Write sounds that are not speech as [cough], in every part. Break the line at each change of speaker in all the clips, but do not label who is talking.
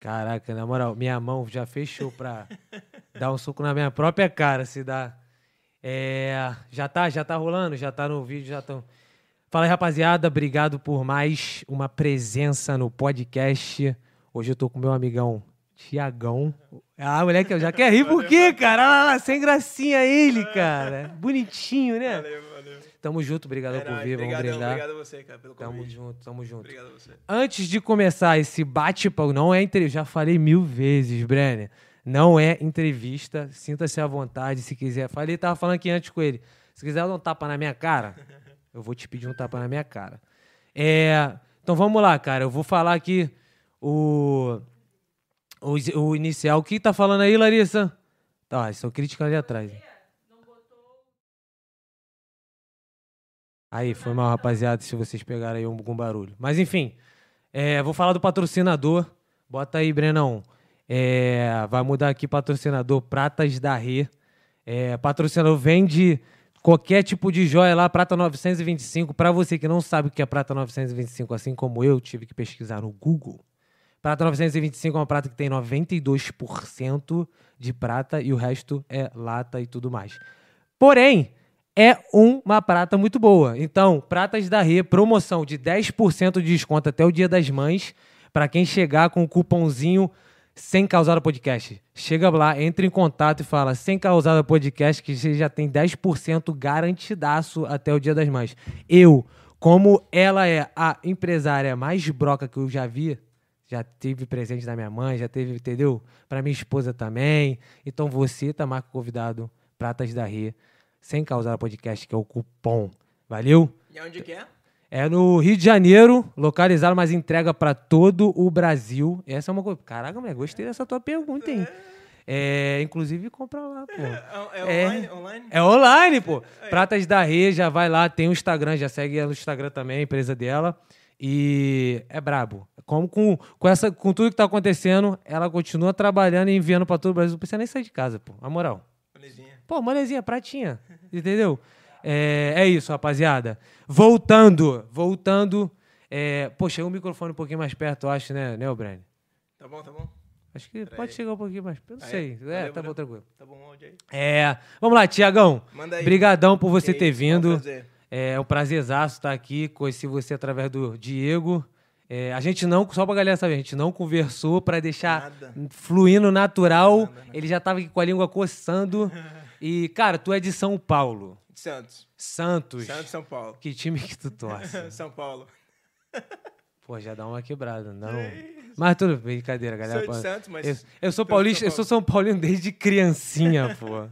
Caraca, na moral, minha mão já fechou pra [laughs] dar um soco na minha própria cara, se dá. É, já tá, já tá rolando, já tá no vídeo, já estão. Fala aí, rapaziada, obrigado por mais uma presença no podcast. Hoje eu tô com meu amigão Tiagão. Ah, moleque, eu já quer rir por quê, cara? Ah, lá, lá, sem gracinha ele, cara. Bonitinho, né?
Valeu, valeu.
Tamo junto, obrigado
É
por
nóis,
vir, vamos
brigadão,
brindar.
Obrigado a você, cara, pelo
Tamo
convite.
junto, tamo junto.
Obrigado a você.
Antes de começar esse bate-papo, não é entrevista, já falei mil vezes, Brenner. Não é entrevista, sinta-se à vontade se quiser. Falei, tava falando aqui antes com ele. Se quiser dar um tapa na minha cara, eu vou te pedir um tapa na minha cara. É, então vamos lá, cara, eu vou falar aqui o, o, is- o inicial. O que tá falando aí, Larissa? Tá, são críticas ali atrás. Aí, foi mal, rapaziada, se vocês pegaram aí um, algum barulho. Mas enfim, é, vou falar do patrocinador. Bota aí, Brenão. É, vai mudar aqui patrocinador Pratas da Rê. É, patrocinador vende qualquer tipo de joia lá, Prata 925. Pra você que não sabe o que é Prata 925, assim como eu, tive que pesquisar no Google. Prata 925 é uma prata que tem 92% de prata e o resto é lata e tudo mais. Porém, é uma prata muito boa. Então, Pratas da Rê, promoção de 10% de desconto até o Dia das Mães para quem chegar com o cupomzinho sem causar o podcast. Chega lá, entra em contato e fala sem causar o podcast que você já tem 10% garantidaço até o Dia das Mães. Eu, como ela é a empresária mais broca que eu já vi, já teve presente da minha mãe, já teve, entendeu? Pra minha esposa também. Então você tá marca o convidado Pratas da Rê, sem causar podcast, que é o cupom. Valeu?
E onde que é?
É no Rio de Janeiro, localizado, mas entrega pra todo o Brasil. Essa é uma coisa. Caraca, mulher, gostei dessa tua pergunta, hein? É, inclusive, compra lá, pô.
É,
É.
online? online?
É online, pô. Pratas da Rê, já vai lá, tem o Instagram, já segue ela no Instagram também, a empresa dela. E é brabo. Como com, com, essa, com tudo que tá acontecendo, ela continua trabalhando e enviando pra todo o Brasil. Não precisa nem sair de casa, pô. A moral.
Belezinha.
Pô, molezinha, pratinha. Entendeu? É, é isso, rapaziada. Voltando, voltando. É, pô, chega o microfone um pouquinho mais perto, eu acho, né, né, Brian?
Tá bom, tá bom?
Acho que pode chegar um pouquinho mais. Eu não
Aí,
sei. É,
valeu,
tá bom,
valeu.
tranquilo.
Tá bom, onde aí?
É, vamos lá, Tiagão.
Manda aí.
Obrigadão por você
Que
ter
isso,
vindo.
é um prazer.
É um prazerzaço estar aqui. Conheci você através do Diego. É, a gente não, só pra galera saber, a gente não conversou pra deixar
Nada.
fluindo natural. Ele já tava aqui com a língua coçando. e, cara, tu é de São Paulo.
De Santos.
Santos.
Santos, São Paulo. [laughs]
Que time que tu torce?
São Paulo.
Pô, já dá uma quebrada, não. Mas tudo bem, brincadeira, galera.
Sou de Santos, mas
Eu, eu sou
torço
paulista,
São
eu sou São Paulino desde criancinha,
[laughs]
pô.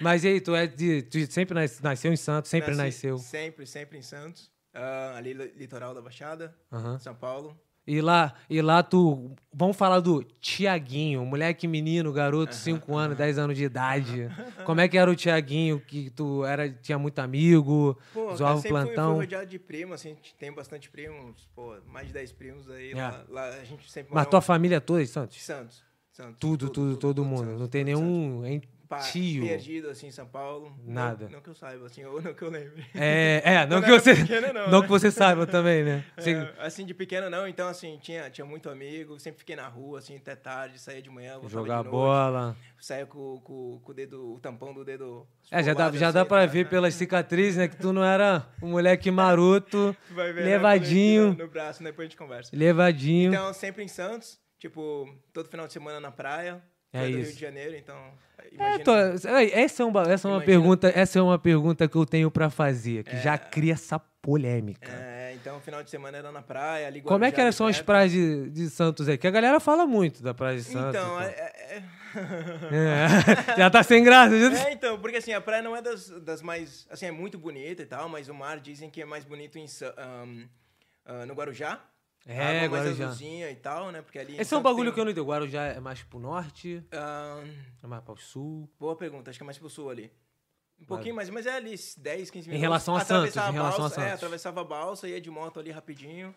Mas e aí, tu é de. Tu sempre nas- nasceu em Santos, sempre
Nasci
nasceu.
Sempre, sempre em Santos. Ah, ali, li- litoral da Baixada,
Aham.
São Paulo.
E lá, e lá tu. Vamos falar do Tiaguinho, moleque menino, garoto, 5 anos, 10 anos de idade. Como é que era o Tiaguinho? Que tu era, tinha muito amigo,
Pô, cara,
zoava o
sempre um fui-
plantão.
fui rodeado de primos, assim, a gente tem bastante primos, pô, mais de 10 primos aí.
É.
Lá, lá a gente sempre
Mas
morou
tua família toda, é de
em
Santos?
Santos. Santos.
Tudo, tudo, todo mundo.
Santos,
Não tem
tudo Santos.
nenhum
[laughs]
hein,
Pa-
tio.
Perdido, assim, em São Paulo. Não-
Nada.
Não, que eu saiba, assim, ou não que eu
[laughs]
lembre.
É, é, não
Quando
que
era
você.
pequeno, não,
não
né?
que você saiba também, né? Você-
[laughs] É, assim, de pequeno não, então, assim, tinha, tinha muito amigo, sempre fiquei na rua, assim, até tarde, saía de manhã, voltava
jogar
de noite, né?
bola.
Saía com, com, com o dedo, o tampão do dedo...
É, já dá,
esfolado,
já dá
assim,
pra
tá?
ver pelas cicatrizes, né? Que tu não era um moleque maroto,
Tu [laughs] vai ver, né,
levadinho,
No, no braço, né, depois a gente conversa.
levadinho.
Então, sempre em Santos, tipo, todo final de semana na praia,
É
é do
isso.
Rio de Janeiro, então,
É,
imagina...
tô- é, essa é uma, essa é uma
Imagina.
pergunta, essa é uma pergunta que eu tenho pra fazer, que já cria essa polêmica.
É, então, final de semana era na praia, ali
Como é que
Guarujá,
eram são as
direto.
praias de, de Santos aí? Que a galera fala muito da praia de Santos.
Então,
e
é-
tal.
é- é- [laughs]
É, [laughs] já tá sem graça. já-
É, então, porque assim, a praia não é das, das mais. Assim, é muito bonita e tal, mas o mar dizem que é mais bonito em, Sa- ahn, ah, no Guarujá.
É,
A água mais
Guarujá.
azulzinha e tal, né? Porque ali. em
Esse é um
Santos
bagulho que
tem-
eu não entendo. Guarujá é mais pro norte,
Ahn,
é mais pro sul.
boa pergunta, acho que é mais pro sul ali. Um pouquinho mais, mas é ali, 10, 15 minutos.
relação a
Atravessava
Santos, em relação a
balsa, É,
Santos.
atravessava a balsa, ia de moto ali rapidinho.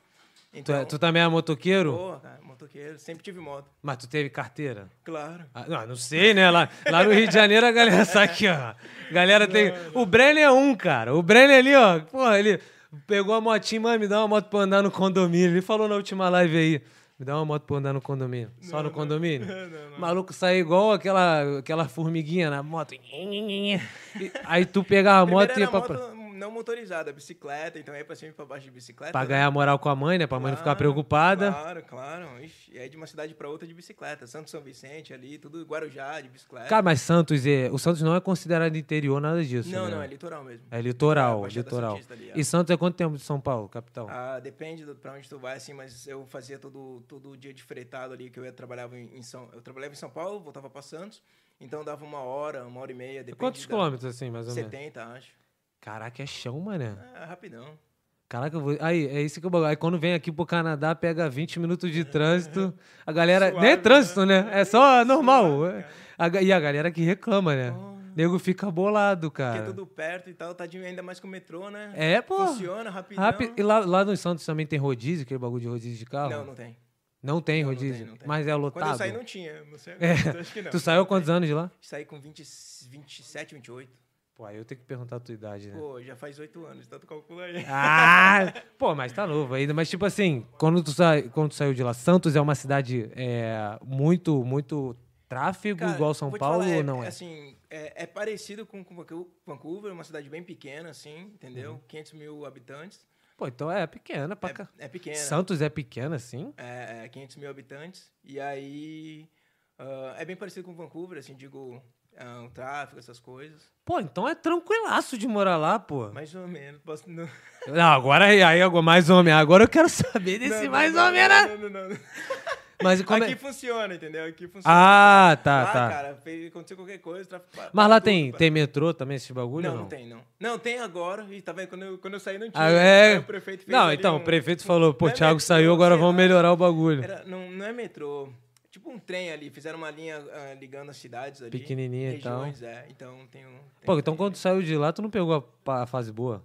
Tu, é-
Então,
tu também é motoqueiro?
boa, cara, motoqueiro. Sempre tive moto,
Mas tu teve carteira?
claro.
Ah, não, não sei, né? Lá, lá no Rio de Janeiro a galera sai aqui, ó. Galera tem. O Brenner é um, cara. O Brenner ali, ó. Porra, ele pegou a motinha, mano, me dá uma moto pra andar no condomínio. Ele falou na última live aí. Me dá uma moto pra eu andar no condomínio. Só
Não,
no
não.
condomínio?
[laughs] Não, não.
O maluco sai igual aquela, aquela formiguinha na moto. E- Aí tu pegava a moto
Primeiro
e ia
era
pra. pra-
moto não motorizada, bicicleta, então ia pra cima e pra baixo de bicicleta.
Pra
né?
ganhar moral com a mãe, né? Pra mãe não ficar
Claro,
preocupada.
Claro, claro. Ixi, e aí de uma cidade pra outra é de bicicleta. Santo São Vicente ali, tudo Guarujá de bicicleta.
Cara, mas Santos, é, o Santos não é considerado interior, nada disso.
não,
né?
não, é litoral mesmo.
É litoral,
É, Baixada
litoral.
Santista ali, é.
E Santos é quanto tempo de São Paulo, capital?
Ah, depende do, pra onde tu vai, assim, mas eu fazia todo, todo dia de fretado ali, que eu ia, trabalhava em, em São... Eu trabalhava em São Paulo, voltava pra Santos, então dava uma hora, uma hora e meia, depende
É Quantos
da-
quilômetros, assim, mais ou menos?
70, acho.
Caraca, é chão, mané.
Ah, rapidão.
Caraca, eu vou... aí, é isso que eu bagulho. Aí quando vem aqui pro Canadá, pega 20 minutos de trânsito. A galera.
Suave,
Nem é trânsito, né? É só normal.
cara.
A ga- E a galera que reclama, né? Nego fica bolado,
Porque
cara.
é tudo perto e tal, tá de- ainda mais com o metrô, né?
É, pô.
Funciona rapidão.
Rápido. E lá, lá nos Santos também tem rodízio, aquele bagulho de rodízio de carro?
Não, não tem.
Não tem
Não, não
rodízio,
tem, não tem.
mas é lotado.
Quando eu saí não tinha, não sei,
É.
acho que não.
Tu saiu há quantos anos de lá?
Saí com 20, 27, 28.
Pô, aí eu tenho que perguntar a tua idade, né?
Pô, já faz 8 anos, então tu calcula aí.
Ah! Pô, mas tá novo ainda. Mas, tipo assim, quando tu, sai, quando tu saiu de lá, Santos é uma cidade é, muito, muito tráfego,
[laughs] Cara,
igual São
vou te
Paulo,
falar,
ou não é?
Assim, é, é parecido com com Vancou- Vancouver, uma cidade bem pequena, assim, entendeu?
Uhum.
500 mil habitantes.
Pô, então é pequena pra cá.
É, é pequena.
Santos é pequena, assim?
É, é 500 mil habitantes. E aí, ah, é bem parecido com Vancouver, assim, digo, ah, o tráfego, essas coisas.
Pô, então é tranquilaço de morar lá, pô.
Mais ou menos. Posso, não,
Não, agora aí, aí, agora- mais ou menos. Agora eu quero [laughs] saber desse
não,
mais
não,
ou menos.
Não, não, não. não.
Mas como
Aqui
é?
funciona, entendeu? Aqui funciona.
Ah, tá,
lá,
tá.
cara, fez- aconteceu qualquer coisa. tráfico pa-
Mas lá
tudo,
tem,
pa-
tem metrô também, esses bagulho?
Não,
ou
não tem, não. Não, tem agora. E tá vendo? Quando eu, quando eu saí não tinha.
Ah,
Aí
é.
o prefeito fez
Não,
ali
então,
um-
o prefeito falou, pô,
Não é
Thiago
metrô,
saiu, agora
sei
vamos
lá.
melhorar o bagulho.
Era- não, não é metrô. Tipo um trem ali. Fizeram uma linha ah, ligando as cidades ali.
Pequenininha e tal.
regiões, é. Então tem um. tem
Pô,
um
então
trem.
quando tu saiu de lá, tu não pegou a, pa- a fase boa?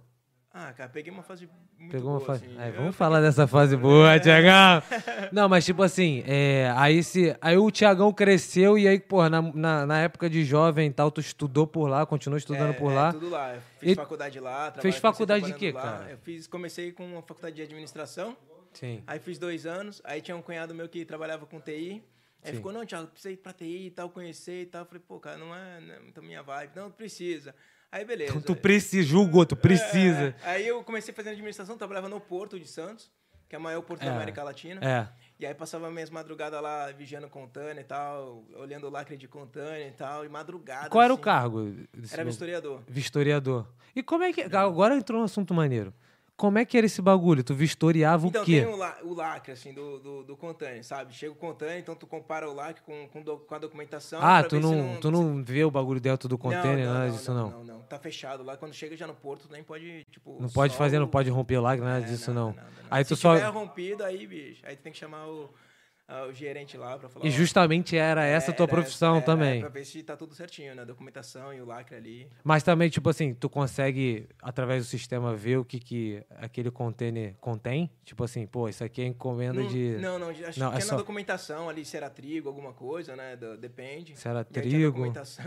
Ah, cara, peguei uma fase muito
Pegou
boa,
uma fase.
assim.
Aí,
Eu-
vamos falar dessa fase
né?
boa,
[laughs]
Tiagão! Não, mas tipo assim, é, aí, se, aí o Tiagão cresceu e aí, porra, na, na, na época de jovem e tal, tu estudou por lá, continuou estudando
é,
por
é,
lá.
tudo lá. Eu Fiz
E-
faculdade lá. trabalho-
Fez
comecei
faculdade de
trabalhando
quê,
lá.
cara?
Eu fiz, comecei com uma faculdade de administração.
Sim. [laughs]
Aí fiz dois anos, aí tinha um cunhado meu que trabalhava com TI. Aí
Sim.
ficou, não, Thiago, precisa ir pra TI e tal, conhecer e tal. Eu falei, pô, cara, não é, não é muito minha vibe. Não, precisa. Aí beleza.
Então Tu precisa, julgou, tu precisa.
É, aí eu comecei fazendo administração, trabalhava no Porto de Santos, que é o maior porto
É.
da América Latina.
É.
E aí passava minhas madrugadas lá, vigiando contânia e tal, olhando o lacre de contânia e tal, e madrugada.
Qual era o
assim.
cargo? desse
Era
bagulho?
vistoriador.
Vistoriador. E como é que. Agora entrou um assunto maneiro. Como é que era esse bagulho? Tu vistoriava
Então,
o quê?
tem o, la- o lacre, assim, do, do, do contânia, sabe? Chega o contânia, então tu compara o lacre com, com, do- com a documentação.
Ah,
pra
tu
ver se
não, tu não vê o bagulho dentro do container, nada disso não.
Não, não, Tá fechado lá. Quando chega já no porto, nem pode, tipo.
Não pode
só
fazer, não
o-
pode romper lá, nada
É,
disso não.
nada, nada.
Aí
Se
tu só.
tiver rompido, aí, bicho. Aí tu tem que chamar o, ah, o gerente lá pra falar.
E
ó,
justamente era essa a tua
era-
profissão
é,
também.
Pra ver se tá tudo certinho, né? A documentação e o lacre ali.
Mas também, tipo assim, tu consegue, através do sistema, ver o que, que aquele container contém? Tipo assim, pô, isso aqui é encomenda
Não,
de.
não, não, acho
Não,
que
é
é
só-
na documentação ali, se era trigo, alguma coisa, né? do- depende.
Se era
E aí tinha a
trigo. [laughs]
documentação.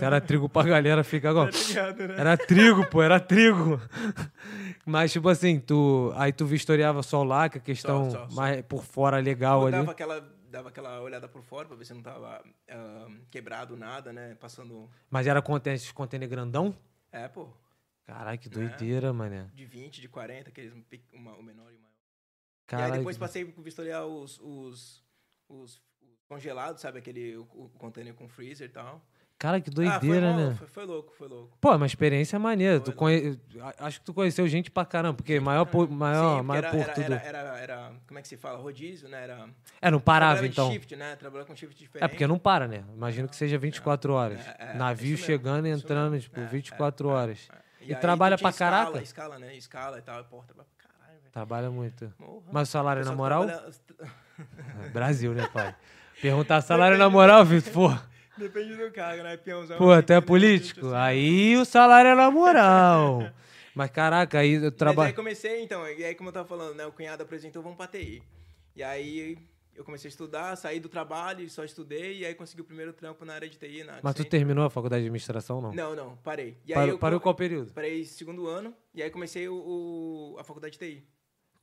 Era trigo pra galera ficar
[laughs]
agora.
ligado, né?
Era trigo, pô, era trigo. Mas, tipo assim, tu. Aí tu vistoriava só lá, que a questão
só, só.
mais por fora legal
Eu
ali.
dava aquela, dava aquela olhada por fora pra ver se não tava ah, quebrado nada, né? Passando.
Mas era container, esses container grandão?
É, pô,
Caralho,
É.
que doideira, mané.
de 20, de 40, aqueles pe- uma, o menor e o maior. E aí
Caralho.
depois passei a vistoriar os, os, os, os congelados, sabe? Aquele o, o container com freezer e tal.
Cara, que
Ah, foi
doideira,
mó-
né?
Foi, foi louco, foi louco.
Pô, é uma experiência maneira. Tu
Foi né? É.
conhe... a- Acho que tu conheceu gente pra caramba, porque maior, por... maior,
Sim, porque
maior
era,
porto
era,
do.
era, era, era- como é que se fala? Rodízio, né? Era,
É, não parava
trabalhava de
então.
shift, né? Trabalhava com shift diferente.
É porque não para, né? Imagino que seja 24 horas.
É, é,
Navio
isso mesmo,
chegando e
isso
entrando,
mesmo.
tipo,
É, é,
24
é,
horas.
é.
E
aí
trabalha
tu
pra
tinha escala,
caraca?
Escala, né? Escala e tal, e porta. Mas, Caralho, velho.
Trabalha muito.
Morra.
Mas o salário na
Pessoal que
moral?
trabalha- [laughs]
Brasil, né, pai? Perguntar salário na moral, Vitor, pô.
Depende do cargo, né? Peãozão.
Pô, até
entendeu? assim.
político. Aí o salário é na moral. Mas caraca, aí eu
Mas aí
trabalho.
comecei, então, e aí como eu tava falando, né, o cunhado apresentou, vamos pra TI. E aí eu comecei a estudar, saí do trabalho, e só estudei, e aí consegui o primeiro trampo na área de TI. Na
Mas tu
Accenture.
terminou a faculdade de administração, não?
Não, não, parei. E aí
Parou,
eu
parou
co-
qual período?
Parei segundo ano, e aí comecei o, o- a faculdade de TI.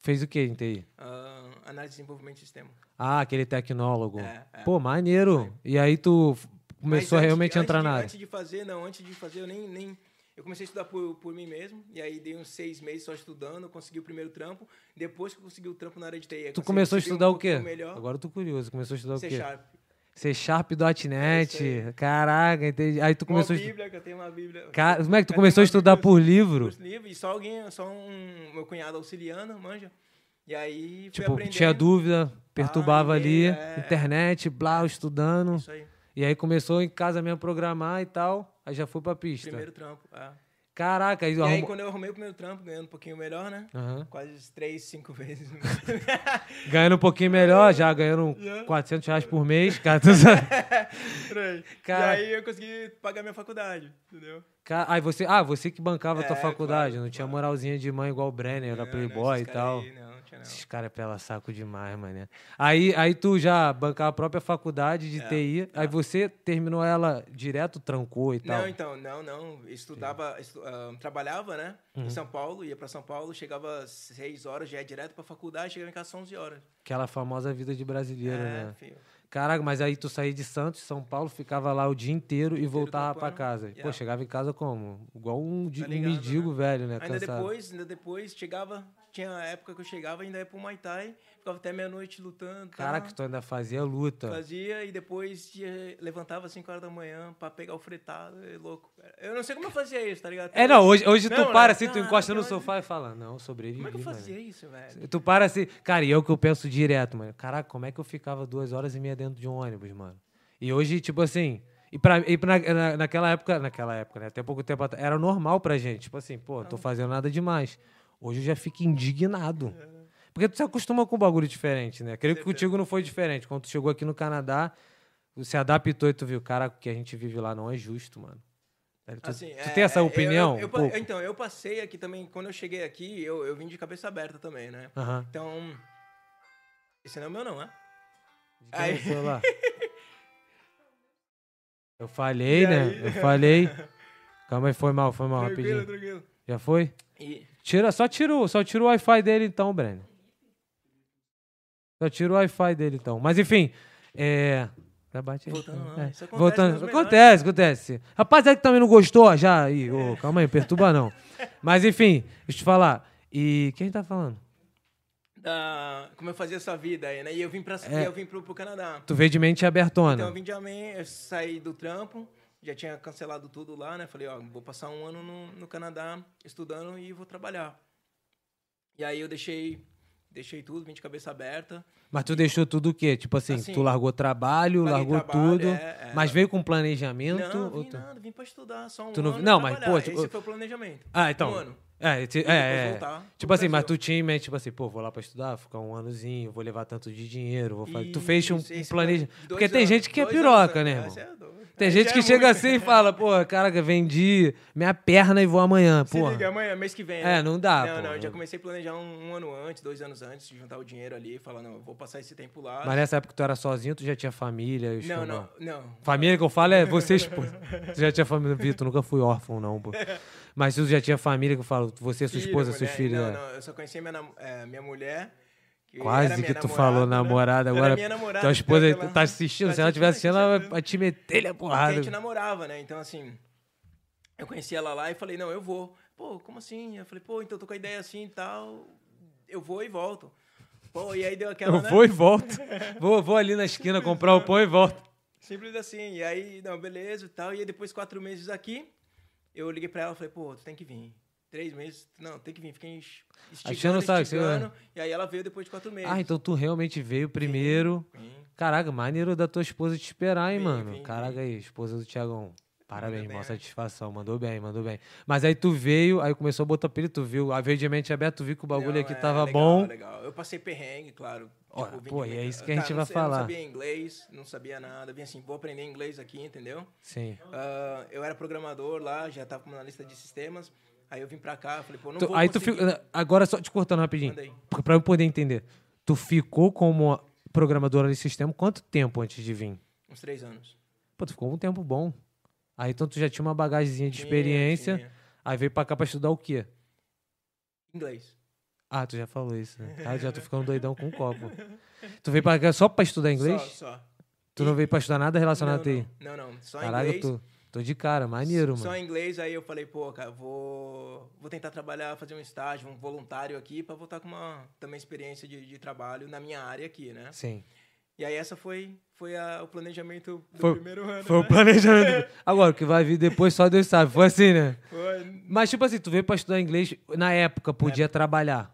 fez o quê em TI?
Ah, análise de desenvolvimento de sistema.
Ah, aquele tecnólogo.
É, é.
Pô, maneiro. E aí tu f- começou
Mas
a
antes-
realmente
antes
entrar
de-
na área.
Antes de fazer, não, antes de fazer eu nem. nem eu comecei a estudar por, por mim mesmo, e aí dei uns seis meses só estudando, eu consegui o primeiro trampo. Depois que eu consegui o trampo na área de TI, eu
Tu
consegui-
começou a
consegui um
estudar o quê?
pouquinho Melhor,
Agora eu tô curioso. Começou a estudar
C
o quê?
Sharp.
C
É isso
Sharp.net. Caraca, entendi. Aí tu começou a
uma
estudar.
Bíblia, que eu tenho uma Bíblia.
Cara, como é que tu
Eu
começou a
tenho uma
estudar
Bíblia,
por livro?
Os livros, e só alguém, só um meu cunhado auxiliando, manja. E aí fui
Tipo,
aprendendo.
tinha dúvida, perturbava ali,
é.
internet, blá, estudando.
Isso aí.
E aí começou em casa mesmo a programar e tal. Aí já foi pra pista.
Primeiro trampo. é.
Caraca, aí,
E
eu
aí,
arrumo...
quando eu arrumei o primeiro trampo, ganhando um pouquinho melhor, né?
Aham.
Quase três,
[laughs]
cinco vezes.
ganhando um pouquinho melhor, já ganhando
[laughs] Yeah.
400 reais por mês. Cara, tu sabe?
[laughs] Por aí.
Cara-
E aí eu consegui pagar minha faculdade, entendeu?
Ca- aí você, ah, você que bancava a tua
É,
faculdade,
claro,
não tinha moralzinha de mãe igual o Brenner, era
Não, não,
playboy e
esses caras
tal.
aí, né, não, tinha não.
Esses caras é pela saco demais, mané. Aí, aí tu já bancava a própria faculdade
É,
de TI, aí você terminou ela direto, trancou e tal.
Não, então, não, não. Estudava, estu- ah, trabalhava, né?
Uhum.
Em São Paulo, ia pra São Paulo, chegava às 6 horas, já ia direto pra faculdade, chegava em casa às 11 horas.
Aquela famosa vida de brasileiro,
é,
né?
filho.
Caraca, mas aí tu saía de Santos, São Paulo, ficava lá o dia inteiro e voltava pra
trampando.
casa. Pô,
Yeah. Tá
chegava em casa como? Igual um, di- um
ligado,
mendigo velho, né?
Ainda
Cansado.
depois, ainda depois, chegava, tinha a época que eu chegava, ainda ia pro Muay Thai, ficava até meia-noite lutando. tá?
Caraca, tu ainda fazia luta.
Fazia e depois ia- levantava às 5 horas da manhã pra pegar o fretado, é louco. cara. Eu não sei como eu fazia isso, tá ligado?
É, não, hoje, hoje
Não,
tu
né?
para assim, tu
Caraca,
encosta no
olha.
sofá e fala, não, sobrevivi,
Como é que eu
mano.
fazia isso, velho?
Tu para assim. Cara, e é o que eu penso direto, mano. Caraca, como é que eu ficava duas horas e meia dentro de um ônibus, mano? E hoje, tipo assim. E, pra, e pra- na- naquela época, naquela época, né? Até pouco tempo atrás, era normal pra gente. Tipo assim, pô, tô fazendo nada demais. Hoje eu já fico indignado. Porque tu se acostuma com um bagulho diferente, né? Creio que contigo não foi diferente. Quando tu chegou aqui no Canadá, tu se adaptou e tu viu, caraca, o que a gente vive lá não é justo, mano. Tá Tu,
Assim,
tu
é,
tem
é,
essa
eu-
opinião?
eu- eu
um
pa-
pouco?
então, eu passei aqui também, quando eu cheguei aqui, eu, eu vim de cabeça aberta também, né?
Aham.
Então. Esse não é o meu, não, né?
De quem
Aí-
é o celular? [laughs] Eu falhei,
E
né?
aí?
Eu
[laughs]
falei. Calma aí, foi mal, foi mal,
tranquilo, né?
rapidinho.
tranquilo.
Já foi?
E,
Tira, só tira, o- só tira o Wi-Fi dele então, Breno. Só tira o Wi-Fi dele então. Mas enfim, é... Já bate aí.
Voltando lá,
É,
isso acontece nos
Voltando.
melhores.
Acontece, acontece. Rapaziada que também não gostou, ó, já... Ih,
É.
ô, calma aí, perturba
[laughs]
não. Mas enfim, deixa eu te falar. E quem tá falando?
da- ah, como eu fazia essa vida aí, né? E eu vim, pra,
É.
e eu vim pro, pro Canadá.
Tu veio de mente abertona.
Então eu vim de Amém, eu saí do trampo, já tinha cancelado tudo lá, né? Falei, ó, vou passar um ano no, no Canadá estudando e vou trabalhar. E aí eu deixei, deixei tudo, vim de cabeça aberta.
Mas tu deixou tudo o quê? Tipo assim,
Assim,
tu largou trabalho,
larguei
largou
trabalho,
tudo,
é, é.
mas veio com planejamento?
Não,
ou
vim
tu-
nada, vim pra estudar, só um
Tu não-
ano e
não, mas,
trabalhar.
pô, tipo-
Esse foi o planejamento.
Ah, então.
Um ano.
É, esse-
depois
é, é.
voltar
Tipo
pro
assim, mas
Brasil.
tu tinha em mente, tipo assim, pô, vou lá pra estudar, ficar um anozinho, vou levar tanto de dinheiro, vou fazer. tu fez um,
Isso, esse
planejamento.
plane-
Porque
dois
tem
anos,
gente que é
dois anos,
piroca,
né?
né,
Esse
irmão?
é doido.
Tem
Aí
gente
já
que
é
chega
muito.
assim e fala, pô, caraca, vendi minha perna e vou amanhã,
[laughs] Se
pô.
liga, amanhã, mês que vem.
É,
né?
não dá,
Não,
pô.
não, eu já comecei a planejar um, um ano antes, dois anos antes, juntar o dinheiro ali, falar, não, eu vou passar esse tempo lá.
Mas nessa época que tu era sozinho, tu já tinha família, os
não,
filhos,
não, não.
Família que eu falo é vocês, pô. Tu já tinha família. Vitor, nunca fui órfão, não,
[laughs]
pô. Mas tu já tinha família que eu falo, você, sua
Filho,
esposa, seus
mulher.
filhos.
Não,
é.
não, eu só conheci minha, nam- é, minha mulher. que
Quase
era minha
que tu
namorada,
falou
né?
namorada
Era
agora.
minha namorada,
tua esposa
pior que ela-
tá assistindo.
tá
se ela estiver assistindo,
assistindo,
ela
assistindo. Tá
vai te meter a
Porque a gente
porrada.
namorava, né? Então, assim, eu conheci ela lá e falei, não, eu vou. Pô, como assim? Eu falei, pô, então eu tô com a ideia assim e tal, eu vou e volto. Pô, e aí deu aquela,
Eu
né?
vou e volto. Vou, vou ali na esquina comprar o pão e volto.
[laughs] Simples assim. E aí, não, beleza e tal. E aí, depois, quatro meses aqui, eu liguei pra ela e falei, pô, tu tem que vir. Três meses, não, tem que vir. Fiquei enx-
Achando o
esticando,
saco,
esticando. E aí ela veio depois de quatro meses.
Ah, então tu realmente veio primeiro.
Vim.
Caraca, maneiro da tua esposa te esperar, hein,
Vim,
mano.
vim,
Caraca aí, esposa do Tiagão. Parabéns,
Mandou bem,
maior
né?
satisfação. Mandou bem, mandou bem. Mas aí tu veio, aí começou a botar pilha, tu viu. A veio de mente aberta, tu viu que o bagulho
Não,
aqui
é,
tava
legal,
bom.
legal. Eu passei perrengue, claro. Tipo,
Ora,
vim de
pô, e é
Americana-
isso que a gente
não
vai
sei-
falar.
Eu não sabia inglês, não sabia nada. Vim assim, vou aprender inglês aqui, entendeu?
Sim.
Ah, eu era programador lá, já tava como analista de sistemas. Aí eu vim pra cá, falei, pô, não
Tu-
vou
aí tu
conseguir.
fica. assim, Agora só te cortando rapidinho.
Manda aí.
pra- Pra eu poder entender. Tu ficou como programadora de sistema quanto tempo antes de vir?
Uns três anos.
Pô, tu ficou um tempo bom. Aí então tu já tinha uma bagagemzinha de
Tinha,
experiência.
tinha.
Aí veio pra cá pra estudar o quê?
Inglês.
Ah, tu já falou isso, né? Ah, já tô ficando doidão com o
[laughs]
copo. Tu veio pra cá só pra estudar inglês?
Só, só.
Tu não veio pra estudar nada relacionado a
não,
TI?
não, não, não, só
Caraca, eu
inglês.
tô, tô de cara, maneiro,
Só
mano.
em inglês, aí eu falei, pô, cara, vou, vou tentar trabalhar, fazer um estágio, um voluntário aqui, pra voltar com uma também experiência de, de trabalho na minha área aqui, né? [laughs]
Sim.
E aí essa foi, foi a- o planejamento do
Foi-
primeiro ano.
Foi o
né?
planejamento. Agora, o que vai vir depois só Deus sabe. Foi assim, né?
Foi.
Mas, tipo assim, tu veio pra estudar inglês, na época podia trabalhar.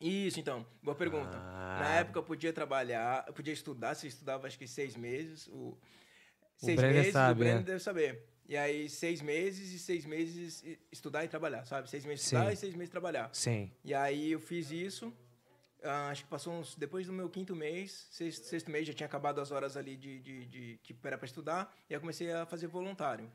Isso, então, boa pergunta.
Ah.
Na época eu podia trabalhar, eu podia estudar, se eu estudava acho que seis meses. O, seis
Brenner
meses,
sabe,
o Brenner
é.
deve saber. E aí, seis meses e seis meses e- estudar e trabalhar, sabe? Seis meses
Sim.
estudar e seis meses trabalhar.
Sim.
E aí eu fiz isso. ah, acho que passou uns. Depois do meu quinto mês, sexto, sexto mês, já tinha acabado as horas ali de, de, de- que era para estudar. E aí eu comecei a fazer voluntário.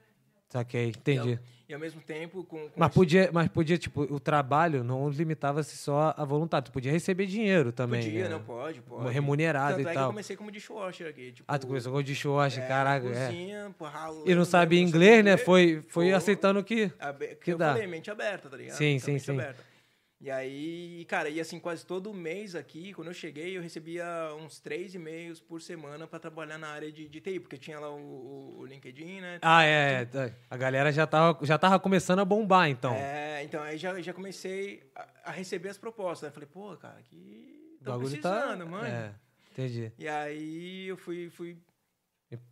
Saquei, entendi.
E ao, e ao mesmo tempo, com. com
Mas
esse-
podia, mas podia, tipo, o trabalho não limitava-se só a voluntário. Tu podia receber dinheiro também.
Podia,
né?
não pode, pode.
Remunerado
Tanto
e
é que eu
tal.
comecei como dishwasher aqui. Tipo,
Ah, tu começou com o dishwasher, caraca. é.
Cozinha, pô, ralando,
E não sabia
não
inglês, né?
inglês.
Foi, foi
Pô.
aceitando que.
Abe- que
Que
eu
dá.
falei, mente aberta, tá ligado?
Sim,
Então,
sim,
mente
sim.
aberta. E aí, cara, e assim, quase todo mês aqui, quando eu cheguei, eu recebia uns três e-mails por semana pra trabalhar na área de, de TI, porque tinha lá o, o- o LinkedIn, né?
Ah, é, é. tá. A galera já tava, já tava começando a bombar, então.
É, então, aí já, já comecei a, a receber as propostas. Né? Falei, pô, cara, que
o
tô
bagulho
precisando,
tá.
mano.
É, entendi.
E aí eu fui, fui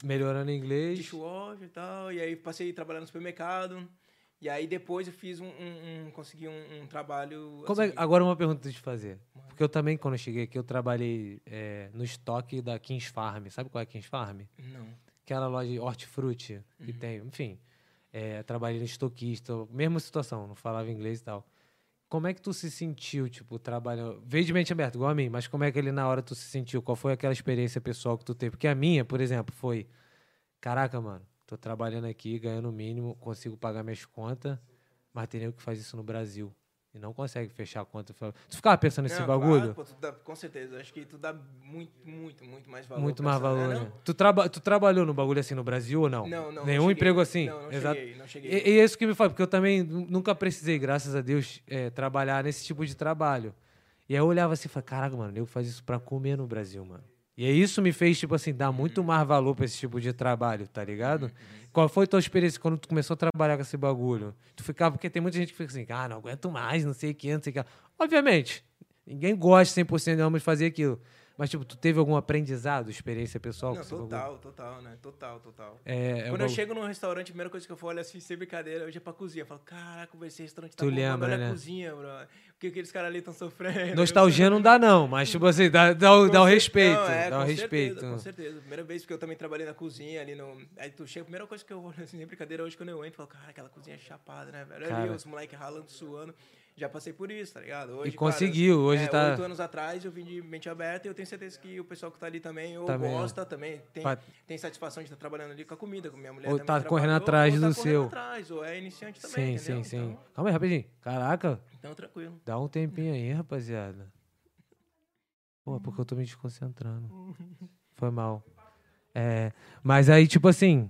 Melhorando o inglês.
dishwasher e tal, e aí passei a trabalhar no supermercado. E aí depois eu fiz um, um- um- consegui um, um trabalho...
Como é-
assim,
agora uma pergunta de fazer. Porque eu também, quando eu cheguei aqui, eu trabalhei é, no estoque da Kings Farm. Sabe qual é a Kings Farm?
Não.
Aquela é loja de hortifruti que
Uhum.
tem, enfim. É, trabalhei no estoquista, mesma situação, não falava inglês e tal. Como é que tu se sentiu, tipo, trabalhando? Veio de mente aberta, igual a mim, mas como é que ele na hora tu se sentiu? Qual foi aquela experiência pessoal que tu teve? Porque a minha, por exemplo, foi: caraca, mano, tô trabalhando aqui, ganhando o mínimo, consigo pagar minhas contas, mas tem nego que faz isso no Brasil e não consegue fechar a conta. Tu ficava pensando nesse
Não,
bagulho?
É, claro, pô, tu dá- com certeza. Acho que tu dá muito, muito, muito mais valor.
Muito
pra
mais
essa-
valor,
né,
né? Tu, traba tu trabalhou no bagulho assim no Brasil ou não?
Não, não. não,
Nenhum
cheguei.
emprego assim?
Não, não
Exato.
cheguei, não cheguei.
E, e é isso que me fala, porque eu também nu- nunca precisei, graças a Deus, é, trabalhar nesse tipo de trabalho. E aí eu olhava assim e falava, caraca, mano, o nego faz isso pra comer no Brasil, mano. E aí isso me fez, tipo assim, dar muito
Uhum.
mais valor pra esse tipo de trabalho, tá ligado? Qual foi tua experiência quando tu começou a trabalhar com esse bagulho? Tu ficava, porque tem muita gente que fica assim, ah, não aguento mais, não sei o que, não sei o que. Obviamente, ninguém gosta 100% de alma de fazer aquilo. Mas, tipo, tu teve algum aprendizado, experiência pessoal
Não,
com esse bagulho?
total, total, né? Total, total.
É, é o
Quando eu
bagulho.
chego num restaurante, a primeira coisa que eu falo é assim, sem brincadeira, hoje é pra cozinha. Eu falo, caraca, vai ser restaurante tá
Tu
bombando,
lembra,
olha
né?
a cozinha, bro. O que aqueles caras ali estão sofrendo?
[laughs] Nostalgia não dá, não, mas tipo assim, dá, dá, o-
Com
dá o
cer-
respeito.
Não, é,
dá o
com
respeito.
Certeza, com certeza. Primeira vez que eu também trabalhei na cozinha ali no. Aí tu chega, a primeira coisa que eu olho assim, sem brincadeira, hoje quando eu entro, eu falo, cara, aquela cozinha é chapada, né, velho? Olha Ali
Cara.
os moleques ralando, suando. Já passei por isso, tá ligado? Hoje,
E conseguiu,
cara,
hoje
é,
tá-
Oito anos atrás eu vim de mente aberta e eu tenho certeza que o pessoal que tá ali também, ou
Também, é.
gosta também, tem,
Pa-
tem satisfação de estar trabalhando ali com a comida, com minha mulher.
Ou
também
tá correndo
trabalhou,
atrás
ou
do
tá correndo
seu.
atrás, ou é iniciante
Sim,
também.
sim,
entendeu?
sim.
Então,
Calma aí, rapidinho. Caraca,
então tranquilo.
dá um tempinho aí, rapaziada. Pô, é porque eu tô me desconcentrando. Foi mal. É, mas aí, tipo assim,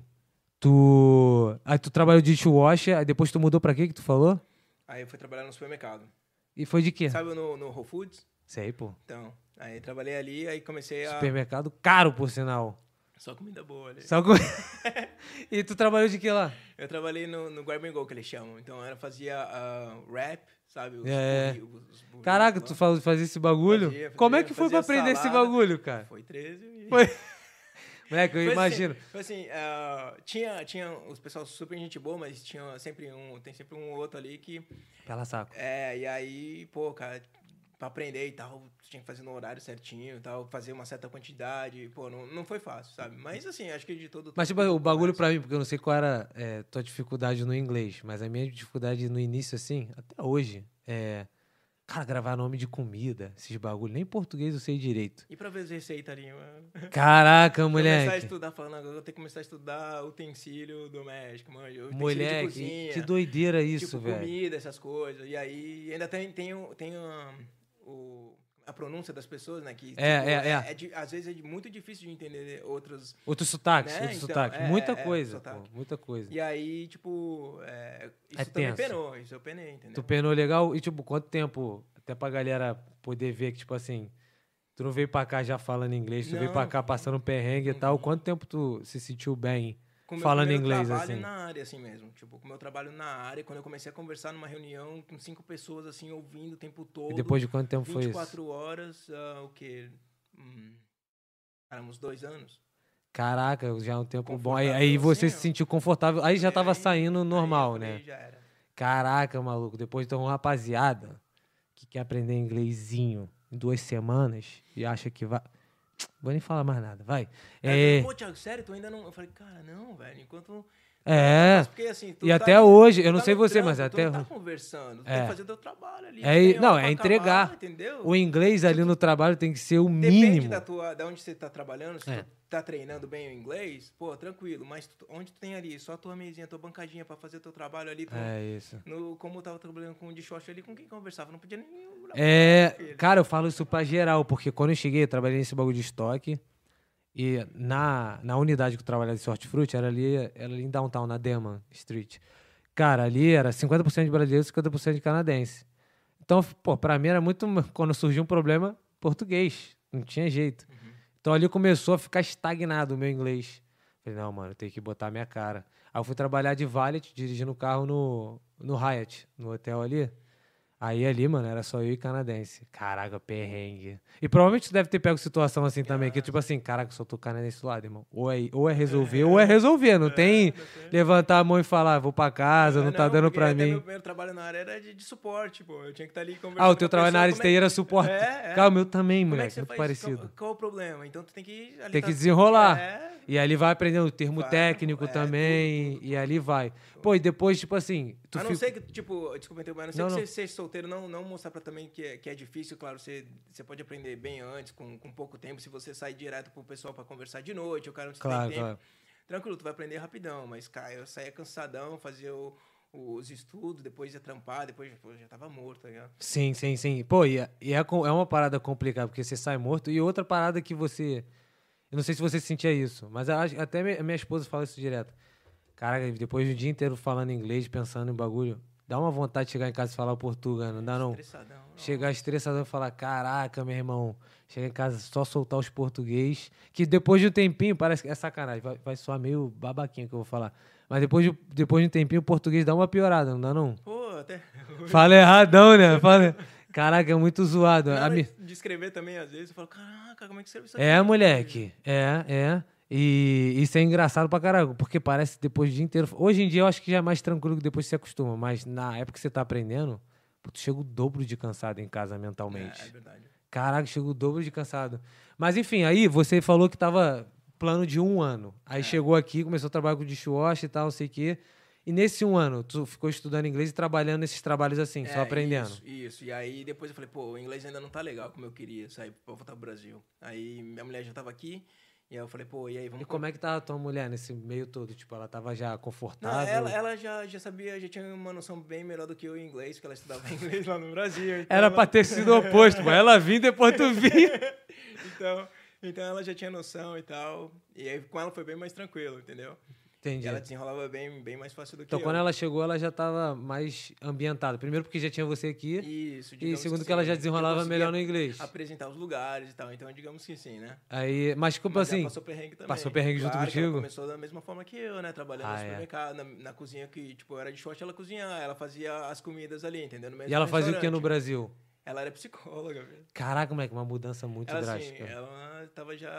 tu. Aí tu trabalhou de dishwasher, aí depois tu mudou pra quê que tu falou?
Aí eu fui trabalhar no supermercado.
E foi de quê?
Sabe no, no Whole Foods?
Sei, pô.
Então, aí trabalhei ali, aí comecei a.
Supermercado caro, por sinal.
Só comida boa ali.
Só com-
[laughs]
e tu trabalhou de quê lá?
Eu trabalhei no, no grab and go que eles chamam. Então eu fazia ah, rap, sabe? Os
É.
burri- os- os burritos
Caraca,
lá.
tu faz- fazia esse bagulho?
né? Fazia,
Como é
fazia,
que foi pra
fazia
aprender esse
salada.
bagulho, cara?
Foi 13 e...
Foi. Moleque, eu
Foi
imagino.
Assim, foi assim, ah, tinha, tinha os pessoal super gente boa, mas tinha sempre um, tem sempre um ou outro ali que...
Pela saco.
É, e aí, pô, cara, pra aprender e tal, tinha que fazer no horário certinho e tal, fazer uma certa quantidade, pô, não, não foi fácil, sabe? Mas assim, acho que de todo...
Mas, tipo, o bagulho pra mim, porque eu não sei qual era é, tua dificuldade no inglês, mas a minha dificuldade no início, assim, até hoje, é. Cara, gravar nome de comida, esses bagulhos. Nem português eu sei direito.
E pra ver as receitas ali, mano?
Caraca,
Começar a
moleque.
estudar, falando agora, eu tenho que começar a estudar utensílio doméstico, mano. Utensílio de
Moleque,
cozinha,
que doideira isso,
tipo,
velho.
comida, essas coisas. E aí, ainda tem, tem, o- tem a, o- a pronúncia das pessoas, né? Que,
É,
tipo,
é, é.
di- às vezes é de- muito difícil de entender outros.
Outros sotaques,
Né?
outros
Então,
sotaques.
é,
muita
é, é,
coisa,
sotaque.
pô, muita coisa.
E aí, tipo, é, isso
É
também
tenso.
penou, isso eu penei, entendeu?
Tu penou legal e, tipo, quanto tempo Até pra galera poder ver que, tipo assim, tu não veio pra cá já falando inglês, tu veio pra
Não. Uhum.
cá passando um perrengue e tal. Quanto tempo tu se sentiu bem
com o meu
falando
primeiro
inglês,
trabalho
assim?
na área, assim mesmo. Tipo, com o meu trabalho na área, quando eu comecei a conversar numa reunião com cinco pessoas, assim, ouvindo o tempo todo.
E depois de quanto tempo foi isso?
24 horas, ah, o quê? Hum, cara, uns dois anos.
Caraca, já é um tempo bom. Aí, aí
Confortável,
você
assim,
se
ó. É,
sentiu confortável. Aí já tava
Aí-
saindo normal,
Aí eu
né?
falei, Já era.
Caraca, maluco. Depois tem um rapaziada que quer aprender inglesinho em duas semanas e acha que vai. Vou nem falar mais nada, vai.
Aí eu
É.
falei, Pô, Thiago, sério, tu ainda não. Eu falei, cara, não, velho. Enquanto.
É.
Mas Porque, assim, tu
E
tá
até
no-
hoje, eu
tu
não
tá
sei
no
você, mas
trampo, tu
até
não
hoje-
tá conversando, tu
É.
tem que fazer o teu trabalho ali. tu
É, e-
tem
não,
hora
é
pra
entregar.
acabar, entendeu?
O inglês ali no trabalho tem que ser o
Depende
mínimo.
da tua, da onde você tá trabalhando, se
É.
tu tá treinando bem o inglês, pô, tranquilo, mas tu- onde tu tem ali só a tua mesinha, tua bancadinha pra fazer teu trabalho ali, tu,
É isso.
no, como eu tava trabalhando com o dishwasher ali, com quem conversava, não podia nem...
É, cara, eu falo isso pra geral, porque quando eu cheguei, eu trabalhei nesse bagulho de estoque. E na, na unidade que eu trabalhava de hortifruti, era ali, era ali em downtown, na Deman Street. Cara, ali era 50% de brasileiro e 50% de canadense. Então, pô, pra mim era muito. Quando surgiu um problema, português. Não tinha jeito. Então ali começou a ficar estagnado o meu inglês. Falei, não, mano, tem que botar a minha cara. Aí eu fui trabalhar de valet, dirigindo o carro no, no Hyatt, no hotel ali. Aí ali, mano, era só eu e canadense. Caraca, perrengue. E provavelmente tu deve ter pego situação assim também, que tipo assim, caraca, só tô canadense do lado, irmão. Ou é, ou é resolver, ou é resolver. Não tem levantar a mão e falar, vou pra casa, não, tá dando
É, porque
pra
até
mim.
Meu primeiro trabalho na área era de, de suporte, pô, eu tinha que estar ali conversando
Ah, o
com
teu
a
trabalho na
pessoa,
área de
como é
TI era
que-
suporte.
É, é.
Cara, o meu também,
Como é
moleque,
que você
muito
faz?
parecido.
Qual, qual o problema? Então tu tem que... ali
Tem que
tá-
desenrolar.
É,
E ali vai aprendendo o termo
Vai,
técnico
é,
também, e ali vai. Pô, e depois, tipo assim, tu
a não
fica-
ser que, tipo, desculpa interromper, a não ser
Não,
que
não.
você seja solteiro, não, não mostrar pra também que é, que é difícil, claro, você, você pode aprender bem antes, com, com pouco tempo, se você sair direto pro pessoal pra conversar de noite, o cara não se
Claro,
tem tempo.
claro.
Tranquilo, tu vai aprender rapidão, mas, cara, eu saía cansadão, fazia o- os estudos, depois ia trampar, depois pô, já tava morto, tá ligado?
Sim, sim, sim. Pô, e, é- e é, com- é uma parada complicada, porque você sai morto. E outra parada que você. Eu não sei se você sentia isso, mas eu acho- até minha, minha esposa fala isso direto. Caraca, depois do dia inteiro falando inglês, pensando em bagulho, dá uma vontade de chegar em casa e falar o português, não dá não?
Estressadão. não.
Chegar estressado e falar, caraca, meu irmão, chega em casa só soltar os português, que depois de um tempinho, parece que é sacanagem, vai, vai soar meio babaquinho que eu vou falar. Mas depois de, depois de um tempinho, o português dá uma piorada, não dá não?
Pô, até...
Fala erradão, né? Fala... Caraca, é muito zoado.
Na
[laughs] A
hora
mi-
de escrever também, às vezes, eu falo, caraca, como é que escreve isso aqui?
É, moleque. É, é. E isso é engraçado pra caralho, porque parece depois do dia inteiro. Hoje em dia eu acho que já é mais tranquilo que depois você acostuma, mas na época que você tá aprendendo, pô, tu chega o dobro de cansado em casa mentalmente.
É, é verdade.
Caraca, chegou o dobro de cansado. Mas enfim, aí você falou que tava plano de um ano. Aí
É.
chegou aqui, começou a trabalhar com dishwasher e tal, não sei o quê. E nesse um ano, tu ficou estudando inglês e trabalhando nesses trabalhos assim, só
É,
aprendendo.
Isso, isso. E aí depois eu falei, pô, o inglês ainda não tá legal como eu queria, sair pra voltar pro Brasil. Aí minha mulher já tava aqui, e aí eu falei, pô, e aí
E
vamos.
como é que tava a tua mulher nesse meio todo? Tipo, ela tava já
Não,
confortável?
ela, ela já, já sabia, já tinha uma noção bem melhor do que eu em inglês, porque ela estudava [laughs] inglês lá no Brasil. então
Era
ela-
pra ter sido o oposto, mas ela vinha depois
[laughs]
tu vinha.
Então, então ela já tinha noção e tal. E aí com ela foi bem mais tranquilo, entendeu? E
Entendi.
ela um- desenrolava bem, bem mais fácil do que
Então,
eu.
quando ela chegou, ela já tava mais ambientada. Primeiro porque já tinha você aqui.
Isso,
E,
digamos
segundo que ela já
eu
desenrolava
conseguia
melhor no inglês.
Apresentar os lugares e tal, então digamos que sim, né?
Aí, mas tipo
Mas ela
assim,
passou perrengue também.
passou perrengue junto
claro que
contigo?
Ela começou da mesma forma que eu, né? Trabalhando
Ah,
no
é.
supermercado, na, na cozinha que, tipo, eu era de short, ela cozinhava, ela fazia as comidas ali, entendeu? No mesmo
e ela fazia o que no
restaurante.
Brasil?
Ela era psicóloga, velho.
Caraca, moleque, uma mudança muito
Ela, assim,
drástica.
ela tava já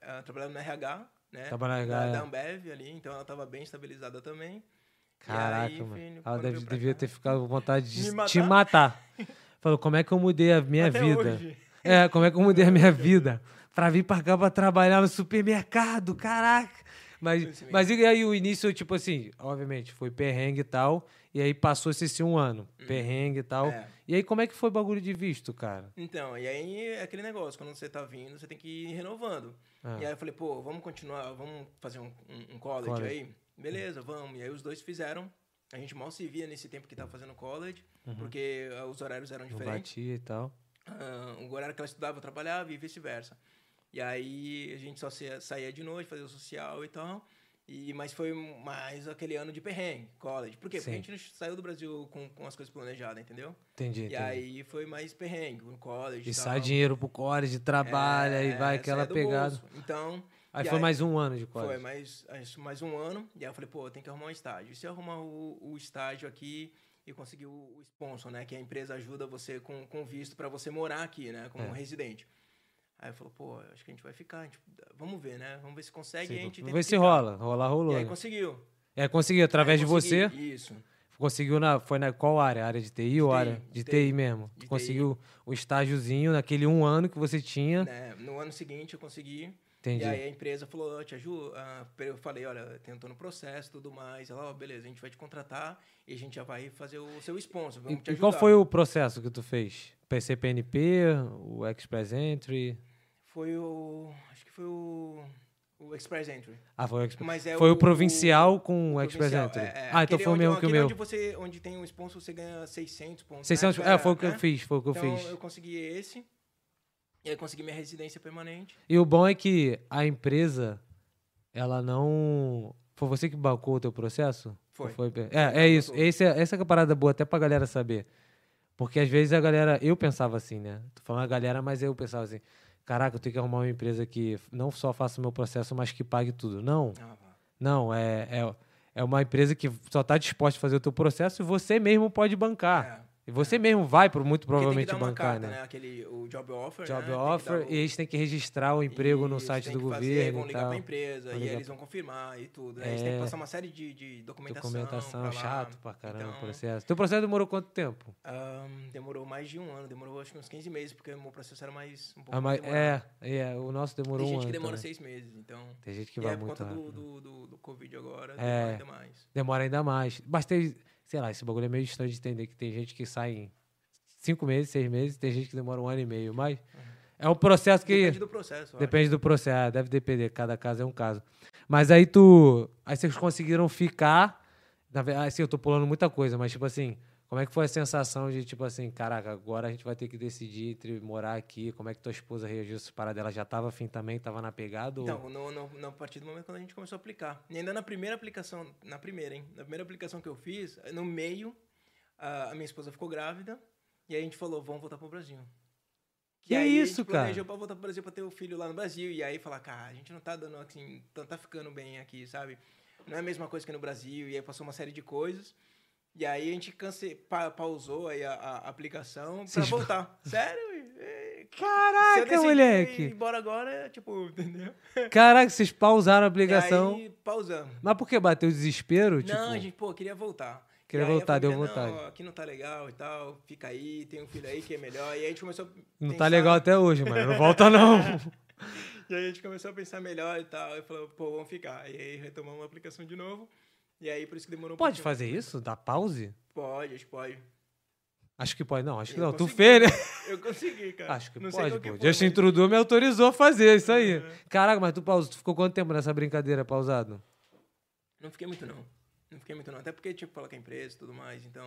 ela trabalhando no RH, né?
Trabalhava no
da,
RH, é.
da Ambev ali, então ela tava bem estabilizada também.
Caraca,
e aí,
mano.
filho,
ela
quando
deve-
veio pra
devia
cá-
ter ficado com vontade de
Me
s-
matar?
te matar.
[laughs]
Falou, como é que eu mudei a minha
Até
vida?
hoje.
É, como é que eu mudei
[laughs]
a minha vida? Pra vir pra cá pra trabalhar no supermercado, caraca. Mas,
Esse
mas e aí o início, tipo assim, obviamente, foi perrengue e tal. E aí passou-se esse um ano, perrengue e tal.
Uhum. É.
E aí como é que foi o bagulho de visto, cara?
Então, e aí é aquele negócio, quando você tá vindo, você tem que ir renovando.
Ah.
E aí eu falei, pô, vamos continuar, vamos fazer um, um, um college,
College.
aí? Beleza, vamos. E aí os dois fizeram. A gente mal se via nesse tempo que tava fazendo college,
Uhum.
porque ah, os horários eram
Não
diferentes.
batia e tal.
Ah, o horário que ela estudava, eu trabalhava e vice-versa. E aí a gente só se- saía de noite, fazia o social e tal. E, mas foi mais aquele ano de perrengue, college. Por quê?
Sim.
Porque a gente não saiu do Brasil com, com as coisas planejadas, entendeu?
Entendi,
E
entendi.
aí foi mais perrengue, no college.
E
tal.
sai dinheiro pro college, trabalha e
É,
vai aquela
saia do
pegada.
bolso. Então.
Aí
e
foi mais um ano de college.
Foi mais, isso, mais um ano. E aí eu falei, pô, eu tenho que arrumar um estágio. E se eu arrumar o, o estágio aqui e conseguir o, o sponsor, né? Que a empresa ajuda você com, com visto para você morar aqui, né? Como
É.
residente. Aí eu falei, pô, acho que a gente vai ficar. a gente- vamos ver, né? Vamos ver se consegue. e a gente
Vamos
tenta
ver se
ficar.
rola. Rolar rolou.
E aí
né?
conseguiu.
É, conseguiu através
Aí
de
consegui,
você.
Isso.
Conseguiu na. Foi na qual área? Área de TI ou
TI,
área? De
de
TI,
TI,
mesmo.
de
Tu
TI.
conseguiu o estágiozinho naquele um ano que você tinha.
né? No ano seguinte eu consegui.
Entendi.
E aí a empresa falou, "Ó, te ajudo. Ah, eu falei, olha, tentou no processo tudo mais. Ela, ó, beleza, a gente vai te contratar e a gente já vai fazer o seu sponsor. Vamos te
E, e
ajudar.
qual foi o processo que tu fez? PCPNP, o Express Entry.
Foi o. Acho que foi o. O Express Entry.
Ah, foi o Express.
Mas é
foi o,
o-
provincial com o
O
Express
provincial,
Entry.
é, é,
ah, então
aquele
foi o
onde-
mesmo que o
aquele
meu.
Onde, você, onde tem um sponsor, você ganha 600 pontos. né?
600,
Era,
é, foi o que eu
né?
fiz, foi o que eu
então,
fiz.
eu consegui esse. E aí consegui minha residência permanente.
E o bom é que a empresa, ela não. Foi você que bancou o teu processo?
Foi.
Ou É, é isso.
bancou.
Esse é, essa que é a parada boa até pra galera saber. Porque às vezes a galera. Eu pensava assim, né? Tô falando a galera, mas eu pensava assim. Caraca, eu tenho que arrumar uma empresa que não só faça o meu processo, mas que pague tudo. Não.
Ah, vá.
Não, é, é, é uma empresa que só tá disposta a fazer o teu processo e você mesmo pode bancar.
É.
E você mesmo vai, por muito
Porque tem que
Ah, provavelmente,
dar uma
bancar,
carta,
né?
Aquele, o job offer. né?
Job
Tem que dar
offer,
o-
e eles têm que registrar o emprego no
Isso,
site
tem
do
que fazer,
governo
Vão
e
ligar
tal.
pra empresa
Vão
e
ligar
eles vão confirmar e tudo. né? Eles têm
É.
que passar uma série de, de documentação.
Documentação,
pra lá.
chato pra caramba o
Então,
processo. Teu processo demorou quanto tempo?
ahn, demorou mais de um ano, demorou acho que uns 15 meses, porque o meu processo era mais. Um pouco
Ah, mas,
mais demorado.
é, é, o nosso demorou
Tem
um
gente
ano.
que demora
também.
seis meses, então.
Tem gente que
e
vai
é por
muito
conta
rápido.
do, do, do, do Covid agora,
É.
demora ainda mais.
Demora ainda mais. Mas tem, sei lá, esse bagulho é meio distante de entender que tem gente que sai em cinco meses, seis meses, tem gente que demora um ano e meio. Mas é um processo que.
Uhum. Depende do processo, eu acho.
Depende do processo, é, deve depender, cada caso é um caso. Mas aí tu. Aí vocês conseguiram ficar. Na verdade, assim, eu tô pulando muita coisa, mas tipo assim, como é que foi a sensação de, tipo assim, caraca, agora a gente vai ter que decidir entre morar aqui, como é que tua esposa reagiu a essa parada? Ela já tava afim também, tava na pegada? ou-
Então, no, no, no- a partir do momento quando a gente começou a aplicar. E ainda na primeira aplicação, na primeira, hein? Na primeira aplicação que eu fiz, no meio, a, a minha esposa ficou grávida. E aí a gente falou, vamos voltar pro Brasil.
Que
e aí a
isso,
gente
cara?
planejou pra voltar pro Brasil pra ter o filho lá no Brasil. E aí falar, cara, a gente não tá dando assim, tá, tá ficando bem aqui, sabe? Não é a mesma coisa que no Brasil. E aí passou uma série de coisas. E aí a gente cance... pa- pausou aí a, a aplicação pra
Vocês-
voltar. Sério? E- Se eu
Caraca,
decidir ir [laughs]
moleque!
embora agora, tipo, [laughs] entendeu?
Caraca, vocês pausaram a
E
obrigação.
aí, pausamos.
Mas por que bateu o desespero? tipo,
Não, a gente, pô, queria voltar.
Queria
E aí a
voltar, deu
família,
vontade.
Não, aqui não tá legal e tal, fica aí, tem um filho aí que é melhor. E aí a gente começou a
não tá
pensar-
legal até hoje, mano. Não volta,
[laughs]
não.
E aí a gente começou a pensar melhor e tal, e falou, pô, vamos ficar. E aí retomamos a aplicação de novo, e aí por isso que demorou um
Pode
pouquinho.
fazer isso? Dar pause?
Pode, acho que pode.
Acho que pode, não. Acho que
Eu
não. Tu
consegui.
fez, né?
Eu consegui, cara.
Acho que
não sei
pode,
qual que
pô.
foi,
Justin
mas-
Trudeau me autorizou a fazer isso aí.
É.
Caraca, mas tu pausou. Tu ficou quanto tempo nessa brincadeira pausado?
Não fiquei muito, não. Não fiquei muito, não. Até porque tinha que falar com a empresa e tudo mais, então...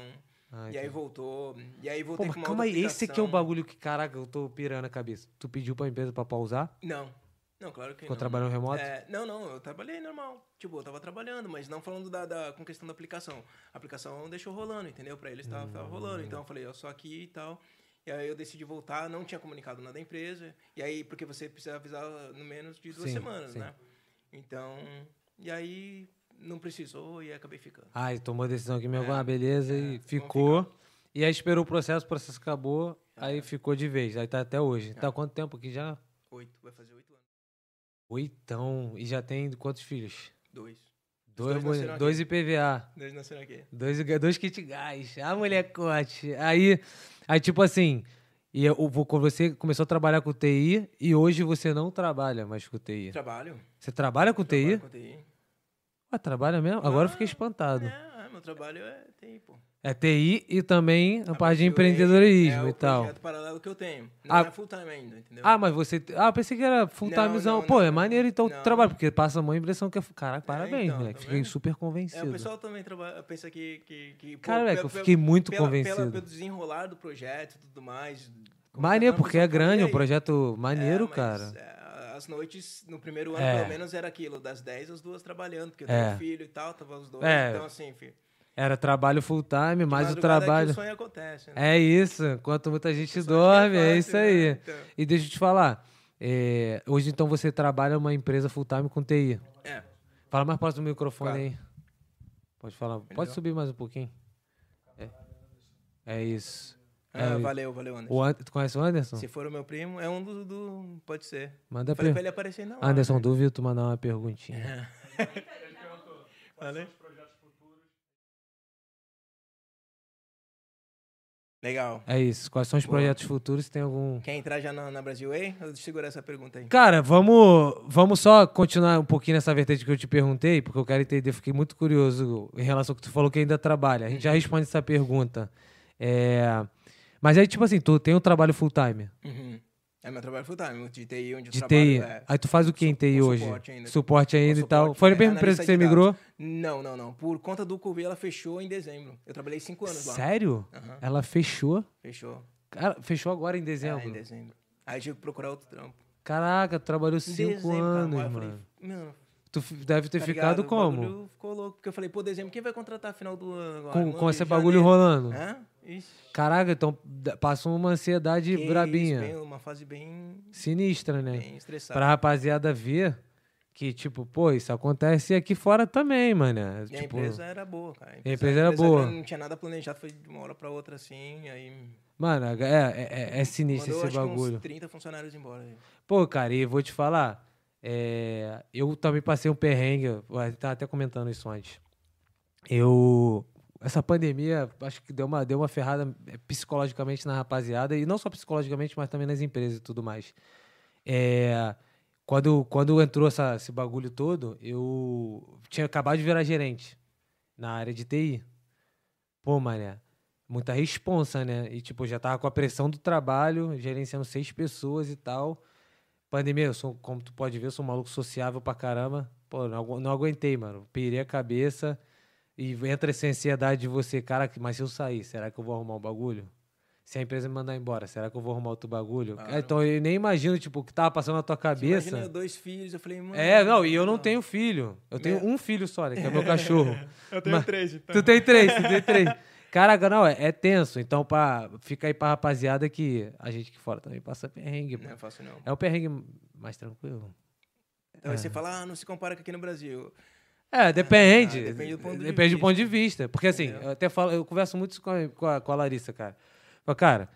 Ah,
e aí
entendi.
voltou, e aí
Pô,
voltei
mas
com uma
calma
outra
aí. Esse aqui é o
aplicação.
bagulho que, caraca, eu tô pirando a cabeça. Tu pediu pra empresa pra pausar?
Não. Não, claro que
Ficou
não.
trabalhando remoto?
É, não, não, eu trabalhei normal. Tipo, eu tava trabalhando, mas não falando da, da- com questão da aplicação. A aplicação deixou rolando, entendeu? Pra eles tava, tava rolando. Então eu falei, eu sou aqui e tal. E aí eu decidi voltar, não tinha comunicado nada da empresa. E aí, porque você precisa avisar no menos de duas
Sim,
semanas,
sim.
né? Então, e aí não precisou e acabei ficando.
Ai, tomou a decisão aqui mesmo. Ah, beleza. e
É. vamos
ficou. E aí esperou o processo, o processo acabou.
É.
Aí ficou de vez. Aí tá até hoje. Tá há quanto tempo aqui já?
Oito, vai fazer oito anos.
Oitão. E já tem quantos filhos?
Dois.
Dois,
dois
mo-
nasceram aqui.
dois IPVA.
Dois nasceram aqui.
Dois, dois kit gás. Ah, molecote. Aí, aí tipo assim, e eu, vou- você começou a trabalhar com TI e hoje você não trabalha mais com TI.
Trabalho.
Você trabalha É. com TI?
trabalho com TI.
Ah, trabalha mesmo? Agora eu fiquei
Ah,
espantado.
É, meu trabalho é TI, pô.
É TI e também a parte de
Aperfeiçoei,
empreendedorismo
é
e
o
tal.
projeto paralelo que eu tenho. Não
Ah.
é full time ainda, entendeu?
Ah, mas você. Ah, eu pensei que era full
Não,
timezão.
não,
Pô,
não,
é
não.
maneiro então tu
Não.
trabalha, porque passa uma impressão que é. fu- Caraca, parabéns,
então,
moleque.
tá
fiquei
vendo?
super
é, o
convencido.
pessoal também trabalha, pensa que... que, que
Cara,
pô,
moleque,
pela-
eu fiquei muito
pela- pela-
convencido.
pelo desenrolar do projeto e tudo mais. como
Maneiro,
tá falando,
porque é
pessoal,
grande, é um
e aí?
projeto
É,
maneiro,
mas,
cara.
é, as as noites, no primeiro ano,
É.
pelo menos, era aquilo, das 10 às duas trabalhando, porque eu
É.
tenho filho e tal, tava os dois.
É.
Então, assim, filho.
Era trabalho full time, mais o
madrugada é que
trabalho.
o sonho acontece, né?
É isso, enquanto muita gente
sonho
dorme,
que é
é,
fácil,
isso
né?
aí.
Então.
E deixa eu te falar, é, hoje então você trabalha numa empresa full time com TI.
É.
Fala mais próximo do microfone
Claro.
aí. Pode falar, pode subir mais um pouquinho. É, é isso. É,
Ah,
o-
valeu, valeu, Anderson.
o An- tu conhece o Anderson?
Se for o meu primo, é um do. do- pode ser.
Manda
Falei
per...
pra ele né? aparecer na hora.
Anderson, duvido tu mandar uma perguntinha.
Falei. Legal.
É isso. Quais são os projetos futuros? Tem algum.
Quer entrar já na, na Brasil Way? Eu seguro essa pergunta aí.
Cara, vamos, vamos só continuar um pouquinho nessa vertente que eu te perguntei, porque eu quero entender, fiquei muito curioso em relação ao que tu falou que ainda trabalha. A gente já responde essa pergunta. É, Mas aí, tipo assim, tu tem um trabalho full-time
Uhum. É meu trabalho full time, de TI, onde eu
de
trabalho.
TI.
é-
Aí tu faz o que em
Su-
TI
com
hoje?
suporte ainda.
Suporte ainda
Com
e tal.
suporte,
Foi na
é,
mesma empresa
analista
que você
de dados.
migrou?
Não, não, não. Por conta do Covid, ela fechou em dezembro. Eu trabalhei cinco anos lá.
Sério?
Aham.
Ela fechou?
Fechou.
Cara, fechou agora em
É,
dezembro.
em dezembro. Aí eu tive que procurar outro trampo.
Caraca, tu trabalhou
Em
cinco
dezembro, cara,
anos,
eu falei,
mano.
mano,
Tu f- deve ter
tá
ficado
ligado? O
como?
bagulho Ficou louco, porque eu falei, pô, dezembro, quem vai contratar final do ano agora?
Com,
Mano,
com
de
esse bagulho
janeiro.
rolando?
Hã? Ixi.
Caraca, então da- passou uma ansiedade
Que
brabinha.
isso, bem- uma fase bem,
Sinistra, né?
bem estressada.
Pra rapaziada ver que, tipo, pô, isso acontece aqui fora também, mano.
E a
tipo,
empresa era boa, cara. A
empresa era boa.
Não tinha nada planejado, foi de uma hora pra outra assim, aí
mano, é, é, é- é sinistro
mandou
esse
acho que
bagulho.
uns 30 funcionários embora. velho.
Pô, cara, e vou te falar, é, eu também passei um perrengue, eu a gente tava até comentando isso antes. Eu. Essa pandemia, acho que deu uma, deu uma ferrada eh, psicologicamente na rapaziada, e não só psicologicamente, mas também nas empresas e tudo mais. É, quando, quando entrou essa- esse bagulho todo, eu tinha acabado de virar gerente na área de TI. Pô, mané, muita responsa, né? E, tipo, eu já tava com a pressão do trabalho, gerenciando seis pessoas e tal. Pandemia, eu sou, como tu pode ver, eu sou um maluco sociável pra caramba. Pô, não, agu- não aguentei, mano. Pirei a cabeça e entra essa ansiedade de você, cara, que- mas se eu sair, será que eu vou arrumar um bagulho? Se a empresa me mandar embora, será que eu vou arrumar outro bagulho?
Claro.
Então eu nem imagino, tipo, o que tava passando na tua cabeça.
Imagina eu dois filhos, eu falei, mano.
É, não, e eu não tenho filho. Eu tenho
Meu-
um filho só, né, que é meu cachorro.
Eu
tenho Mas-
três, então.
Tu tem três, tu tem três. Caraca, não, é, é tenso. Então, pra, fica aí pra rapaziada que a gente que fora também passa perrengue. pô.
Não é fácil, não.
É um perrengue mais tranquilo.
Então aí você fala, ah, não se compara com aqui no Brasil.
É, depende.
Ah, depende do ponto de
Depende do
vista.
ponto de vista. Porque assim,
Entendeu?
eu até falo, eu converso muito isso com a, com a- com a Larissa, cara. Fala, cara,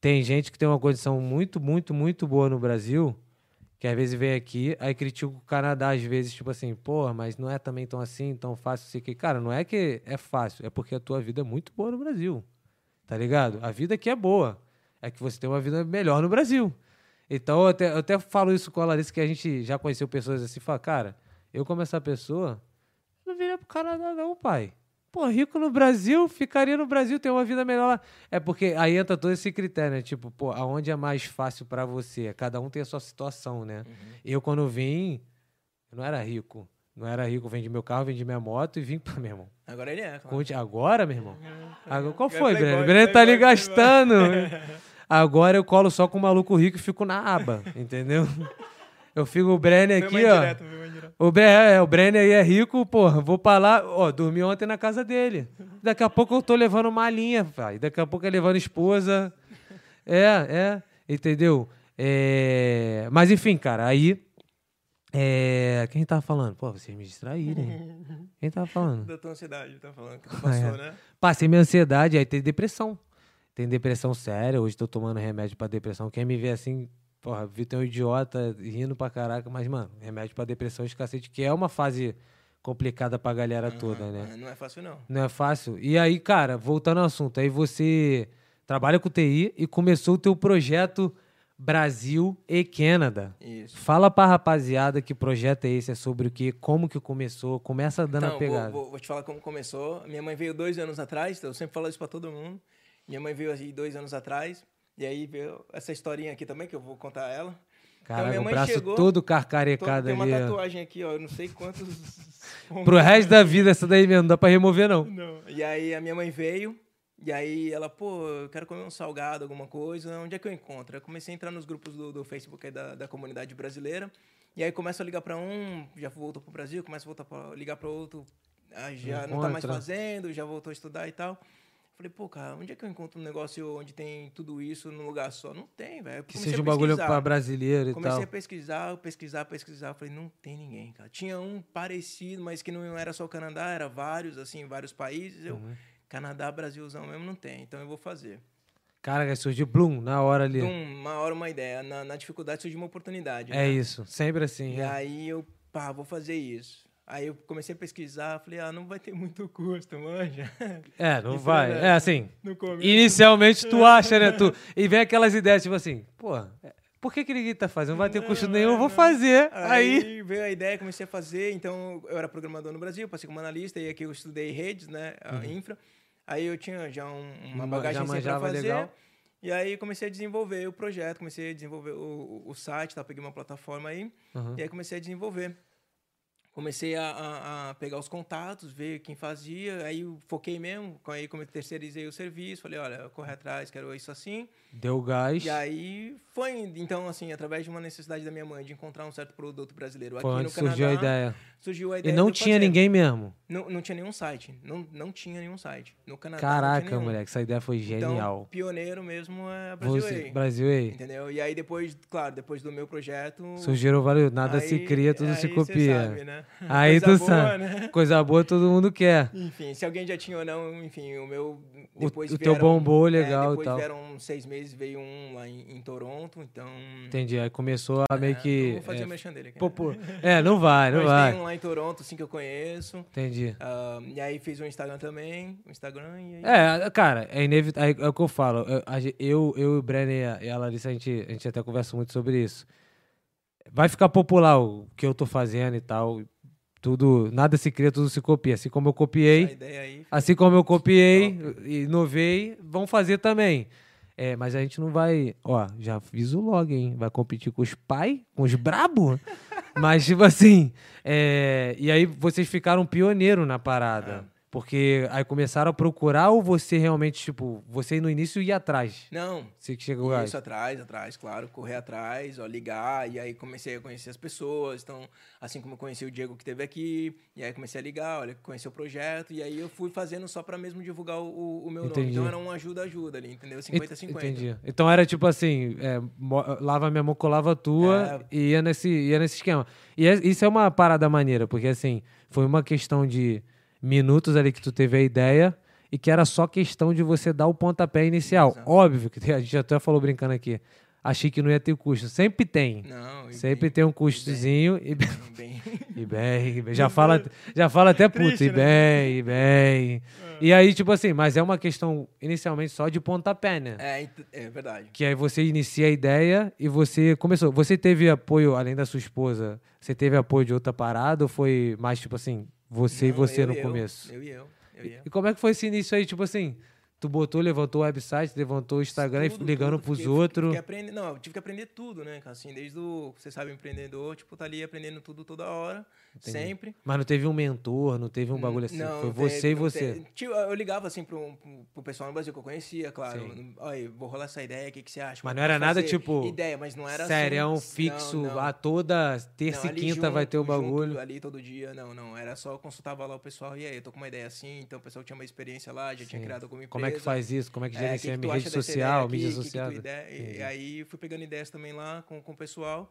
tem gente que tem uma condição muito, muito, muito boa no Brasil, que às vezes vem aqui, aí critica o Canadá, às vezes, tipo assim, porra, mas não é também tão assim, tão fácil, sei que. Cara, não é que é fácil, é porque a tua vida é muito boa no Brasil. Tá ligado? A vida aqui é boa. É que você tem uma vida melhor no Brasil. Então, eu até, eu até falo isso com a Larissa, que a gente já conheceu pessoas assim, fala, cara, eu como essa pessoa, não viria pro Canadá, não, pai. Pô, rico no Brasil, ficaria no Brasil, tem uma vida melhor lá. É porque aí entra todo esse critério, né? Tipo, pô, aonde é mais fácil pra você? Cada um tem a sua situação, né?
Uhum.
Eu, quando vim, eu não era rico. Não era rico, vendi meu carro, vendi minha moto e vim pra meu irmão.
Agora ele é, claro.
Conte agora, meu
[laughs]
irmão? Agora, qual
É
foi,
playboy,
Breno? O Breno tá ali
playboy,
gastando.
[laughs]
Agora eu colo só com o maluco rico e fico na aba,
[laughs]
entendeu? Eu fico o Breno
Foi uma
aqui, ó.
indireta, foi uma indireta.
O, Bre é, o Brenner aí é rico, porra, vou pra lá, ó, dormi ontem na casa dele. Daqui a pouco eu tô levando malinha, pai. Daqui a pouco é levando esposa. É, é, entendeu? É, Mas enfim, cara, aí. É... Quem tava falando? Pô, vocês me distraíram. hein? Quem tava falando?
Da tua ansiedade, tá falando que tu
é.
passou, né?
Passei minha ansiedade, aí tem depressão. Tem depressão séria, hoje tô tomando remédio pra depressão. Quem me vê assim, porra, Vitor é um idiota, rindo pra caraca, mas, mano, remédio pra depressão escassete, que é uma fase complicada pra galera toda, né?
Ah, Não é fácil, não.
Não é fácil. E aí, cara, voltando ao assunto, aí você trabalha com TI e começou o teu projeto Brasil e Canadá.
Isso.
Fala pra rapaziada que projeto é esse, é sobre o que, como que começou, começa dando
Então,
a
vou-
pegada.
Vou, vou te falar como começou. Minha mãe veio dois anos atrás, então eu sempre falo isso pra todo mundo. Minha mãe veio aí dois anos atrás, e aí veio essa historinha aqui também, que eu vou contar ela.
Caraca,
Então, minha
o
mãe
braço
chegou,
todo
Tô-
carcarecado
tem uma
ali. ó.
tatuagem aqui, ó, eu não sei
[laughs]
quantos...
Pro resto da vida essa daí mesmo, não dá pra remover, não.
Não. E aí a minha mãe veio, E aí ela, pô, eu quero comer um salgado, alguma coisa, onde é que eu encontro? Eu comecei a entrar nos grupos do, do Facebook aí da, da comunidade brasileira. E aí começa a ligar para um, já voltou pro Brasil, começa a voltar pra, ligar para outro, ah, já não, está mais
Encontra.
fazendo, já voltou a estudar e tal. Falei, pô, cara, onde é que eu encontro um negócio onde tem tudo isso num lugar só? Não tem, velho. Eu
Que
comecei
seja
a
um bagulho
pesquisar.
pra brasileiro e
Comecei
tal.
a pesquisar, pesquisar, pesquisar. Falei, não tem ninguém, cara. Tinha um parecido, mas que não era só o Canadá, era vários, assim, vários países. Eu,
Uhum.
Canadá, Brasilzão mesmo não tem, então eu vou fazer.
Caraca, surgiu Bloom na hora ali.
De uma hora, uma ideia. Na, na dificuldade surgiu uma oportunidade.
É. É
né?
isso, sempre assim.
E
é.
aí eu, pá, vou fazer isso. Aí eu comecei a pesquisar, falei, ah, não vai ter muito custo, manja. [laughs]
É, não
Isso
vai.
é
É,
verdade.
assim.
No começo.
Inicialmente tu acha, né? Tu, e vem aquelas ideias, tipo assim, pô, é, por que, que ninguém tá fazendo? Não vai ter custo nenhum, eu vou fazer. Aí.
Aí veio a ideia, comecei a fazer. Então, eu era programador no Brasil, passei como analista, e aqui eu estudei redes, né? A infra. Aí eu tinha já um-
Ma- Uhum. já
uma bagagem assim pra
manjava
fazer.
legal.
E aí comecei a desenvolver o projeto, comecei a desenvolver o, o- o site, tá? peguei uma plataforma aí.
Uhum.
E aí comecei a desenvolver. Comecei a, a- a pegar os contatos, ver quem fazia, aí eu foquei mesmo, aí como eu terceirizei o serviço, falei, olha, corre atrás, quero isso assim.
Deu gás.
E aí foi, indo. então, assim, através de uma necessidade da minha mãe de encontrar um certo produto brasileiro aqui
Foi
no
onde
Canadá.
surgiu a ideia.
Surgiu a
E
ideia
não
de eu
tinha
fazer.
ninguém mesmo.
Não, não tinha nenhum site. Não, não tinha nenhum site. No Canadá. não tinha
Caraca,
nenhum.
moleque, essa ideia foi
Então,
genial.
pioneiro mesmo é a Brasil Então,
Você,
Way,
Brasil aí.
Entendeu? E aí depois, claro, depois do meu projeto.
Surgiram vários. Nada se
aí-
cria, tudo se
aí cê
copia.
sabe, né?
[laughs] Aí
Coisa
tu
boa,
sabe.
né?
Coisa boa todo mundo quer.
Enfim, se alguém já tinha ou não, enfim, o meu.
O-
Depois é,
o teu bombou legal e
depois
tal.
vieram seis meses, veio um lá em, em Toronto, então.
Entendi. Aí começou a meio
Né? Eu
que.
vou fazer
é,
o merchan dele aqui.
pô,
né?
pô. É, não vai, não
Mas
vai.
tem um lá em Toronto, assim que eu conheço.
Entendi.
Ah, e aí fiz um Instagram também. Um Instagram e aí.
É, cara, é inevitável. É, o que eu falo. Eu, a gen- eu, eu e o Brenner e a- e a Larissa, a gente, a gente até conversa muito sobre isso. Vai ficar popular o que eu tô fazendo e tal. Tudo, nada se cria, tudo se copia. Assim como eu copiei,
A ideia aí.
Assim como eu copiei, inovei, vão fazer também. É, mas a gente não vai. Ó, já fiz o log, hein? Vai competir com os pai, com os brabo? mas, tipo assim. é, e aí vocês ficaram pioneiro na parada. Porque aí começaram a procurar ou você realmente, tipo, você no início ia atrás?
Não.
Você que chegou lá.
Isso atrás, atrás, claro, correr atrás, ó, ligar, e aí comecei a conhecer as pessoas, então, assim como eu conheci o Diego que teve aqui, e aí comecei a ligar, olha, conheci o projeto, e aí eu fui fazendo só pra mesmo divulgar o, o meu
Entendi.
nome. Então era um ajuda-ajuda ali, entendeu? 50-50.
Entendi. Então era tipo assim, é, mo- lava minha mão, colava a tua
É.
e ia nesse, ia nesse esquema. E é- isso é uma parada maneira, porque assim, foi uma questão de minutos ali que tu teve a ideia e que era só questão de você dar o pontapé inicial. Óbvio que tem- a gente até falou brincando aqui. Achei que não ia ter custo. Sempre tem.
Não, e
Sempre tem um custozinho e bem,
bem, [laughs] bem-
e bem, e bem.
[laughs]
Já, fala, já fala até puto,
Triste,
e
né? É.
bem, e bem. E aí, tipo assim, mas é uma questão inicialmente só de pontapé, né?
É, ent- é verdade.
Que aí você inicia a ideia e você começou. Você teve apoio, além da sua esposa, você teve apoio de outra parada ou foi mais tipo assim, você e
Não,
você
eu
no
e eu,
começo?
Eu e eu, eu e eu.
E como é que foi esse início aí, tipo assim? Tu botou, levantou o website, levantou o Instagram e
Tudo,
ligando
tudo. é
pros
Fiquei-
outros.
fiquei aprendendo- não, eu tive que aprender tudo, né, cara? Assim, desde o, você sabe, empreendedor, tipo, tá ali aprendendo tudo toda hora, sempre.
Mas não teve um mentor, não teve um bagulho assim.
Hum, Não,
foi
teve-
você e
não
você.
teve. Tipo, eu ligava assim pro, pro- pro pessoal no Brasil que eu conhecia, claro.
Sim.
Olha, vou rolar essa ideia, o que, que você acha?
Mas
Como
não era
vai
nada,
fazer?"
tipo,
Ideia, mas não era
Serião
assim,
fixo,
não, não.
a toda terça
Não,
e
ali
quinta vai
junto, é
ter o
junto
bagulho.
ali todo dia, não, não. Era só eu consultava lá o pessoal, e aí, eu tô com uma ideia assim, então o pessoal tinha uma experiência lá, já tinha
Sim.
criado alguma empresa.
Como é que faz isso? Como é que
É, que
gerencia
que tu
rede
acha dessa
social,
ideia aqui?
mídia
Que que tu
social?
ideia- e-
Entendi.
E aí fui pegando ideias também lá com, com o pessoal.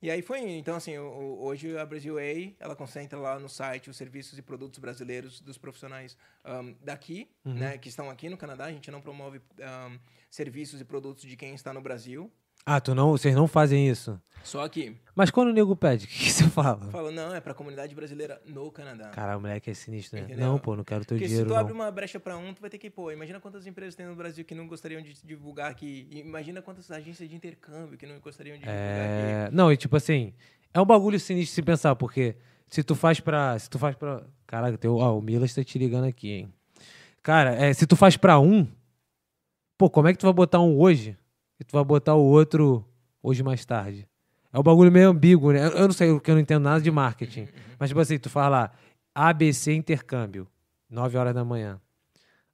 E aí foi indo. Então, assim, o- o- hoje a Brasil Way, ela concentra lá no site os serviços e produtos brasileiros dos profissionais ahm, daqui,
Uhum.
né? Que estão aqui no Canadá. A gente não promove ahm, serviços e produtos de quem está no Brasil.
Ah, tu não, vocês não fazem isso?
Só aqui.
Mas quando o nego pede, o que, que você fala?
Fala, não, é para a comunidade brasileira no Canadá.
Caralho, Tá. o moleque é sinistro, né?
Entendeu?
Não, pô, não quero teu
Porque
dinheiro,
se tu
não.
abre uma brecha pra um, tu vai ter que, pô, imagina quantas empresas tem no Brasil que não gostariam de divulgar aqui. e Imagina quantas agências de intercâmbio que não gostariam de divulgar aqui.
É... Não, e tipo assim, é um bagulho sinistro se pensar, porque se tu faz pra. Se tu faz pra. Caraca, teu... ó, o Milas tá te ligando aqui, hein? Cara, é, se tu faz pra um, pô, como é que tu vai botar um hoje e tu vai botar o outro hoje mais tarde? É um bagulho meio ambíguo, né? Eu, eu não sei, porque eu não entendo nada de marketing. Mas, tipo assim, tu faz lá, ABC Intercâmbio, 9 horas da manhã.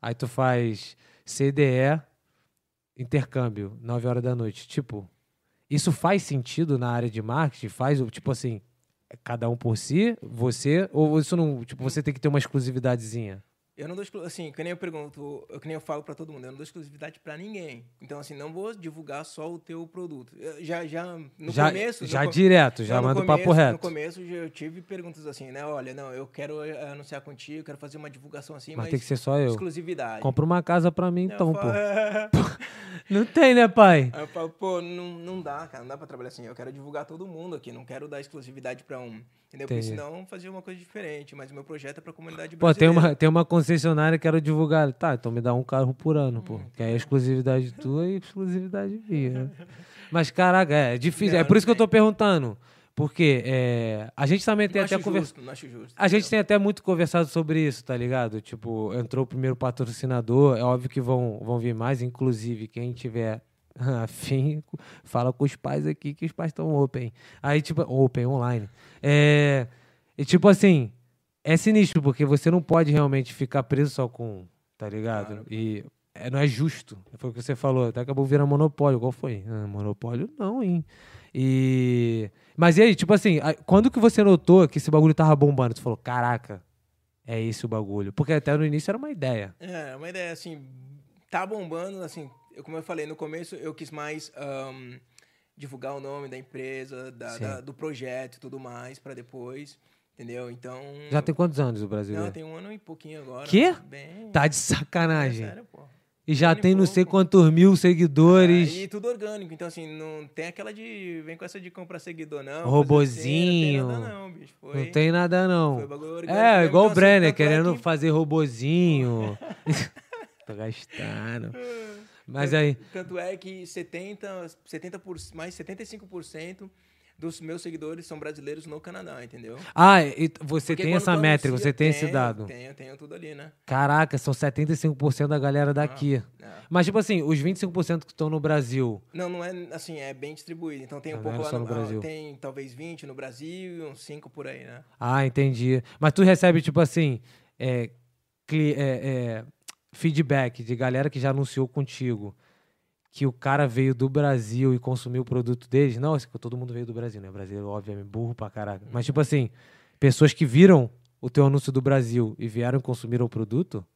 Aí tu faz CDE, intercâmbio, 9 horas da noite. Tipo, isso faz sentido na área de marketing? Faz, tipo assim, cada um por si, você, ou isso não, tipo, você tem que ter uma exclusividadezinha?
Eu não dou exclu- assim, que nem eu pergunto, eu que nem eu falo pra todo mundo, eu não dou exclusividade pra ninguém. Então assim, não vou divulgar só o teu produto. Eu- Já já no
já
começo, no
já
com-
direto, já
Não, no
manda o
começo-
papo reto.
No começo já eu tive perguntas assim, né? Olha, não, eu quero eh, anunciar contigo, eu quero fazer uma divulgação assim,
mas,
mas,
tem que ser só eu.
exclusividade.
Compra uma casa pra mim,
Aí eu
então, pô.
falo,
Não tem, né, pai?
[laughs] Aí eu falo, pô, não, não dá, cara, não dá pra trabalhar assim. Eu quero divulgar todo mundo aqui, não quero dar exclusividade pra um. Entendeu? Porque
Entendi.
senão fazer uma coisa diferente, mas o meu projeto é pra comunidade
Pô, tem
brasileira.
uma, tem uma concessionária que quero divulgar. Tá, então me dá um carro por ano, pô.
Hum.
Que aí é exclusividade tua e exclusividade
[laughs]
minha. Mas, caraca, é difícil.
Não,
é por
não
isso que eu tô perguntando. Porque é, a gente também tem
Não acho
até conversa.
justo, não acho justo. é.
A gente
entendeu?
tem até muito conversado sobre isso, tá ligado? Tipo, entrou o primeiro patrocinador, é óbvio que vão, vão vir mais, inclusive quem tiver [laughs] afim, fala com os pais aqui que os pais estão open. Aí, tipo, open, online. É, e tipo assim, é sinistro, porque você não pode realmente ficar preso só com um, tá ligado?
Claro.
E é, não é justo, foi o que você falou, até acabou virando monopólio, qual foi? Ah, monopólio não, hein? E... Mas e aí, tipo assim, a- quando que você notou que esse bagulho tava bombando? Tu falou, caraca, é esse o bagulho. Porque até no início era uma ideia.
É, uma ideia assim, tá bombando, assim, eu, como eu falei no começo, eu quis mais ahn, divulgar o nome da empresa, da-
Sim.
da- do projeto e tudo mais pra depois, entendeu? Então.
Já tem quantos anos o Brasil?
Não, tem um ano e pouquinho agora. né?
Quê?
Bem,
Tá de
é
sacanagem.
sério, pô.
e já
ano e
tem não sei
pouco.
quantos mil seguidores.
Ah, e tudo orgânico, então assim, não tem aquela de. Vem com essa de comprar seguidor, não. fazer
Robozinho.
cena, Não tem nada, não, bicho. Foi,
Não tem nada, não.
foi bagulho orgânico.
É,
mesmo.
igual
Então,
o
assim,
Brenner,
tanto é
querendo
que-
fazer
[laughs]
robozinho. Tô gastando.
É.
Mas
Tanto-
aí,
Tanto é que 70, 70 por, mais 75% dos meus seguidores são brasileiros no Canadá, entendeu?
ah, e t- você
Porque
tem
quando
essa
tu
métrica,
anuncia,
você tem esse
tenho,
dado.
Tenho, tenho tudo ali, né?
Caraca, são 75% da galera daqui.
É.
Mas, tipo assim, os 25% que estão no Brasil,
Não, não é assim, é bem distribuído. Então tem um
Não, não
pouco
era Tá só
lá
no
ah,
Brasil.
Tem talvez 20 no Brasil e uns 5 por aí, né?
Ah, entendi. Mas tu recebe, tipo assim, é, cli- é, é, feedback de galera que já anunciou contigo que o cara veio do Brasil e consumiu o produto deles. Não, assim, todo mundo veio do Brasil, né? Brasileiro, óbvio, é burro pra caraca. Mas, tipo assim, pessoas que viram o teu anúncio do Brasil e vieram e consumiram o produto?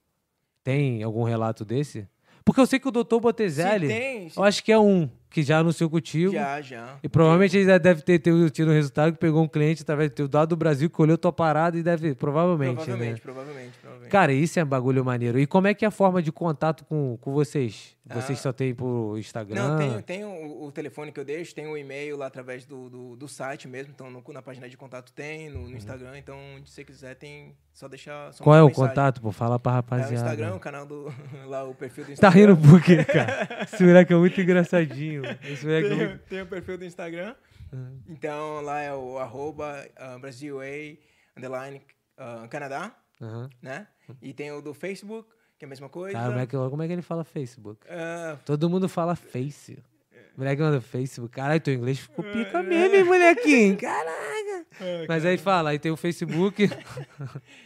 Tem algum relato desse? Porque eu sei que o Dr.
Se
Botezelli,
tem, se...
eu acho que é um que já anunciou contigo.
já, já.
E provavelmente ele já deve ter, ter tido um resultado que pegou um cliente através do teu dado do Brasil, que olhou tua parada e deve. Provavelmente,
Provavelmente,
né?
provavelmente, provavelmente.
Cara, isso é bagulho maneiro. E como é que é a forma de contato com, com vocês? Vocês
Ah.
só tem por Instagram?
Não, tem, tem o, o telefone que eu deixo, tem o e-mail lá através do, do, do site mesmo, então no- na página de contato tem, no, no Instagram, então onde você quiser tem, só deixar... Só
Uhum. Qual é
mandar
o
mensagem.
contato, pô? Fala pra
É o
rapaziada.
Instagram, o canal do... [laughs] lá o perfil do
Tá
Instagram.
rindo por quê,
[laughs]
cara? Esse moleque é muito engraçadinho. Esse moleque Uhum. é
Tem,
muito...
o- tem o perfil do Instagram, então lá é o arroba ah, BrasilA, underline ah, Canadá,
Aham.
né? E tem o do Facebook, que é a mesma coisa.
Uhum. Cara, moleque, como é que ele fala Facebook? [laughs]
Ah,
Todo mundo fala Face. Moleque manda Facebook. Caralho, teu inglês ficou pica mesmo, hein, molequinho? Caraca! Mas aí fala, aí tem o
[laughs]
Facebook.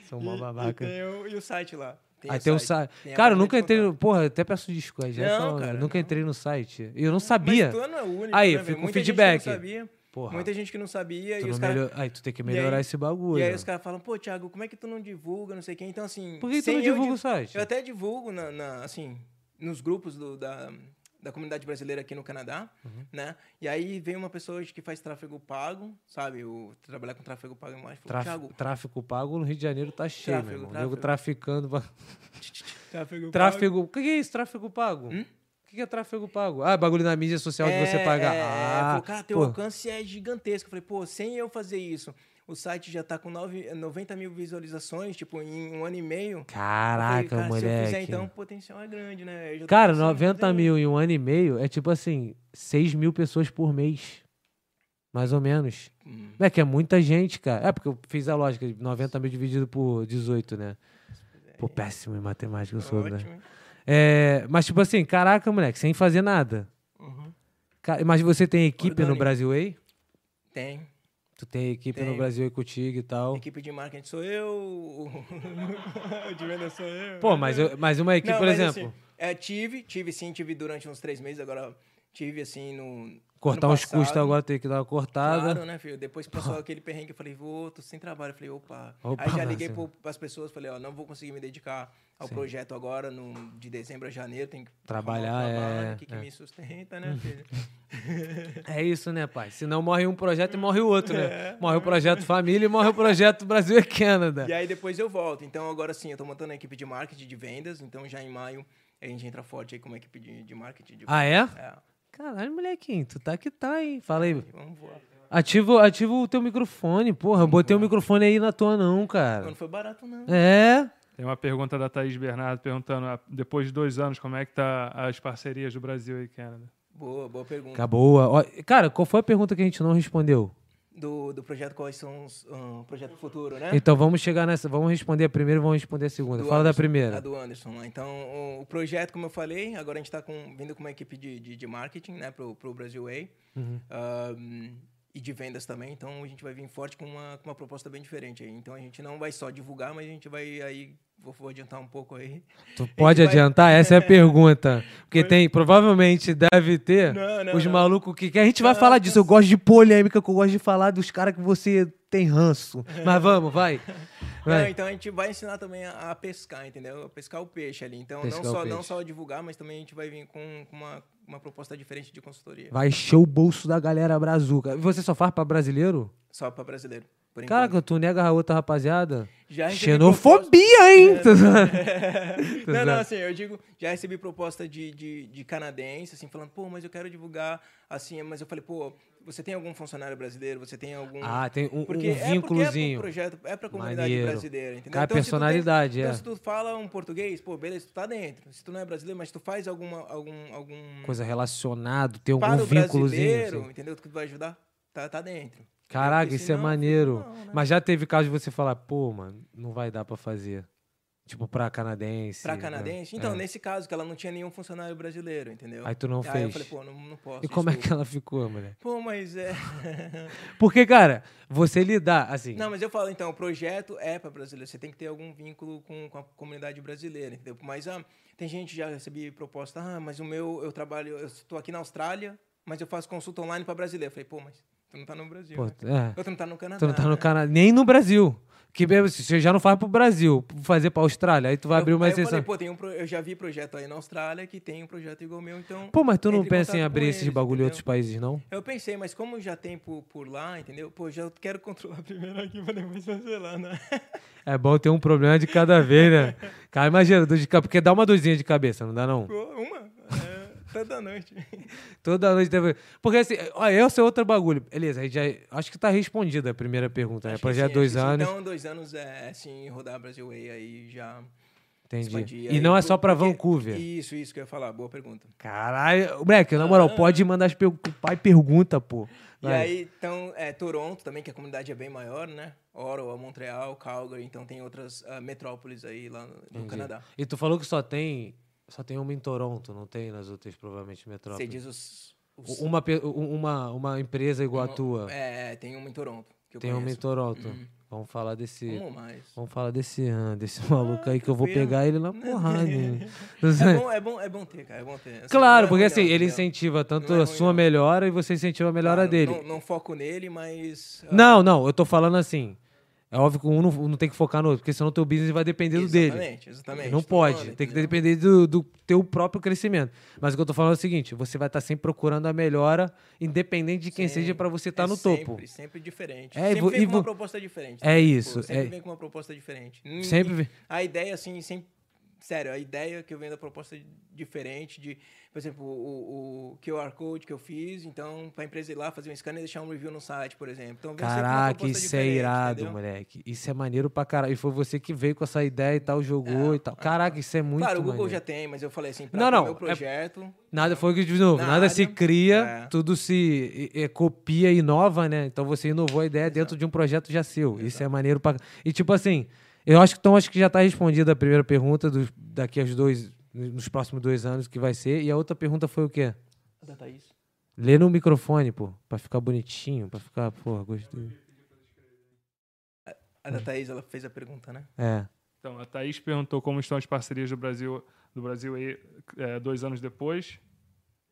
São mó
e-
babaca.
E, tem o, e o site lá.
aí tem o site.
tem a
Cara, eu
página
nunca
de
entrei no.
contato.
Porra, eu até peço desculpa. Já
Não,
fala,
cara,
nunca
não.
entrei no site. E eu não sabia.
Mas tu não é o único,
Aí,
né,
fica
velho?
um
Muita
feedback.
Gente que não sabia,
Porra.
Muita gente que não sabia.
tu
e
não
os caras
melhor- Aí tu tem que
aí-
melhorar esse bagulho.
E aí os caras falam, pô, Thiago, como é que tu não divulga, não sei quem? Então, assim...
Por que tu
sem
não
eu
divulga
di-
o site?
Eu até divulgo, na, na- assim, nos grupos do- da, da comunidade brasileira aqui no Canadá,
Uhum.
né? E aí vem uma pessoa hoje que faz tráfego pago, sabe? O, trabalhar com tráfego pago é mais. Falou,
Traf-
Thiago,
Tráfico pago no Rio de Janeiro tá cheio,
Tráfego,
meu irmão. Nego
tráfego.
traficando.
[laughs]
pra-
tráfego,
Tráfego. O que que é isso, tráfego pago? O que que é tráfego pago? Ah, bagulho na mídia social de você pagar.
Hum? É,
ah,
falou, cara, teu
pô.
alcance é gigantesco. Eu falei, pô, sem eu fazer isso, o site já tá com nove- 90 mil visualizações, tipo, em um ano e meio.
Caraca,
Eu falei, cara, Se eu
moleque.
fizer, então, o potencial é grande, né? Eu já tô
Cara,
pensando em
90
fazer.
mil em um ano e meio é tipo assim, 6 mil pessoas por mês. Mais ou menos.
Hum.
É que é muita gente, cara. É porque eu fiz a lógica de 90 mil dividido por 18, né? Pô, péssimo em matemática eu sou, né?
É. Ótimo.
É, mas tipo assim, caraca, moleque, sem fazer nada.
Uhum.
Cara, mas você tem equipe no
Orgânico.
Brasil aí?
Tem.
Tu tem equipe no
Tenho.
Brasil aí contigo e tal.
Equipe de marketing sou eu, [laughs] o de venda sou eu.
Pô, mas, eu- mas uma equipe,
Não,
por
mas
exemplo.
assim, É, tive, tive sim, tive durante uns três meses, agora tive assim no.
Cortar
ano
uns custos
passado.
agora, tem que dar uma cortada.
Claro, né, filho? Depois que passou aquele perrengue, eu falei, vou, tô sem trabalho. Eu falei, opa.
Opa,
Aí já liguei
Marcelo.
para as pessoas, falei, ó, não vou conseguir me dedicar ao
Sim.
projeto agora, no, de dezembro a janeiro, tem que
Trabalhar,
arrumar um
é,
trabalho que, que
é.
me sustenta, né, filho?
É isso, né, pai? Senão morre um projeto e morre o outro,
[laughs]
né? Morre o projeto família e morre o projeto Brasil e Canadá.
É. E aí depois eu volto. Então agora sim, eu tô montando a equipe de marketing de vendas, então já em maio a gente entra forte aí como equipe de, de marketing de vendas.
Ah, é?
É,
Caralho, molequinho, tu tá que tá, hein? Fala aí.
vamos voar.
Ativa, ativa o teu microfone, porra. Eu botei o microfone aí na tua, não,
Não
cara.
foi barato, não.
É.
Tem uma pergunta da Thaís Bernardo perguntando, ah, depois de dois anos, como é que tá as parcerias do Brasil e Canadá?
Boa, boa pergunta.
Acabou. Ó, Cara, qual foi a pergunta que a gente não respondeu?
Do, do projeto, quais são os ah, projeto futuro, né?
Então vamos chegar nessa. Vamos responder a primeira e vamos responder a segunda.
Do
Fala da
Anderson, A
primeira.
do Anderson. lá. Então, o, o projeto, como eu falei, agora a gente está com, vindo com uma equipe de, de, de marketing né, para o Brasil Way Ahm, e de vendas também. Então, a gente vai vir forte com uma, com uma proposta bem diferente. Aí. Então, a gente não vai só divulgar, mas a gente vai aí. Vou, vou adiantar um pouco aí.
Tu pode
vai- [laughs]
adiantar? Essa é a pergunta. Porque tem, provavelmente deve ter
Não, não,
os
não.
malucos que, que a gente vai falar disso. Eu gosto de polêmica, que eu gosto de falar dos caras que você tem ranço. Mas vamos,
[laughs]
vai.
Não,
vai.
então, a gente vai ensinar também a, a pescar, entendeu? A pescar o peixe ali. Então,
Pescar o
não só, não
peixe.
só divulgar, mas também a gente vai vir com, com uma, uma proposta diferente de consultoria.
Vai encher o bolso da galera brazuca. E Você só faz pra brasileiro?
Só para brasileiro. Por enquanto.
Caraca, tu nega a outra rapaziada?
Já recebi
Xenofobia, hein?
Não,
Exato.
não, assim, eu digo, já recebi proposta de, de, de canadense, assim, falando, pô, mas eu quero divulgar, assim, mas eu falei, pô, você tem algum funcionário brasileiro? Você tem algum.
Ah, tem um, um
é porque
vínculozinho.
É pro projeto, é pra comunidade
Maneiro.
brasileira, entendeu?
Cai a
se tu tem-
personalidade, é.
Então, se tu fala um português, pô, beleza, tu tá dentro. Se tu não é brasileiro, mas tu faz alguma. algum, algum
[laughs] Coisa relacionada, tem
para
algum
o
vínculozinho.
brasileiro,
assim.
entendeu? Que tu vai ajudar, tá, tá dentro.
Caraca,
Porque
isso é
senão,
maneiro.
não, né?
Mas já teve caso de você falar, pô, mano, não vai dar pra fazer. Tipo, pra canadense.
Pra
né?
canadense? Então, nesse caso, que ela não tinha nenhum funcionário brasileiro, entendeu?
Aí tu não
Aí eu
fez.
falei, pô, não, não posso.
E como é
desculpa.
que ela ficou, mulher?
Pô,
[laughs]
mas é.
Porque, cara, você lidar, assim.
Não, mas eu falo, então, o projeto é para brasileiro. Você tem que ter algum vínculo com, com a comunidade brasileira, entendeu? Mas ah, tem gente já recebi proposta, ah, mas o meu, eu trabalho, eu estou aqui na Austrália, mas eu faço consulta online para brasileiro. Eu falei, pô, mas tu não tá no Brasil.
pô,
né?
é,
Ou Tu não tá no Canadá.
tu não tá
né?
no Canadá, nem no Brasil. Que mesmo, se você já não faz pro Brasil, fazer pra Austrália, aí tu vai
Eu-
abrir uma
aí
exceção.
Eu, falei, pô, tem um pro- eu já vi projeto aí na Austrália que tem um projeto igual ao meu, então.
Pô, mas tu não
entre
pensa em
contato
abrir
com
esses
eles,
bagulho em
entendeu?
outros países, não?
Eu pensei, mas como já tem por, por lá, entendeu? Pô, já quero controlar [laughs] primeiro aqui pra depois fazer lá, né?
É bom ter um problema de cada vez, né?
[laughs]
Cara, imagina, dor de cabeça, porque dá uma dorzinha de cabeça, não dá não?
Pô, uma. É, toda noite.
Toda noite deve... Porque assim, ó, esse é outro bagulho. Beleza, a gente já... acho que tá respondida a primeira pergunta, né?
Acho que
Projeto
sim,
dois
acho que sim.
anos,
Então, dois anos é assim, rodar Brasil Way aí já
entendi.
expandir.
E
aí
não é
pro-
só pra
porque-
Vancouver.
Isso, isso que eu ia falar, boa pergunta.
Caralho, moleque, na moral, pode mandar as perguntas, o pai pergunta, pô. Vai.
E aí, então, é, Toronto também, que a comunidade é bem maior, né? Ottawa, Montreal, Calgary, então tem outras ah, metrópoles aí lá no, no
Entendi.
Canadá.
E tu falou que só tem, só tem uma em Toronto, não tem nas outras, provavelmente,
Você
metrópoles.
diz os... os-
Uma, pe- uma, uma empresa igual a tua.
É, tem uma em Toronto, que eu
Tem uma em
conheço. Hum.
Toronto. Vamos falar desse.
Uma ou mais.
Vamos falar desse, ah, desse maluco aí que eu vou
tranquilo.
pegar ele
[laughs]
na porrada. hein?
É bom, é bom, é bom ter, cara, é bom ter. Assim, não
Claro,
é
porque
ruim,
assim,
não,
ele
entendeu?
incentiva tanto
Não é
a
ruim,
sua
não.
melhora e você incentiva a melhora
Claro,
dele.
Não, não foco nele, mas... ah,
Não, não, eu tô falando assim. É óbvio que um não, não tem que focar no outro, porque senão o teu business vai depender do dele.
Exatamente, exatamente.
Não
tô
pode,
falando,
tem que
entendeu?
depender do, do teu próprio crescimento. Mas o que eu tô falando é o seguinte: você vai estar sempre procurando a melhora, independente de quem seja, pra você estar
É
tá no
sempre,
topo.
Sempre diferente.
É, e
sempre
vo-
vem
e
com
vo-
uma proposta diferente.
É
né? Tipo,
isso,
sempre
é-
vem com uma proposta diferente. Hum,
Sempre vem-
A ideia, assim, sempre. Sério, a ideia que eu venho da proposta de- diferente de, por exemplo, o, o QR Code que eu fiz, então, pra empresa ir lá fazer um scan e deixar um review no site, por exemplo. Então, vem sempre com uma
Caraca,
proposta
isso é
diferente,
irado,
entendeu?
moleque. Isso é maneiro pra caralho. E foi você que veio com essa ideia e tal, jogou e tal. Caraca, isso é muito
Claro, o Google
maneiro.
já tem, mas eu falei assim, pra
Não, não,
meu
é-
projeto.
Nada foi o que de novo, nada,
Nada,
se cria,
é.
tudo se eh, eh, copia e inova, né? Então você inovou a ideia dentro de um projeto já seu. Isso é maneiro pra. E tipo assim, eu acho que então acho que já tá respondida a primeira pergunta dos, daqui aos dois, nos próximos dois anos que vai ser. E a outra pergunta foi o quê?
Da Thaís.
Lê no microfone, pô, pra ficar bonitinho, pra ficar, porra, gostei.
A da Thaís, ela fez a pergunta, né?
É.
Então, a Thaís perguntou como estão as parcerias do Brasil do Brasil aí é, dois anos depois.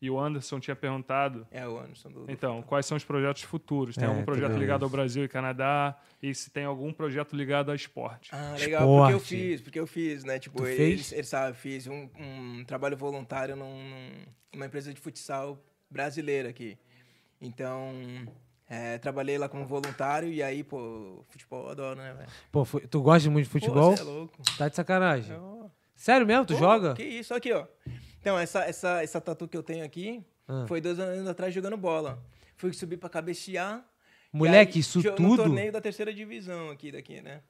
E o Anderson tinha perguntado
É o Anderson do. do
então, quais são os projetos futuros? Tem
É,
algum projeto
tudo
ligado ao
isso.
Brasil e Canadá? E se tem algum projeto ligado a esporte?
Ah, legal, porque eu
Esporte.
fiz, porque eu fiz, né? Tipo,
Tu
ele,
fez?
ele sabe, fiz um, um trabalho voluntário num- num- numa empresa de futsal brasileira aqui. Então, é, trabalhei lá como voluntário e aí, pô, futebol eu adoro, né, velho?
Pô, fu- tu gosta muito de
Pô,
futebol?
cê é louco.
tá de sacanagem.
Eu-
Sério mesmo? Tu
Pô,
joga?
Que isso, aqui, ó. Então, essa, essa, essa tatu que eu tenho aqui
Ah.
foi dois anos atrás jogando bola. Fui subir pra cabecear. e
Moleque,
aí,
isso
jo- No
tudo?
torneio da terceira divisão aqui, daqui, né?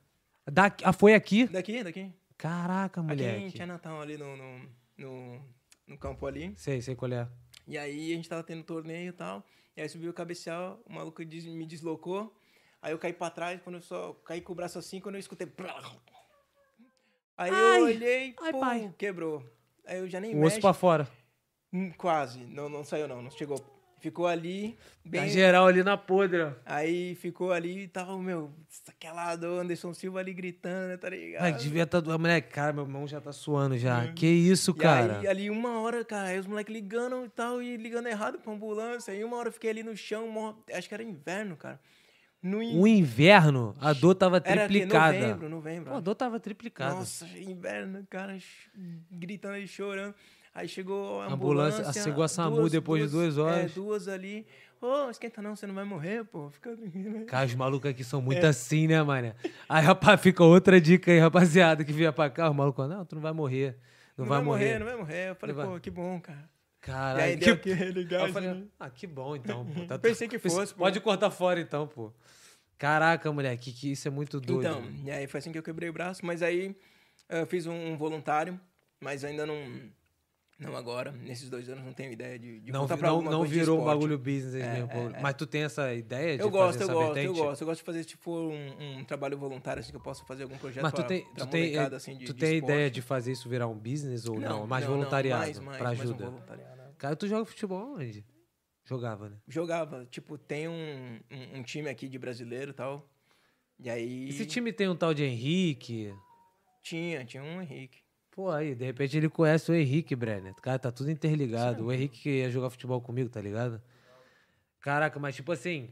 Daqui, ah, foi aqui?
Daqui, daqui.
Caraca,
Aqui em
moleque.
Chinatown, ali no, no, no, no campo ali.
Sei, sei qual é.
E aí a gente tava tendo torneio e tal. E aí subiu o cabeceal, o maluco des- me deslocou. Aí eu caí pra trás, quando eu só caí com o braço assim, quando eu escutei. Aí
Ai,
eu olhei,
ai,
pô,
pai.
quebrou. Aí eu já nem
O osso
mexe.
pra fora.
Hum, Quase, não, não saiu não, não chegou. Ficou ali,
Tá
bem...
geral ali na podre. ó.
Aí ficou ali, tava o meu, aquela do Anderson Silva ali gritando, né, tá ligado?
Ai, devia tá doendo. Moleque, cara, meu mão já tá suando já. Que isso,
É. E
Tipo, cara?
aí, ali uma hora, cara, aí os moleques ligando e tal, e ligando errado pra ambulância. Aí uma hora eu fiquei ali no chão, mó- acho que era inverno, cara. No in-
O inverno, a dor tava
era que,
triplicada.
novembro, novembro.
Pô, a dor tava triplicada.
Nossa, inverno, cara, ch- gritando e chorando. Aí chegou a
Ambulância,
ambulância.
chegou a SAMU depois de duas horas.
É, duas ali. Ô, esquenta não, você não vai morrer, pô. Fica tranquilo.
Cara, os malucos aqui são
É.
muito assim, né, mané? Aí, rapaz, fica outra dica aí, rapaziada, que vier pra cá, o maluco, não, tu não vai morrer. Não,
Não
vai, morrer.
não vai morrer. Eu falei,
Não vai.
pô, que bom, cara.
Caralho,
E aí deu aquele
Aí
gás,
eu falei,
né?
ah, que bom então,
[laughs]
pô. Tá
Pensei que
pensei-
fosse, pô.
Pode cortar fora então, pô. Caraca, moleque, que isso é muito doido.
Então, e aí foi assim que eu quebrei o braço, mas aí eu fiz um, um voluntário, mas ainda não. Não agora, nesses dois anos não tenho ideia de, de
não
voltar
vi-
pra
não,
alguma
não
coisa de
virou um
esporte. É,
bagulho business mesmo. pô. Mas tu tem essa ideia de
Eu
fazer
gosto, eu
essa
gosto, eu
vertente?
gosto. Eu gosto de fazer, tipo, um, um trabalho voluntário, assim, que eu possa fazer algum projeto
Mas tu
pra,
tem,
pra
tu tem, eh,
molecada, assim, de
tu
de
tem
esporte.
ideia de fazer isso virar um business ou não? mais
não,
voluntariado
mais, mais,
pra
mais um
ajuda.
voluntariado, né?
Cara, tu joga futebol onde? Jogava, né?
Jogava, tipo, tem um, um, um time aqui de brasileiro e tal. E aí.
Esse time tem um tal de Henrique.
Tinha, tinha um Henrique.
Pô, aí, de repente ele conhece o Henrique, Brenner. Cara, tá tudo interligado. O Henrique que ia jogar futebol comigo, tá ligado? Caraca, mas tipo assim.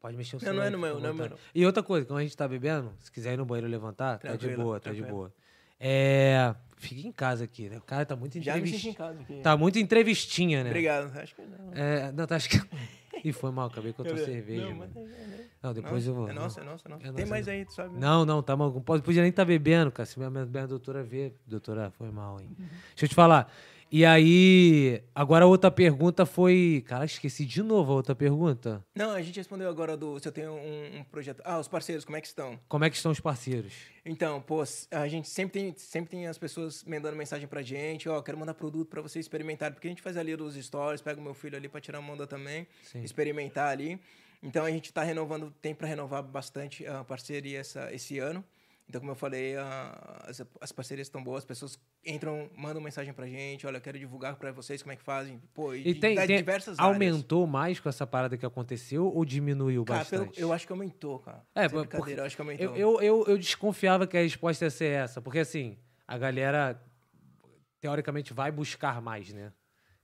Pode mexer o
Não,
celular.
não é
aí,
no
fica
meu,
à
não é
vontade.
meu, não.
E outra coisa, quando a gente tá bebendo, se quiser ir no banheiro levantar, tá de
Tranquilo,
boa, tá de
tranquilo.
boa. É. Fica em casa aqui, né? O cara tá muito
Já me senti em
entrevistinha.
casa aqui.
Tá muito entrevistinha, né?
Obrigado, acho que não.
É, não, tá, acho que. [laughs] Ih, foi mal, acabei com a tua
Cadê?
cerveja.
Não,
mano.
mas- né?
Não, depois eu vou.
É nossa, é nossa, é nossa.
É
Tem
nossa,
mais
é
aí, tu sabe?
Não, não, tá maluco. Não pode- podia nem estar bebendo, cara. Se minha, minha, minha doutora vê, doutora, foi mal, hein? Deixa eu te falar. E aí, agora a outra pergunta foi. Cara, esqueci de novo a outra pergunta.
Não, a gente respondeu agora do se eu tenho um, um projeto. Ah, os parceiros, como é que estão?
Como é que estão os parceiros?
Então, pô, s- a gente sempre tem, sempre tem as pessoas mandando mensagem pra gente, ó, quero mandar produto pra você experimentar, porque a gente faz ali os stories, pega o meu filho ali pra tirar uma onda também,
Sim.
experimentar ali. Então a gente tá renovando, tem pra renovar bastante a parceria essa, esse ano. Então, como eu falei, a- as, as parcerias estão boas, as pessoas entram, mandam mensagem pra gente, olha, eu quero divulgar pra vocês como é que fazem. Pô,
E tem,
das
tem-
diversas áreas.
aumentou mais com essa parada que aconteceu ou diminuiu
Cara, pelo-
bastante?
eu acho que aumentou, cara.
É,
Sem
por-
brincadeira,
porque
eu acho que aumentou.
Eu, eu, eu, eu desconfiava que a resposta ia ser essa, porque assim, a galera teoricamente vai buscar mais, né?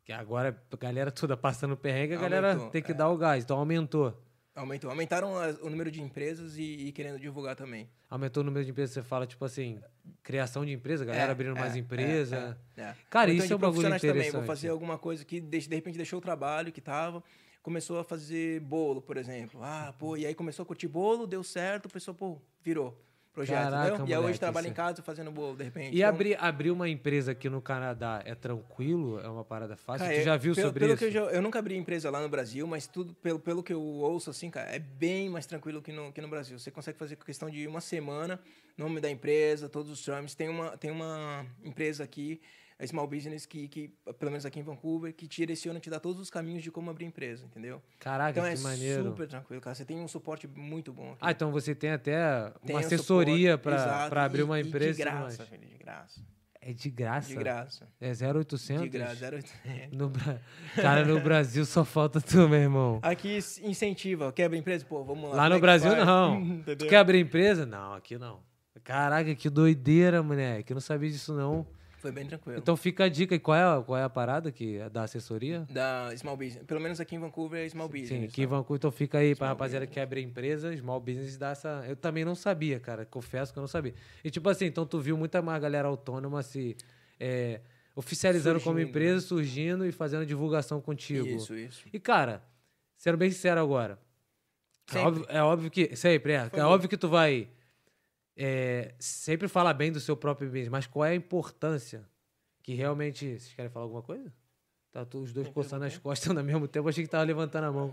Que agora a galera toda passando perrengue, a galera
Aumentou,
tem que
é.
dar o gás, então aumentou.
Aumentou. Aumentaram as- o número de empresas e, e querendo divulgar também.
Aumentou o número de empresas, você fala, tipo assim, criação de empresa, a galera
É,
abrindo mais
é,
empresa.
é, é.
Cara,
Ou
isso
de
é um bagulho
profissionais Vou
interessante.
fazer alguma coisa que de, de repente deixou o trabalho que tava, começou a fazer bolo, por exemplo. Ah, pô, e aí começou a curtir bolo, deu certo, a pessoa, pô, virou. Projeto,
Caraca,
entendeu? e aí
moleque,
hoje trabalha
isso é
em casa fazendo bolo, de repente.
E
Então,
abrir, abrir uma empresa aqui no Canadá é tranquilo? É uma parada fácil?
cara,
tu
é-
já viu
pelo-
sobre
pelo
isso?
que eu, já- eu nunca abri empresa lá no Brasil, mas tudo pelo, pelo que eu ouço, assim, cara, é bem mais tranquilo que no, que no Brasil. Você consegue fazer com questão de uma semana, nome da empresa, todos os trâmites. Tem uma, tem uma empresa aqui, a Small Business, que, que, pelo menos aqui em Vancouver, que te direciona, te dá todos os caminhos de como abrir empresa, entendeu?
Caraca,
então
que
é
maneiro.
super tranquilo, cara. Você tem um suporte muito bom aqui.
Ah, então você tem até
Tem
uma
o
assessoria
suporte,
pra
exato,
pra abrir
e-
uma
e
empresa. e
De
tudo
graça,
mais.
filho, de graça.
É de graça?
De graça.
É 0800?
De graça. zero- [laughs]
No Bra- Cara, no Brasil só falta tu, meu irmão.
Aqui s- incentiva, quebra empresa, pô, vamos Ah, lá.
Lá
como é
no
que
Brasil,
faz? [laughs]
não.
Entendeu?
Tu quer abrir empresa? Não, aqui não. Caraca, que doideira, moleque. Eu não sabia disso, não.
Foi bem tranquilo.
Então fica a dica. E qual é, a- qual é a parada que da assessoria?
Da Small Business. Pelo menos aqui em Vancouver é Small Business.
Sim, aqui em
sabe?
Vancouver. Então fica aí pra rapaziada que abre empresa, small business dá essa. Eu também não sabia, cara. Confesso que eu não sabia. E tipo assim, então tu viu muita mais galera autônoma se é, oficializando como
Surgindo, né?
empresa, surgindo e fazendo divulgação contigo.
Isso, isso.
E cara, sendo bem sincero agora, é
Sempre.
óbvio, é óbvio que. Sempre, é. É
favor.
óbvio que tu vai é, sempre falar bem do seu próprio business, mas qual é a importância que realmente. Vocês querem falar alguma coisa? Tá tu- os dois coçando as costas ao mesmo tempo, achei que tava levantando a mão.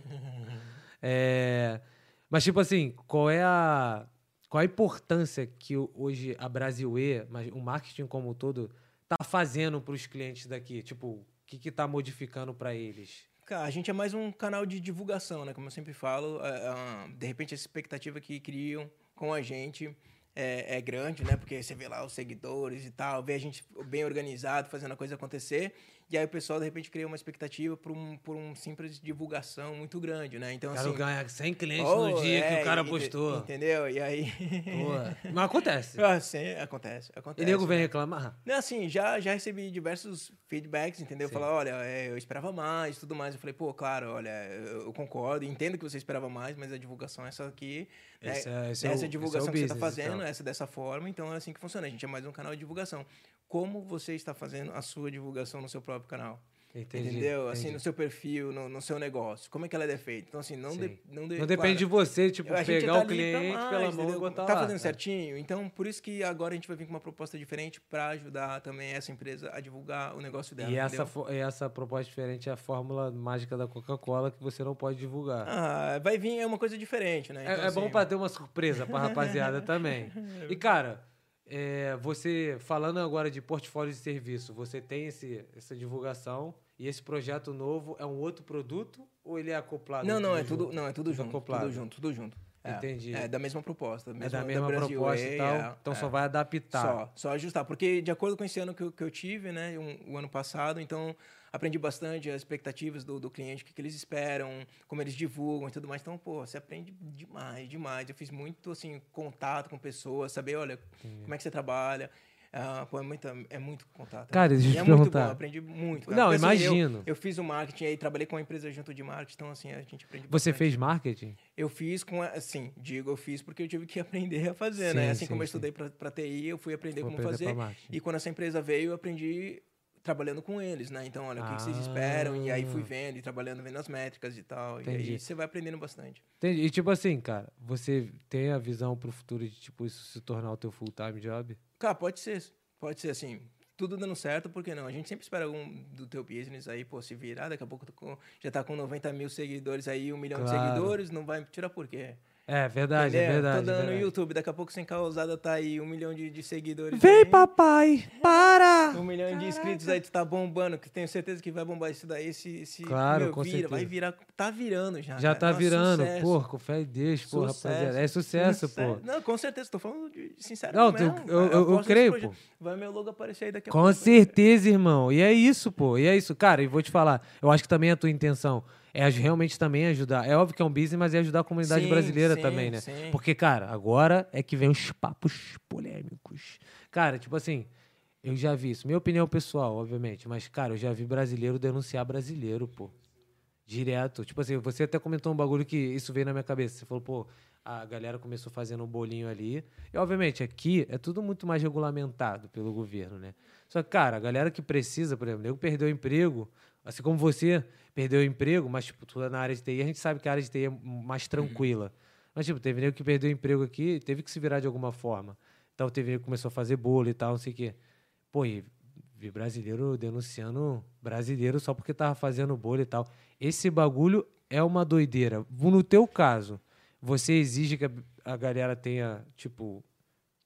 É, mas, tipo assim, qual é a. Qual a importância que o- hoje a Brasilê, mas o marketing como um todo, tá fazendo para os clientes daqui? Tipo, o que que tá modificando para eles?
Cara, a gente é mais um canal de divulgação, né? Como eu sempre falo, a- a- de repente essa expectativa que criam com a gente é, é grande, né? Porque você vê lá os seguidores e tal, vê a gente bem organizado, fazendo a coisa acontecer, e aí o pessoal de repente cria uma expectativa por um, por um simples divulgação muito grande, né? Então,
Quero
assim...
ganhar 100 clientes
oh,
no dia que
é,
o cara
ente-
postou.
Entendeu? E
[laughs]
aí... [laughs]
Pô, Mas acontece.
Ah, sim, acontece,
E
acontece. né?
nego vem reclamar.
Não, assim, já, já recebi diversos feedbacks, entendeu?
Sim.
Falar, olha, é, eu esperava mais e tudo mais. Eu falei, pô, claro, olha, eu eu concordo, entendo que você esperava mais, mas a divulgação é essa aqui. né?
Esse é- esse é o-
essa
esse é
divulgação
o
que você
business
está
e
fazendo,
tal.
essa dessa forma, então é assim que funciona. A gente é mais um canal de divulgação. Como você está fazendo a sua divulgação no seu próprio canal?
Entendi,
entendeu? Assim,
entendi.
no seu perfil, no, no seu negócio. Como é que ela é feita? Então, assim, não, de-
Sim.
não, de-
Não depende de
claro,
você, tipo,
a gente
pegar
tá
o
ali pra
cliente
mais,
pela mão e
entendeu?
botar
Tá
lá.
fazendo
né?
certinho? Então, por isso que agora a gente vai vir com uma proposta diferente para ajudar também essa empresa a divulgar o negócio dela.
E essa,
entendeu?
fo- e essa proposta diferente é a fórmula mágica da Coca-Cola que você não pode divulgar.
Ah, vai vir, é uma coisa diferente, né?
É,
Então,
é
assim,
bom pra ter uma surpresa pra
[laughs]
rapaziada também. E, cara, é, você, falando agora de portfólio de serviço, você tem esse, essa divulgação e esse projeto novo é um outro produto ou ele é acoplado?
Não, não, é
junto?
tudo, não, é tudo junto.
acoplado.
Tudo junto, tudo junto. É,
Entendi.
É da mesma proposta.
É da
mesma-
mesma
Brasil
proposta e tal.
Way, é,
então só
é.
vai adaptar.
Só, só ajustar. Porque de acordo com esse ano que eu, que eu tive, né? um- o ano passado, então aprendi bastante as expectativas do, do cliente, o que, que eles esperam, como eles divulgam e tudo mais. Então, pô, você aprende demais, demais. Eu fiz muito, assim, contato com pessoas, saber, olha, como é que você trabalha. Ah, pô, é, muita, é muito contato.
Cara, deixa eu
E
te
é muito
perguntar.
bom, aprendi muito.
Não,
Porque, assim, eu-
imagino.
eu, fiz o marketing aí, trabalhei com uma empresa junto de marketing, então, assim, a gente aprende
Você
bastante.
fez marketing?
Eu fiz com, a- assim, digo, eu fiz porque eu tive que [laughs] aprender a fazer,
Sim,
né? Assim
sim,
como eu
sim.
estudei para TI, eu fui aprender
Foi
como
aprender pra
fazer.
marketing.
E quando essa empresa veio, eu aprendi trabalhando com eles, né? Então, olha, o que, que vocês
Ah.
esperam? E aí fui vendo e trabalhando, vendo as métricas e tal. E
Entendi.
aí você vai aprendendo bastante.
Entendi. E tipo assim, cara, você tem a visão pro futuro de tipo isso se tornar o teu full-time job?
Cara, pode ser, pode ser assim, tudo dando certo, por que não? A gente sempre espera algum do teu business aí, pô, se virar, daqui a pouco tu com- já tá com 90 mil seguidores aí, um milhão de
Claro.
seguidores, não vai tirar por quê?
É verdade, é
Entendeu?
verdade.
Tô dando
é
no
verdade.
YouTube, daqui a pouco sem causada tá aí, um milhão de, de seguidores.
Vem,
aí.
papai! Para!
Um milhão de inscritos aí, tu tá bombando, que tenho certeza que vai bombar isso daí, esse, esse
Claro, com
vira, vai
certeza.
virar, tá virando já.
Já
cara.
tá
Nossa,
virando,
é sucesso.
pô, com fé em Deus, pô,
Sucesso.
rapaziada. É sucesso, pô.
Não, com certeza, tô falando de, sincero
Não, tu-
mesmo.
eu- eu- eu
aposto nesse
creio,
projeto.
pô.
Vai meu logo aparecer aí daqui a pouco.
Com certeza, irmão. E é isso, pô. E é isso. Cara, e vou te falar, eu acho que também a tua intenção é aj- realmente também ajudar. É óbvio que é um business, mas é ajudar a comunidade
Sim,
brasileira
sim,
também, né?
sim.
Porque, cara, agora é que vem os papos polêmicos. Cara, tipo assim, eu já vi isso. Minha opinião pessoal, obviamente, mas, cara, eu já vi brasileiro denunciar brasileiro, pô. Direto. Tipo assim, você até comentou um bagulho que isso veio na minha cabeça. Você falou, pô, a galera começou fazendo um bolinho ali. E, obviamente, aqui é tudo muito mais regulamentado pelo governo, né? Só que, cara, a galera que precisa, por exemplo, nego perdeu o emprego, assim como você perdeu o emprego, mas, tipo, tu é na área de TI, a gente sabe que a área de TI é mais tranquila. Mas, tipo, teve nego que perdeu o emprego aqui, teve que se virar de alguma forma. Então, teve nego que começou a fazer bolo e tal, não sei o quê. Pô, e vi brasileiro denunciando brasileiro só porque tava fazendo bolha e tal. Esse bagulho é uma doideira. No teu caso, você exige que a, a galera tenha, tipo,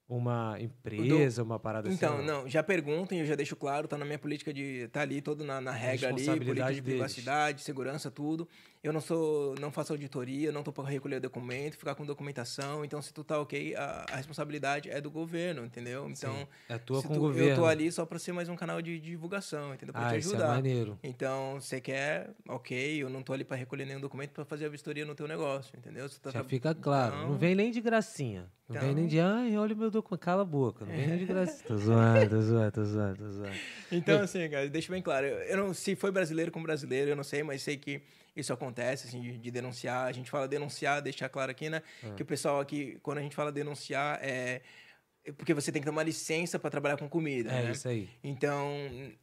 uma empresa, uma parada
Então,
assim?
não, já perguntem, eu já deixo claro, tá na minha política de. tá ali todo na, na regra ali,
Responsabilidade
política de
deles.
privacidade, segurança, tudo. Eu não sou, não faço auditoria, não tô para recolher documento, ficar com documentação. Então, se tu tá ok, a, a responsabilidade é do governo, entendeu? Então,
É tua
se
com o
tu-
governo.
eu tô ali só para ser mais um canal de divulgação, entendeu? Para
ah,
te
isso é
ajudar.
maneiro.
então, você quer, ok, eu não tô ali para recolher nenhum documento para fazer a vistoria no teu negócio, entendeu? Se tu tá
Já
tra-
fica claro. Não
Então-
vem nem de gracinha. Não vem
Então-
nem de, ai, olha o meu documento. Cala a boca. Não vem nem de
[laughs]
gracinha. Tô zoando, tô zoando, tô zoando, tô zoando.
Então, assim, cara, deixa bem claro. Eu, eu não, se foi brasileiro com brasileiro, eu não sei, mas sei que isso acontece, assim, de, de denunciar. A gente fala denunciar, deixar claro aqui, né?
É.
Que o pessoal aqui, quando a gente fala denunciar, é é porque você tem que tomar licença para trabalhar com comida,
É
né?
isso aí.
Então,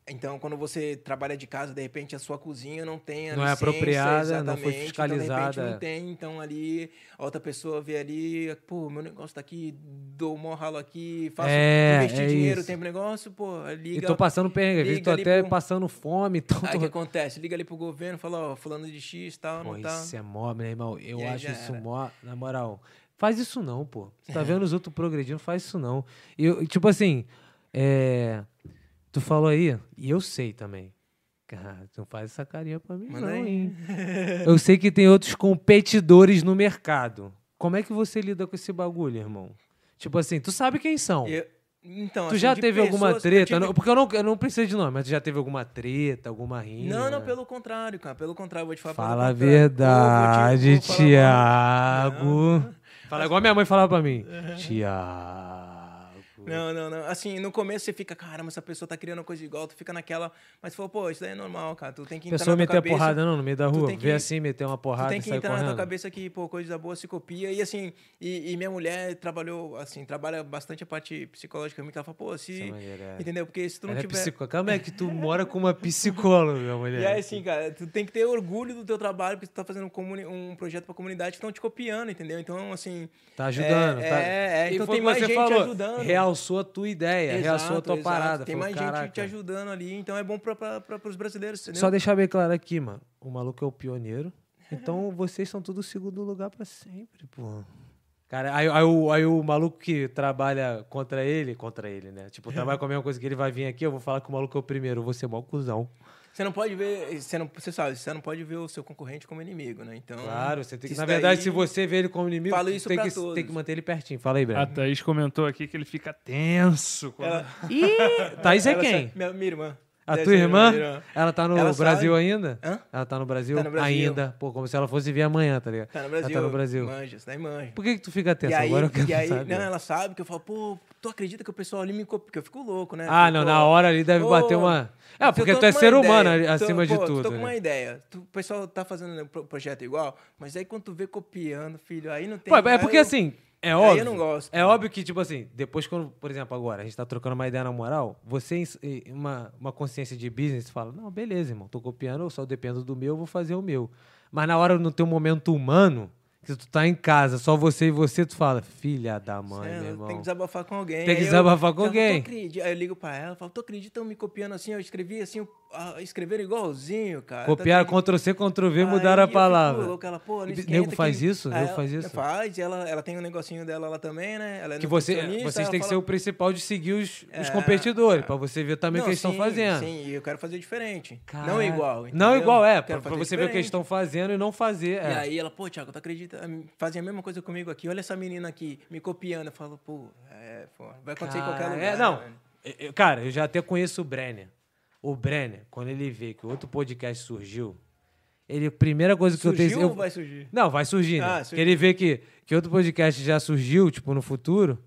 então, quando você trabalha de casa, de repente a sua cozinha não tem a
Não é
licença,
apropriada, não
exatamente,
foi
Então, de repente,
fiscalizada.
não tem, então ali a outra pessoa vê ali, pô, meu negócio tá aqui, dou um ralo aqui, faço
É,
investir
é
dinheiro,
isso.
tem negócio, pô,
E
liga.
tô passando perrengue,
liga
tô
ali
até
pro-
passando fome. [laughs] Tô,
Aí o que
tô...
acontece? Liga ali pro governo, fala, ó, fulano de X, tal,
Pô,
não tá.
isso é mó, meu irmão. Eu
E aí
acho
já
isso
era.
mó, na moral. Faz isso não, pô. Tu
[laughs]
tá vendo os outros progredindo, não faz isso não. E Eu, e tipo assim, é, tu falou aí, e eu sei também. Cara, tu não faz essa carinha pra mim
Manda
não,
aí. [laughs]
hein? Eu sei que tem outros competidores no mercado. Como é que você lida com esse bagulho, irmão? Tipo assim, tu sabe quem são.
Eu- então,
tu
assim,
já
de
teve alguma
pessoas que eu
treta?
tive-
Não- porque eu não, eu não preciso de nome, mas tu já teve alguma treta, alguma rinha?
Não, não, pelo contrário, cara. Pelo contrário, eu vou te
Tá
falar. pelo
Fala a
contrário.
verdade,
Eu vou te- eu vou falar
Tiago. Fala igual minha mãe falava pra [laughs] mim. Tiago.
Não, não, não. Assim, no começo você fica, caramba, essa pessoa tá criando coisa igual, tu fica naquela. Mas tu falou, pô, isso daí é normal, cara. Tu tem que entrar
Pessoa
na tua
meter
cabeça.
porrada não no meio da
tu
rua.
tem
Vê
que-
assim, meter uma
Tu
porrada
tem
e
que
sair
entrar na tua
correndo.
cabeça que, pô, coisa boa se copia. E assim, e, e minha mulher trabalhou, assim, trabalha bastante a parte psicológica comigo. Ela fala, pô,
Isso é
se.
maneiro, é.
Entendeu? Porque se tu não
Ela é
tiver.
psico- Calma aí que
[laughs]
tu mora com uma psicóloga, minha mulher.
E aí, assim, cara, tu tem que ter orgulho do teu trabalho, porque tu tá fazendo um, comuni- um projeto pra comunidade que estão te copiando, entendeu? Então, assim.
Tá ajudando.
É,
tá...
é, é.
E
Então
foi
tem
o que
mais
você
gente
falou.
ajudando.
Realçou a tua ideia, realçou a tua
Exato, exato.
parada.
Tem
Falou,
mais gente te
"Caraca".
ajudando ali, então é bom pra, pra, pra, pros brasileiros, entendeu?
Só deixar bem claro aqui, mano. O maluco é o pioneiro. Então vocês são tudo segundo lugar pra sempre, pô. Cara, aí, aí o, aí o maluco que trabalha contra ele, contra ele, né? Tipo, trabalha com a mesma coisa que ele vai vir aqui, eu vou falar que o maluco é o primeiro, eu vou ser mó cuzão.
Você não pode ver, você, não, você sabe, você não pode ver o seu concorrente como inimigo, né? Então,
Claro, você tem que.
isso
Na verdade,
daí-
se você vê ele como inimigo,
Falo
você
isso
tem,
pra
que,
todos.
tem que manter ele pertinho. Fala aí,
A
Breno.
Thaís comentou aqui que ele fica tenso. Quando...
Ela-
Ah. Ih, [laughs] Thaís é
Ela
quem?
sa- Minha, minha irmã.
é A
Deve
tua
ser
irmã?
minha irmã.
Ela tá no
Ela
Brasil
sabe-
ainda?
Hã?
Ela tá no Brasil?
Tá no Brasil.
Ainda. Pô, como se ela fosse vir amanhã, tá ligado?
Tá no Brasil.
Ela tá no Brasil.
Manja, isso daí manja.
Por que, que tu fica tenso?
E aí,
Agora eu quero
e aí
saber.
não, ela sabe que eu falo, pô, tu acredita que o pessoal ali me copia? Porque eu fico louco, né?
Ah,
Fico,
não,
pô,
na hora ali deve
pô,
bater uma. É,
se
porque
eu tô
tu é
com uma
ser
ideia,
humano
tô-
acima de
pô,
tudo.
tô com
né?
uma ideia. Tu, o pessoal tá fazendo né, pro- projeto igual, mas aí quando tu vê copiando, filho, aí não tem.
Pô, é
aí
porque
eu-
assim, é
eu
óbvio.
não gosto.
É óbvio que, tipo assim, depois quando, por exemplo, agora, a gente tá trocando uma ideia na moral, você, ins- e- uma, uma consciência de business, fala, não, beleza, irmão, tô copiando, eu só dependo do meu, eu vou fazer o meu. Mas na hora, no teu momento humano, que tu tá em casa, só você e você, tu fala, filha da mãe,
É,
meu
Tem que
irmão.
desabafar com alguém.
Tem que
Aí eu-
desabafar com
eu falo, "Tu
alguém."
acredita?" Aí eu ligo pra ela, falo, tu acredita que estão me copiando assim? Eu escrevi assim, eu- ah, escreveram igualzinho, cara. Tu
Copiaram
acredita?"
Ctrl-C, Ctrl-V,
Aí
mudaram
eu
a
fico
palavra.
louco, ela, "Pô, não
Nego
esquenta
faz
que-" Ah,
isso?
Aí
Nego
ela-
faz isso?
Faz, ela, ela tem um negocinho dela lá também, né? Ela é
Que você,
nutricionista,
vocês
ela
têm que ser
fala-
o principal de seguir os, os
É,
competidores, pra você ver também o
Não,
que eles estão
sim,
fazendo.
Sim, e eu quero fazer diferente. Não
Caralho.
igual.
Não
entendeu?
igual, é.
Quero
Pra, pra
fazer
você ver o que eles
diferente.
estão fazendo e não fazer.
E
é.
aí ela, pô, Thiago, tu acredita? Fazem a mesma coisa comigo aqui. Olha essa menina aqui, me copiando. Eu falo, pô, é, pô, vai acontecer em qualquer
Cara,
lugar.
é, não.
né, velho?
Eu- eu- cara, eu já até conheço o Brenner. O Brenner, quando ele vê que o outro podcast surgiu, ele, a primeira coisa que eu
Surgiu
tenho. eu-
ou vai surgir?
Não, vai surgir, né?
Ah,
Porque
surgiu.
ele vê que, que outro podcast já surgiu, tipo, no futuro.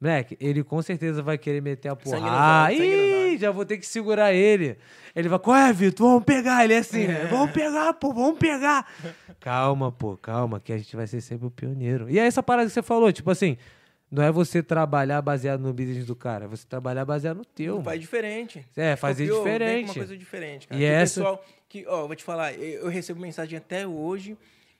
Moleque, ele com certeza vai querer meter a
Sangue nos
porrada.
olhos, sangue nos
Ih,
olhos.
já vou ter que segurar ele. Ele vai, qual é, Vitor? Vamos pegar. Ele é assim, né? Vamos pegar, pô, vamos pegar. calma, pô, calma, que a gente vai ser sempre o pioneiro. E é essa parada que você falou, tipo assim, não é você trabalhar baseado no business do cara, é você trabalhar baseado no teu.
Faz
mano.
diferente.
É, fazer
Copiou, vem com
diferente.
uma coisa diferente, cara.
E
Tem
essa-
pessoal que, ó, vou te falar, eu, eu recebo mensagem até hoje.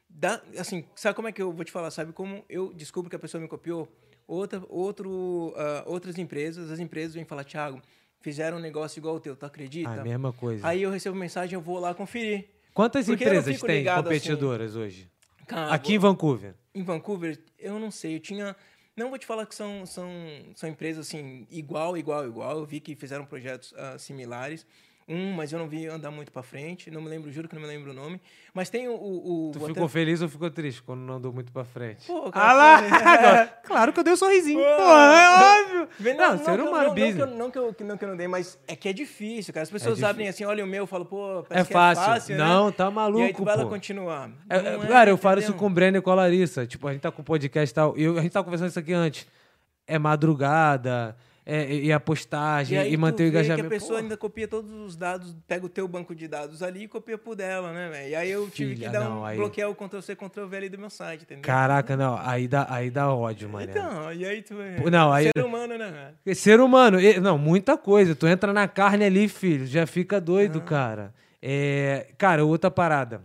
Da, assim, sabe como é que eu vou te falar? Sabe como eu descubro que a pessoa me copiou? Outra, outro, ah, outras empresas, as empresas vêm falar, Thiago, fizeram um negócio igual o teu, tu acredita?
Ah, é A mesma coisa.
Aí eu recebo mensagem, eu vou lá conferir.
Quantas
Porque eu não
empresas
fico
tem
ligado, assim. Ah,
competidoras hoje?
Cara,
Aqui em Vancouver.
em Vancouver, eu não sei, eu tinha. Não vou te falar que são, são, são empresas assim, igual, igual, igual. Eu vi que fizeram projetos ah, similares. um, mas eu não vi andar muito pra frente. Não me lembro, juro que não me lembro o nome. Mas tem o. o, o
Tu
vou
ficou
até-
feliz ou ficou triste quando não andou muito pra frente?
Pô, cara, né?
ah [laughs] lá! claro que eu dei um sorrisinho. Pô, é óbvio.
Vê,
Não, um
que
ser
eu-
humano,
não, que eu-
business.
Não que, eu, que não que eu não dei, mas é que é difícil, cara. As pessoas
difícil.
abrem assim, olha o meu, eu falo, pô,
É
parece que
fácil.
né?
Não, tá
E aí tu
maluco,
vai lá
pô.
continuar.
É,
Não
é,
é,
cara, eu falo isso
entendeu?
com o Breno e com a Larissa. Tipo, a gente tá com o podcast e tal. E eu- a gente tava conversando isso aqui antes. É madrugada, é, e a postagem, e,
aí tu
manter o
vê
engajamento.
que a pessoa
Porra.
ainda copia todos os dados, pega o teu banco de dados ali e copia pro dela, né, velho? E aí eu tive
Filha,
que dar
não,
um
aí-
bloquear o Ctrl-C, Ctrl-V ali do meu site, entendeu?
Caraca, não. Aí dá, aí dá ódio, mano.
Então, e aí tu é
Pô, não, aí-
ser humano, né, velho?
Ser humano, e- não, muita coisa. Tu entra na carne ali, filho, já fica doido, cara. É, cara, outra parada.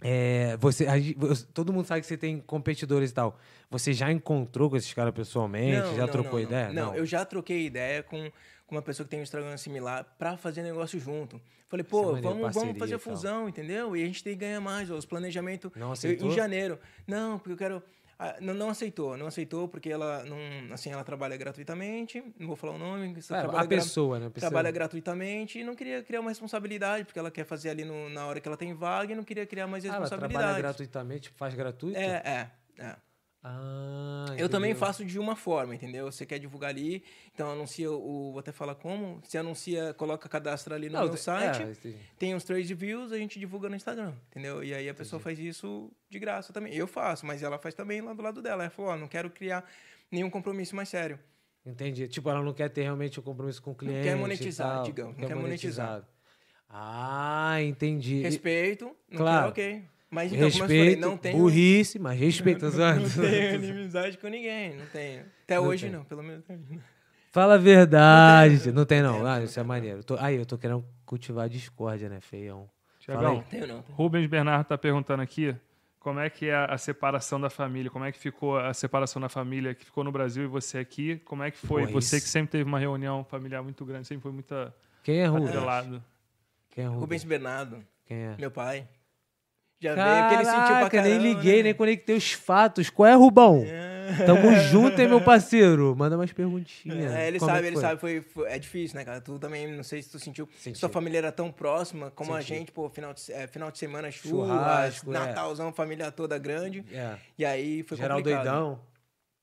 É, você, a gente- você- todo mundo sabe que você tem competidores e tal. Você já encontrou com esses caras pessoalmente? já trocou
não,
ideia? Ah,
Não. eu já troquei ideia com, com uma pessoa que tem um Instagram similar pra fazer negócio junto. Falei,
é
pô,
maneiro,
vamos,
parceria
vamos fazer
e
a
tal.
fusão, entendeu? E a gente tem que ganhar mais, ó, os planejamentos
Não
eu-
aceitou?
em janeiro. Não, porque eu quero. ah, não, não aceitou, não aceitou, porque ela não. Assim, ela trabalha gratuitamente, não vou falar o nome. que você
Cara,
trabalha
a
gra-
pessoa, né? A pessoa.
Trabalha gratuitamente e não queria criar uma responsabilidade, porque ela quer fazer ali no- na hora que ela tem vaga e não queria criar mais
Ah, ela
responsabilidade.
trabalha gratuitamente, faz gratuito?
É, é, é.
Ah,
Eu também
entendeu.
faço de uma forma, entendeu? Você quer divulgar ali, então anuncia o. Vou até falar como. Você anuncia, coloca cadastro ali no
Não,
meu
te-
site,
é, entendi.
tem uns três views, a gente divulga no Instagram, entendeu? E aí a pessoa faz isso de graça também. Eu faço, mas ela faz também lá do lado dela. Ela falou: ó, não quero criar nenhum compromisso mais sério.
Entendi. Tipo, ela não quer ter realmente um compromisso com o cliente. e
monetizar,
tal.
digamos, não quer monetizar.
monetizado. Ah, entendi. E-
Respeito, não
Claro.
quer, ok. Mas então,
respeito,
como eu falei, não tenho.
burrice, mas respeito. exato.
[laughs] Não tenho inimizade com ninguém, não tenho. Até hoje
tenho.
não, pelo menos até hoje não.
Fala a verdade. Não tem, não. Ah, isso é maneiro. Tô- aí, eu tô querendo cultivar a discórdia, né, feião? Fala
Tiagão,
aí.
Tenho não. tenho.
Rubens Bernardo está perguntando aqui como é que é a separação da família, como é que ficou a separação da família que ficou no Brasil e você aqui, como é que foi?
Porra,
você
isso.
que sempre teve uma reunião familiar muito grande, sempre foi muito
Quem é Rubens?
atrelado.
Quem é Rubens?
Rubens Bernardo,
Quem é?
meu pai. Já veio que ele sentiu pra
Caraca, nem
caramba,
liguei,
né?
nem conectei os fatos. Qual é, Rubão?
É.
Tamo junto, hein, meu parceiro? Manda mais perguntinhas.
É, ele
Como é
sabe,
que
ele
foi?
sabe, foi, foi- é difícil, né, cara? Tu também, não sei se tu sentiu,
Senti.
sua família era tão próxima como a
Senti.
gente, pô, final de, se- é, final de semana, churras,
Churrasco, é.
Natalzão, família toda grande,
É.
e aí foi
Geral
complicado.
doidão.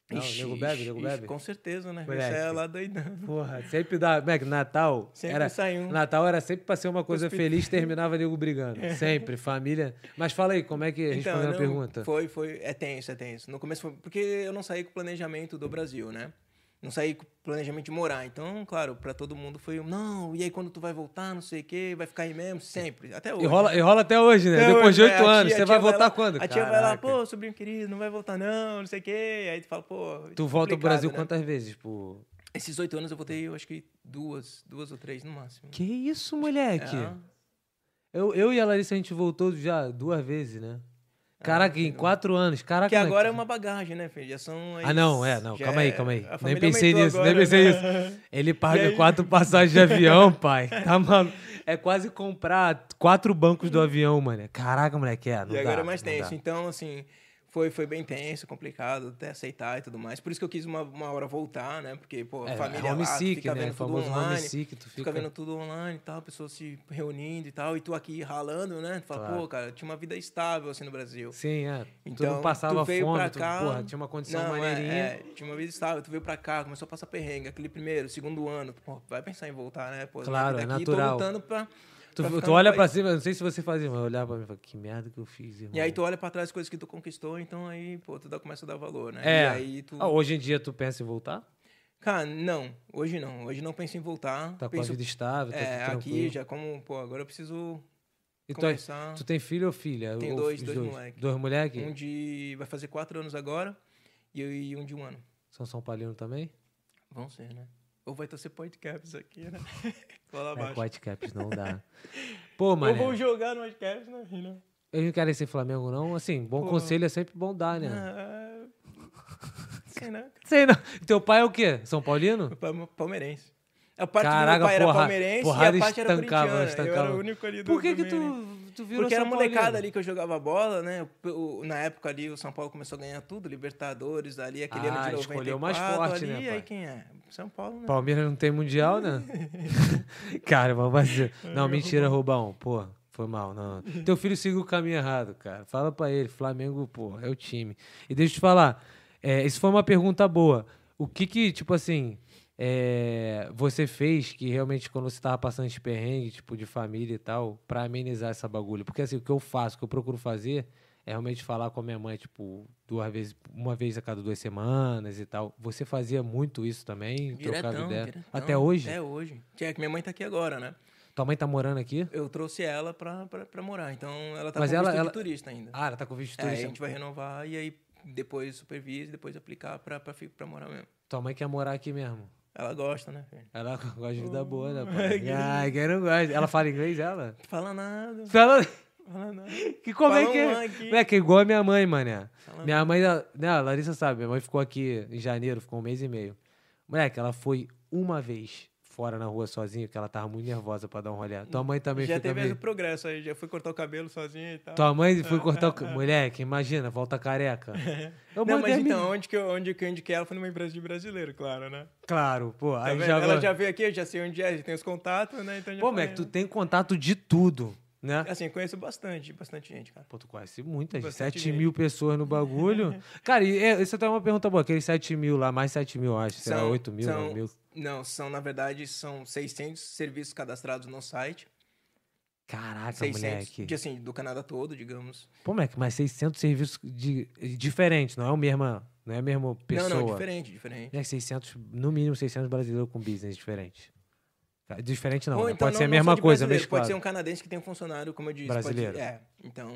Não,
Ixi,
nego bebe,
ixi,
nego
ixi,
bebe.
Com certeza, né?
Moleque.
Isso é lá doidão.
Porra, sempre dá. Mac, Natal.
Sempre
era,
sai um.
Natal era sempre pra ser uma coisa feliz,
[laughs]
terminava nego brigando. Sempre, família. Mas fala aí, como é que. Respondendo a
Então, não,
pergunta.
Foi, foi. É tenso, é tenso. No começo foi. Porque eu não saí com o planejamento do Brasil, né? Não saí com o planejamento de morar. Então, claro, pra todo mundo foi. um, Não, e aí quando tu vai voltar, não sei o quê, vai ficar aí mesmo, sempre. Até hoje.
E rola, e rola até hoje, né?
Até
Depois
hoje,
de
né?
oito
A
anos.
tia-
Você
a
vai
tia
voltar
lá-
quando?
A tia vai lá,
Caraca.
pô, sobrinho querido, não vai voltar não, não sei o quê. Aí tu fala, pô.
Tu volta ao
complicado,
Brasil tá
né?
quantas vezes, tipo? pô?
Esses oito anos eu voltei, eu acho que duas, duas ou três no máximo.
Que Tá isso, moleque?
É.
Eu, eu e a Larissa, a gente voltou já duas vezes, né? Caraca, em
entendeu.
quatro anos. Caraca,
Ah, tá. Que agora é
né?
uma bagagem, né, filho? Já são. aí-
Ah, não, é, não.
já
Calma aí,
é-
calma aí.
a
Nem
família
pensei
aumentou
nisso, nem
agora,
pensei
né?
nisso.
[laughs]
Ele paga
aí?
quatro passagens de avião, pai. Tá, mano? É quase comprar quatro bancos do avião, mano. Caraca, moleque, é. Não
Hum. e agora
dá,
é mais
não
tenso.
dá.
Então, assim, foi, foi bem tenso, complicado até aceitar e tudo mais. Por isso que eu quis uma, uma hora voltar, né? Porque, pô,
É,
família
home
lá, tu
sick,
fica
né?
vendo
O
tudo
famoso home
online.
sick, tu
tu
fica-
fica vendo tudo online e tal, pessoas se reunindo e tal. E tu aqui ralando, né? Tu fala,
Claro.
pô, cara, eu tinha uma vida estável, assim, no Brasil.
Sim, é. tu
Então,
não passava
tu veio
fome,
pra
tu,
cá,
porra, tinha uma condição
não, é,
maneirinha.
É, tinha uma vida estável, tu veio pra cá, começou a passar perrengue, aquele primeiro, segundo ano, tu, pô, vai pensar em voltar, né? Pô, minha
Claro,
vida
é
aqui,
natural.
Tô lutando pra,
Tu,
pra
tu
ficar no
olha pra
país.
cima, eu não sei se você fazia, mas eu olhava pra mim e falava, que merda que eu fiz, irmão.
E aí tu olha pra trás as coisas que tu conquistou, então aí, pô, tu dá, começa a dar valor, né?
É.
E aí tu...
Ah, hoje em dia tu pensa em voltar?
Cara, não, hoje não. Hoje não penso em voltar.
Tá com
penso...
a vida estável, tá
É,
tudo tranquilo.
aqui já como, pô, agora eu preciso
e tu, é-
começar...
tu tem filho ou filha?
Tenho
Ou
dois,
os
dois moleque.
Dois moleque?
Um de... vai fazer quatro anos agora e, eu- e um de um ano.
São São Paulino também?
Vão ser, né? Ou vai torcer podcaps aqui, né? [laughs] Lá lá
É,
abaixo.
com Whitecaps não
[laughs]
dá. Pô,
Ou
mano,
vou jogar no podcast, né? Rina?
eu não quero ser Flamengo, não. Assim, bom
Pô.
conselho é sempre bom dar, né?
Ah, sei não.
Sei não. Teu pai é o quê? São Paulino?
Meu pai é palmeirense. A parte do
Caraca,
meu pai era
porra-
palmeirense
porrada
e a parte era
estancava,
corintiana. Eu
estancava.
era o único ali do
Por que
do
que
meio, né?
tu, tu virou
Porque era
São Paulino?
molecada ali que eu jogava bola, né? O- o- na época ali o São Paulo começou a ganhar tudo, Libertadores, ali, aquele ano
Ah,
de 94.
escolheu mais forte,
ali,
né, pai?
Aí quem é? São Paulo, né?
Palmeiras não tem mundial, né? [laughs] cara, mas vacilo. Não, mentira, Rubão. Pô, foi mal, não. Teu filho seguiu o caminho errado, cara. Fala pra ele, Flamengo, pô, é o time. E deixa eu te falar, é, isso foi uma pergunta boa. O que que, tipo assim, é, você fez que realmente quando você tava passando esse perrengue, tipo, de família e tal, pra amenizar essa bagulho? Porque assim, o que eu faço, o que eu procuro fazer é realmente falar com a minha mãe, tipo, duas vezes, uma vez a cada duas semanas e tal. Você fazia muito isso também, trocava ideia.
diretão,
Até hoje?
Até hoje. Tinha que minha mãe tá aqui agora, né?
Tua mãe tá morando aqui?
Eu trouxe ela pra, pra, pra morar, então ela tá
Mas
com
ela-
visto
ela-
de turista ainda.
Ah, ela tá com visto de
É, aí a
turista.
gente vai renovar e aí depois supervisa, depois aplicar pra, pra, fi- pra morar mesmo.
Tua mãe quer morar aqui mesmo.
Ela gosta, né, filho?
Ela [laughs] gosta de vida boa, né, pai? Ai, quem não gosta? Ela fala inglês, ela?
Fala nada,
Fala...
fala nada.
Que como
Fala
é
um
que é?
aqui.
Moleque, é igual a minha mãe, mané.
Fala um
Minha mãe, ela- né, a Larissa sabe, minha mãe ficou aqui em janeiro, ficou um mês e meio. Moleque, ela foi uma vez fora na rua sozinha, porque ela tava muito nervosa pra dar um rolê. Tua mãe também
já
fica
teve
meio...
o progresso aí, já fui cortar o cabelo sozinha e tal.
Tua mãe foi
[laughs]
cortar o... ca- Moleque, imagina, volta careca. Eu mandei
Não, mas
a menina-
então, onde que, eu, onde que eu indiquei ela foi numa empresa de brasileiro, claro, né?
Claro, pô.
Tá
Aí
vendo?
já...
Ela já veio aqui, eu já sei onde é, já tem os contatos, né? Então já
Pô,
falei,
moleque, tu
né?
tem contato de tudo, né?
Assim, conheço bastante, bastante gente, cara.
Pô, tu conhece muita gente.
Bastante
7
gente.
mil pessoas no
[laughs]
bagulho. Cara, e é, isso até é uma pergunta boa. Aqueles 7 mil lá, mais 7 mil, eu acho. Será 8 mil,
são-
9 mil.
Não, são, na verdade, são 600 serviços cadastrados no site.
Caraca,
600,
moleque.
de, assim, do Canadá todo, digamos.
Pô, moleque, mas 600 serviços de, diferentes, não é o mesma, não é a mesma pessoa.
Não, não, diferente, diferente.
É 600, no mínimo 600 brasileiros com business diferente. Tá, Diferente não,
Ou
né?
então
pode
não-
ser a
não
mesma
só de
coisa,
brasileiro,
mesclado.
Pode ser um canadense que tem um funcionário, como eu disse. pode-
Brasileiro.
é, então...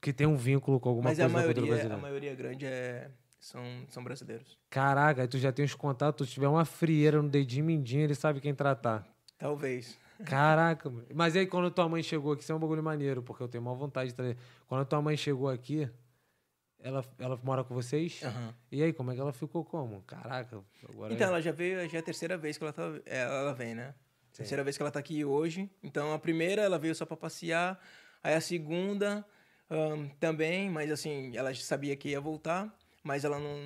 Que tem um vínculo com alguma
mas
coisa
a
na cultura
maioria, é a
brasileira.
maioria grande é, são, são brasileiros.
Caraca, aí tu já tem os contatos, tu tiver uma frieira no dedinho mindinho, ele sabe quem tratar.
Talvez.
Caraca, mano. Mas aí quando tua mãe chegou aqui, isso é um bagulho maneiro, porque eu tenho maior vontade de trazer. Quando tua mãe chegou aqui, ela, ela mora com vocês?
Aham.
E aí, como é que ela ficou como? Caraca, agora.
Então, ela já veio, já é a terceira vez que ela, tá, é, ela vem, né? Terceira vez que ela tá aqui hoje. Então, a primeira ela veio só pra passear. Aí a segunda ahn, também, mas assim, ela já sabia que ia voltar. Mas ela não...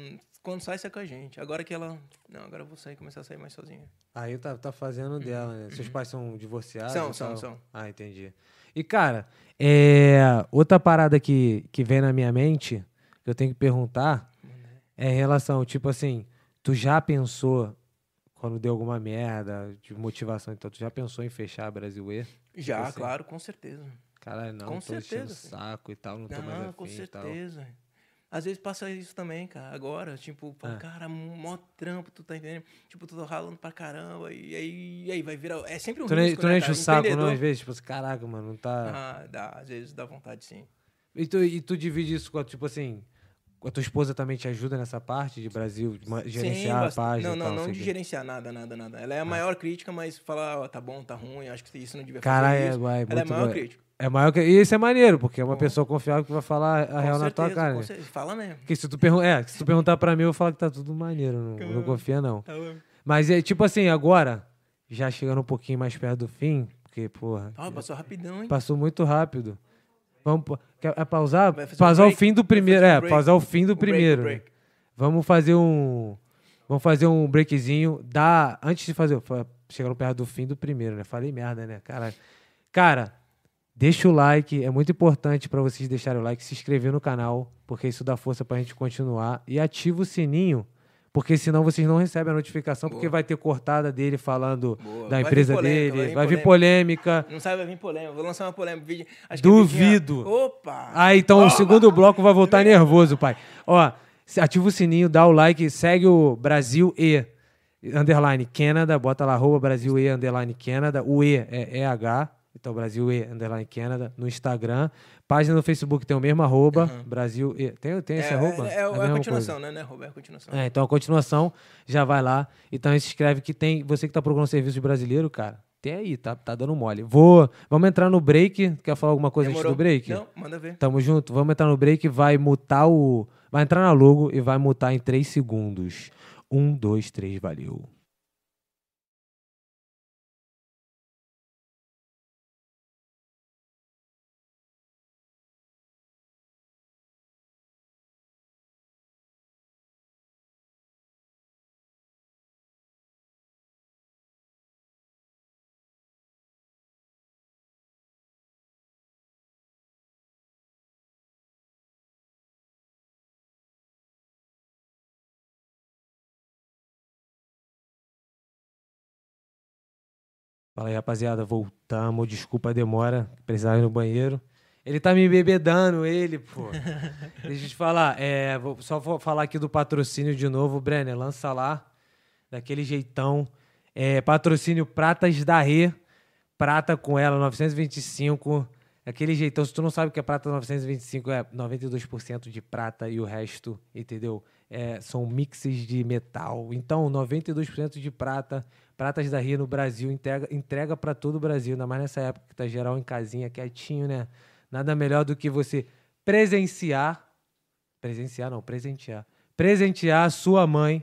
Quando sai, sai com a gente. Agora que ela... Não, agora eu vou sair, começar a sair mais sozinha.
Aí tá, tá fazendo dela, né? Seus pais são divorciados?
Uhum. São,
e
são,
tal?
são.
Ah, entendi. E, cara, é, outra parada que, que vem na minha mente, que eu tenho que perguntar, é em relação, tipo assim, tu já pensou, quando deu alguma merda, de motivação, então, tu já pensou em fechar a Brasil
Já,
Você?
claro, com certeza.
Caralho, não,
Com
tô enchendo o
certeza, filho.
saco e tal, não tô mais
Ah,
afim
com
e tal.
certeza. Às vezes passa isso também, cara. Agora, tipo, fala,
Ah.
cara, mó trampo, tu tá entendendo? Tipo, tu tá ralando pra caramba. E aí, e aí vai virar. É sempre um
Tu, nem,
risco,
tu
né,
não enche
cara?
o saco, não,
Empreendedor.
às vezes? Tipo assim, caraca, mano, não tá...
Ah, dá, às vezes dá vontade sim.
E tu, e tu divide isso com a, tipo assim, a tua esposa também te ajuda nessa parte de Brasil, de ma- gerenciar a
bast-
página
Não,
e
não,
tal,
não
sei
de
o quê? Ah.
gerenciar nada, nada, nada. Ela é a maior crítica, mas fala, ó, tá bom, tá ruim, acho que isso não devia
Cara,
fazer
é,
isso.
vai,
Ela é a
muito
maior
boa.
crítica.
É maior que... E isso é maneiro, porque é uma
Com-
pessoa confiável que vai falar a
Com
real na tua
certeza,
cara.
com
né?
certeza. Fala mesmo.
Porque se tu, pergun é, se tu perguntar pra mim, eu falo que tá tudo maneiro, não, não
Caramba.
confia não.
Tá louco.
Mas é tipo assim, agora, já chegando um pouquinho mais perto do fim, porque, porra,
Ó, passou rapidão, hein?
passou muito rápido. Vamos... pa- Quer, é pausar?
Vai fazer um
Pausar o
break?
fim do
Vai
primeiro.
fazer um
É,
break.
pausar o fim do
O break, o
primeiro.
break.
Vamos fazer um. Vamos fazer um breakzinho. Da, antes de fazer. fa- Chegar no perto do fim do primeiro, né? Falei merda, né? Caralho. Cara, deixa o like. É muito importante pra vocês deixarem o like, se inscrever no canal, porque isso dá força pra gente continuar. E ativa o sininho, porque senão vocês não recebem a notificação, porque
Boa.
vai ter cortada dele falando
Boa.
da
Vai vir
empresa
polêmica,
dele,
vai vir
vai vir polêmica.
Não sabe, vai vir polêmica. Vou lançar uma polêmica. Vídeo, acho que é
Duvido.
vidinha. Opa!
Ah, então o segundo bloco vai voltar nervoso, pai. Ó, se- ativa o sininho, dá o like, segue o Brasil E underline Canada, bota lá arroba Brasil E underline Canada, o E é EH, então Brasil E underline Canada no Instagram, página no Facebook tem o mesmo arroba, Brasil E, tem, tem esse arroba?
É, é, é,
a
a
mesma coisa.
continuação, né, né, Roberto? É a continuação.
É, então a continuação já vai lá. Então se inscreve que tem. Você que tá procurando serviço brasileiro, cara, tem aí, tá, tá dando mole. Vou. Vamos entrar no break. Quer falar alguma coisa é antes do break?
Não, manda ver.
Tamo junto, vamos entrar no break, vai mutar o. Vai entrar na logo e vai mutar em 3 segundos. Um, dois, três, valeu. Fala aí, rapaziada, voltamos, desculpa a demora, precisava ir no banheiro. Ele tá me bebedando, ele, pô. Deixa eu te falar, é, vou- só vou falar aqui do patrocínio de novo, Brenner, lança lá, daquele jeitão. É, patrocínio Pratas da Rê, prata com ela, 925, aquele jeitão. Se tu não sabe o que é prata 925, é 92% de prata e o resto, entendeu? É, são mixes de metal. Então, 92% de prata, Pratas da Rê no Brasil, entrega, entrega para todo o Brasil, ainda mais nessa época que tá geral em casinha, quietinho, né? Nada melhor do que você presenciar. Presenciar, não, presentear. Presentear a sua mãe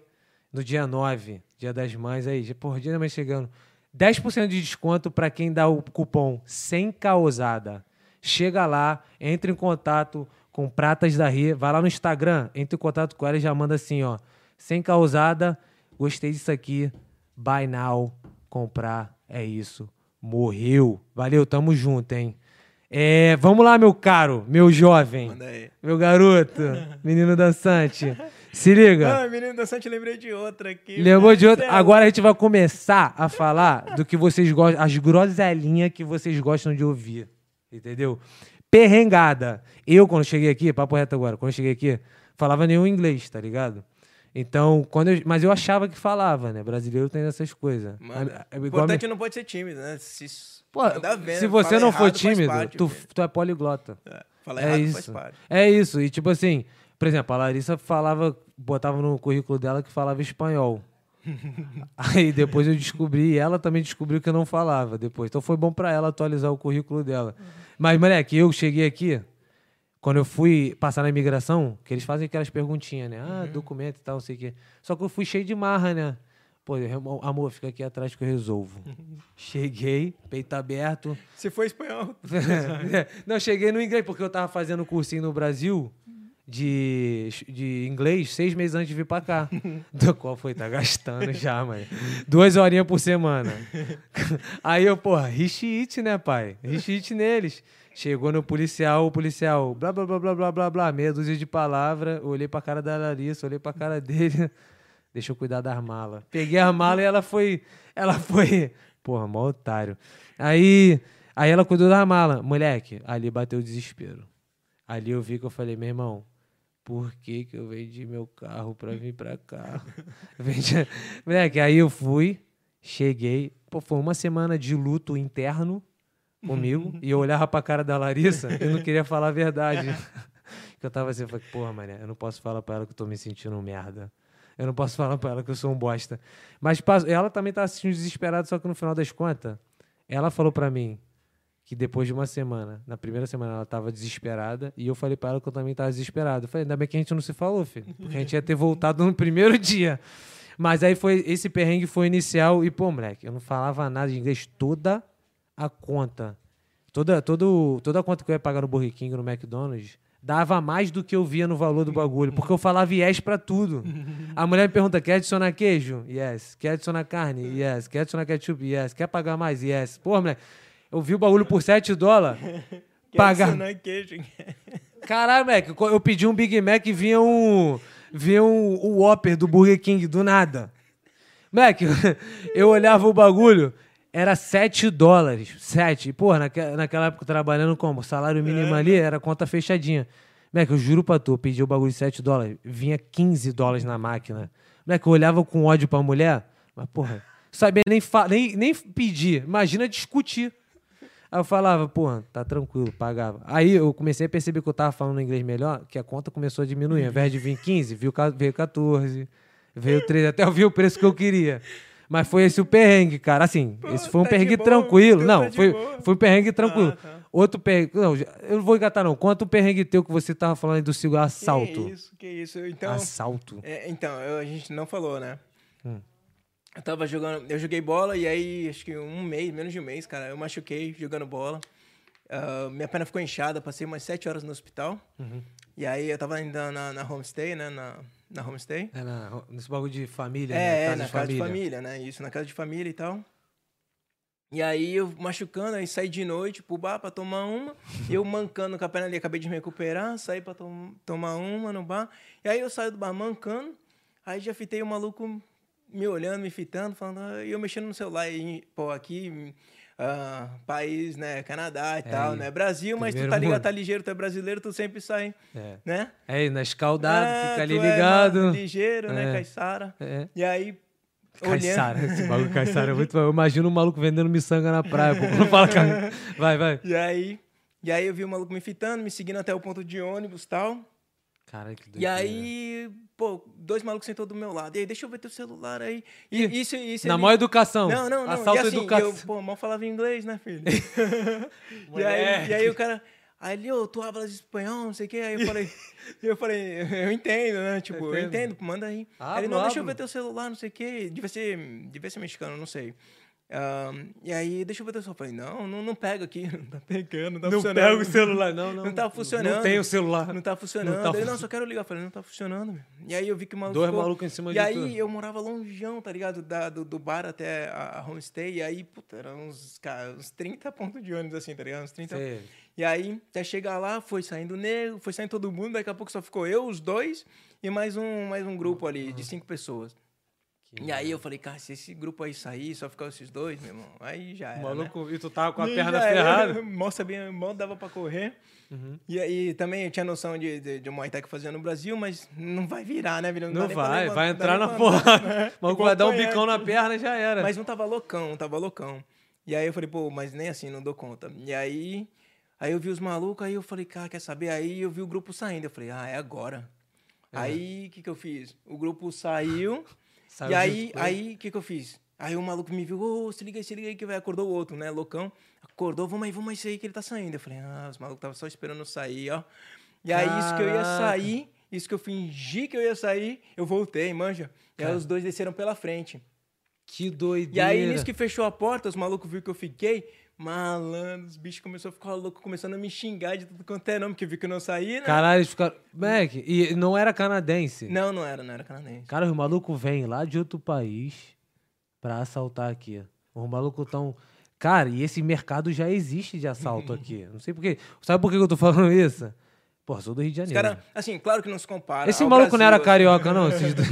no dia 9, dia das mães, aí, já- porra, dia da mãe chegando. 10% de desconto para quem dá o cupom sem causada. Chega lá, entra em contato com Pratas da Ria, vai lá no Instagram, entra em contato com ela e já manda assim, ó. Sem causada, gostei disso aqui, buy now, comprar, é isso. Morreu. Valeu, tamo junto, hein? É, vamos lá, meu caro, meu jovem.
Manda aí.
Meu garoto, menino dançante, se liga.
Ah, menino dançante, lembrei de outra aqui.
Lembrou de
Meu
outra?
Deus.
Agora a gente vai começar a falar do que vocês gostam, as groselinhas que vocês gostam de ouvir, entendeu? Perrengada. Eu, quando cheguei aqui, papo reto agora, quando eu cheguei aqui, falava nenhum inglês, tá ligado? Então, quando eu, mas eu achava que falava, né? Brasileiro tem essas coisas.
Mano,
A- a-
o
igual a minha-
importante não pode ser tímido, né? Se,
Pô,
manda ver,
se
né?
você
Fala
não for
errado, faz
tímido,
parte,
tu,
filho.
tu é poliglota.
É, Fala
É
errado, faz
isso.
parte.
É isso. E tipo assim, por exemplo, a Larissa falava, botava no currículo dela que falava
[laughs]
espanhol. Aí depois eu descobri, e ela também descobriu que eu não falava depois. Então foi bom pra ela atualizar o currículo dela.
Uhum.
Mas, moleque, eu cheguei aqui, quando eu fui passar na imigração, que eles fazem aquelas perguntinhas, né?
Uhum.
Ah, documento e tal, não sei o quê. Só que eu fui cheio de marra, né? Pô, eu, irmão, amor, fica aqui atrás que eu
[laughs]
resolvo. Cheguei, peito aberto.
Se for espanhol, [laughs]
[laughs] não, cheguei no inglês, porque eu tava fazendo um cursinho no Brasil de, de inglês seis meses antes de vir pra cá. Do qual foi, tá gastando já, mano. Duas horinhas por semana. Aí eu, porra, rich né, pai? Rich it neles. Chegou no policial, o policial, blá, blá, blá, blá, blá, blá, blá, meia dúzia de palavra. Eu Olhei pra cara da Larissa, olhei pra cara dele. Deixa eu cuidar das malas. Peguei a mala e ela foi. Ela [laughs] foi. Porra, mó otário. Aí, aí ela cuidou da mala. Moleque, ali bateu o desespero. Ali eu vi que eu falei, meu irmão, por que, que eu vendi meu carro pra vir pra cá? [laughs] Vendi- Moleque, aí eu fui, cheguei. Pô, foi uma semana de luto interno comigo. e eu olhava pra cara da Larissa e não queria falar a verdade. [laughs] que eu tava assim, eu falei, porra, mané, eu não posso falar pra ela que eu tô me sentindo um merda. Eu não posso falar pra ela que eu sou um bosta. Mas passo- ela também tava se sentindo desesperada, só que no final das contas, ela falou pra mim que depois de uma semana, na primeira semana ela tava desesperada, e eu falei pra ela que eu também tava desesperado. Eu falei, ainda bem que a gente não se falou, filho, porque a gente ia ter voltado no primeiro [laughs] dia. Mas aí foi, esse perrengue foi inicial, e pô, moleque, eu não falava nada de inglês toda a conta. Toda, todo, toda a conta que eu ia pagar no Burger King, no McDonald's, dava mais do que eu via no valor do bagulho, porque eu falava yes pra tudo. A mulher me pergunta, quer adicionar queijo? Yes. Quer adicionar carne? Yes. Quer adicionar ketchup? Yes. Quer pagar mais? Yes. Porra, moleque, eu vi o bagulho por 7 dólares, pagar...
Não é queijo.
Caralho, moleque, co- eu pedi um Big Mac e vinha um. Vinha um, um Whopper do Burger King, do nada. Moleque, [laughs] eu olhava o bagulho, era 7 dólares. 7. E, Porra, naque- naquela época trabalhando como? Salário mínimo ali era conta fechadinha. Moleque, eu juro pra tu, eu pedi o bagulho de 7 dólares, vinha 15 dólares na máquina. Moleque, eu olhava com ódio pra mulher, mas porra, sabia nem, fa- nem, nem pedir, imagina discutir. Aí eu falava, porra, tá tranquilo, pagava. Aí eu comecei a perceber que eu tava falando inglês melhor, que a conta começou a diminuir. Ao invés de vir 15, viu, ca- veio 14,
[laughs]
veio 13, até eu vi o preço que eu queria. Mas foi esse o perrengue, cara. Assim, esse foi um
tá de
perrengue
boa,
tranquilo.
então
Não,
tá de
foi,
boa.
foi um perrengue tranquilo.
Ah, tá.
Outro perrengue. Não, já- eu não vou engatar, não. Conta o perrengue teu que você tava falando aí do cigarro
Que
assalto.
isso, que isso. Então,
assalto.
é, então eu- a gente não falou, né?
Hum.
Eu tava jogando, eu joguei bola e aí, acho que um mês, menos de um mês, cara, eu machuquei jogando bola. Ah, minha perna ficou inchada, passei umas sete horas no hospital.
Uhum.
E aí eu tava ainda na, na homestay, né? Na, na homestay.
É, na- nesse bagulho de família, né?
É, é,
Casa
na
de
casa de
família.
família, né? Isso, na casa de família e tal. E aí eu machucando, aí saí de noite pro bar pra
[laughs]
tomar uma. eu mancando com a perna ali, acabei de me recuperar, saí pra tom- tomar uma no bar. E aí eu saio do bar mancando, aí já fitei o maluco me olhando, me fitando, falando, ah, e eu mexendo no celular, e, pô, aqui, ah, país, né, Canadá e tal, né, Brasil, mas tu
É primeiro
tá ligado,
mundo.
tá ligeiro, tu é brasileiro, tu sempre sai,
É.
né?
Aí, na escaldada,
Ah,
fica ali
tu é
ligado.
ma- ligeiro, né,
É.
Caissara.
É.
E aí,
Caissara,
olhando...
esse bagulho Caissara é muito bom. Eu imagino um maluco vendendo miçanga na praia. Pô, não fala, cara.
[laughs]
Vai, vai.
[laughs] E aí, e aí eu vi o maluco me fitando, me seguindo até o ponto de ônibus e tal.
Cara, que doido.
E aí, pô, dois malucos sentou do meu lado. E aí, deixa eu ver teu celular aí. E
Ih,
isso, isso
Na
ele-
maior educação.
Não, não, não.
Assalto
e assim,
educação.
eu, pô, mal falava inglês,
[laughs]
né, filho? e, aí, e aí o cara... Aí ele, ô, tu hablas espanhol, não sei o quê. Aí
[laughs]
eu falei, eu falei, eu entendo,
É
né? Tipo, eu
Entendo.
entendo, manda aí.
Hablo,
aí ele, não, deixa eu
hablo.
ver teu celular, não sei o quê. Devia ser, devia ser mexicano, não sei. Ahn, e aí, deixa eu ver teu celular. Eu falei, não, não, não pega aqui. [laughs] Não tá pegando, não tá
[laughs] Não
funcionando.
pega o celular, não, não.
Não tá funcionando.
Não tem o celular.
Não tá funcionando.
Não tá
Ele,
fun-
não, só quero ligar. Eu falei, não tá funcionando, meu. E aí eu vi que o maluco.
Dois
ficou-
malucos em cima
um e
de
aí
tudo.
eu morava longeão, tá ligado? Da- do, do bar até a, a homestay. E aí, puta, eram uns, cara, uns 30 pontos de ônibus, assim, tá ligado? Uns 30.
Sei.
E aí, até chegar lá, foi saindo negro, foi saindo todo mundo. Daqui a pouco só ficou eu, os dois, e mais um, mais um grupo ali, de cinco pessoas. e aí eu falei, cara, se esse grupo aí sair, só ficar esses dois, meu irmão, aí já era.
O
né?
maluco, e tu tava com a
E
perna
já era, [laughs]
ferrada. Uhum.
Mal sabia, mal dava pra correr. E aí também eu tinha noção de, de, de Muay Thai que eu fazia no Brasil, mas não vai virar, né, Virão?
Não
dá nem pra
vai,
levantar,
vai
dá
entrar
nem
na
pra-
porra. [laughs] O maluco
Igual
vai dar um
conhaque.
bicão na perna e já era.
Mas não tava loucão, não tava loucão. E aí eu falei, pô, mas nem assim, não dou conta. E aí, aí eu vi os malucos, aí eu falei, cara, quer saber? Aí eu vi o grupo saindo, eu falei, ah, é agora.
É.
Aí, o que que eu fiz? O
[laughs]
grupo saiu,
Saiu
e
junto
aí,
com ele.
aí, o que que eu fiz? Aí o maluco me viu, ô, se liga aí, se liga aí, que vai, acordou o outro, né, loucão. Acordou, vamos aí, vamos aí, isso aí que ele tá saindo. Eu falei, ah, os malucos estavam só esperando eu sair, ó. E aí, isso que eu ia
Caraca.
sair, isso que eu fingi que eu ia sair, eu voltei, manja. E aí os dois desceram pela frente.
Que
E
doideira.
aí, nisso que fechou a porta, os malucos viram que eu fiquei. Malandro, os bichos começaram a ficar louco, começando a me xingar de tudo quanto é nome, porque viu que eu não saí, né?
Caralho, eles ficaram... Moleque, e não era canadense.
Não, não era, não era canadense.
Cara, os malucos vêm lá de outro país pra assaltar aqui. Os malucos tão... Cara, e esse mercado já existe de
[laughs]
assalto aqui. Não sei por quê. Sabe por que eu tô falando isso? Porra, sou do Rio de
Os
Janeiro.
caras, assim, claro que não se compara.
Esse
ao
maluco não era
Brasil, assim.
carioca, não.
[laughs]
Esses dois...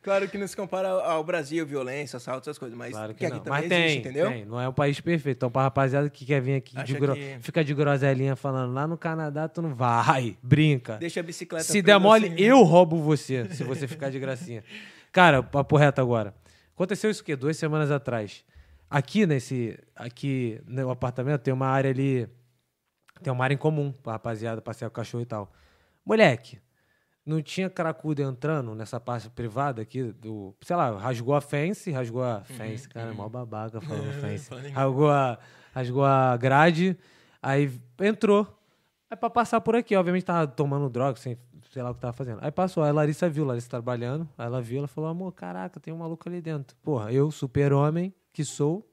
Claro que não se compara ao- ao Brasil, violência, assalto, essas coisas, mas
Claro que,
aqui
não.
também
Mas
existe,
tem,
entendeu?
tem. Não é um país perfeito. Então, pra rapaziada que quer vir aqui de
Acha
gro...
que-
fica de groselinha falando lá no Canadá, tu não vai. [laughs] Brinca.
Deixa a bicicleta.
se
presa
der mole,
assim, né?
eu roubo você, se você ficar de gracinha. Cara, papo reto agora. Aconteceu isso o quê? Duas semanas atrás. Aqui nesse. Aqui no apartamento tem uma área ali. Tem uma área em comum pra rapaziada passear com o cachorro e tal. Moleque, não tinha cracudo entrando nessa parte privada aqui do. Sei lá, rasgou a fence, rasgou a fence. cara, é mó babaca falando fence. Rasgou a, rasgou a grade, aí entrou. Aí pra passar por aqui, obviamente tava tomando droga, sem, sei lá o que tava fazendo. Aí passou, aí a Larissa viu, Larissa trabalhando, aí ela viu, ela falou, amor, caraca, tem um maluco ali dentro. Porra, eu, super-homem, que sou,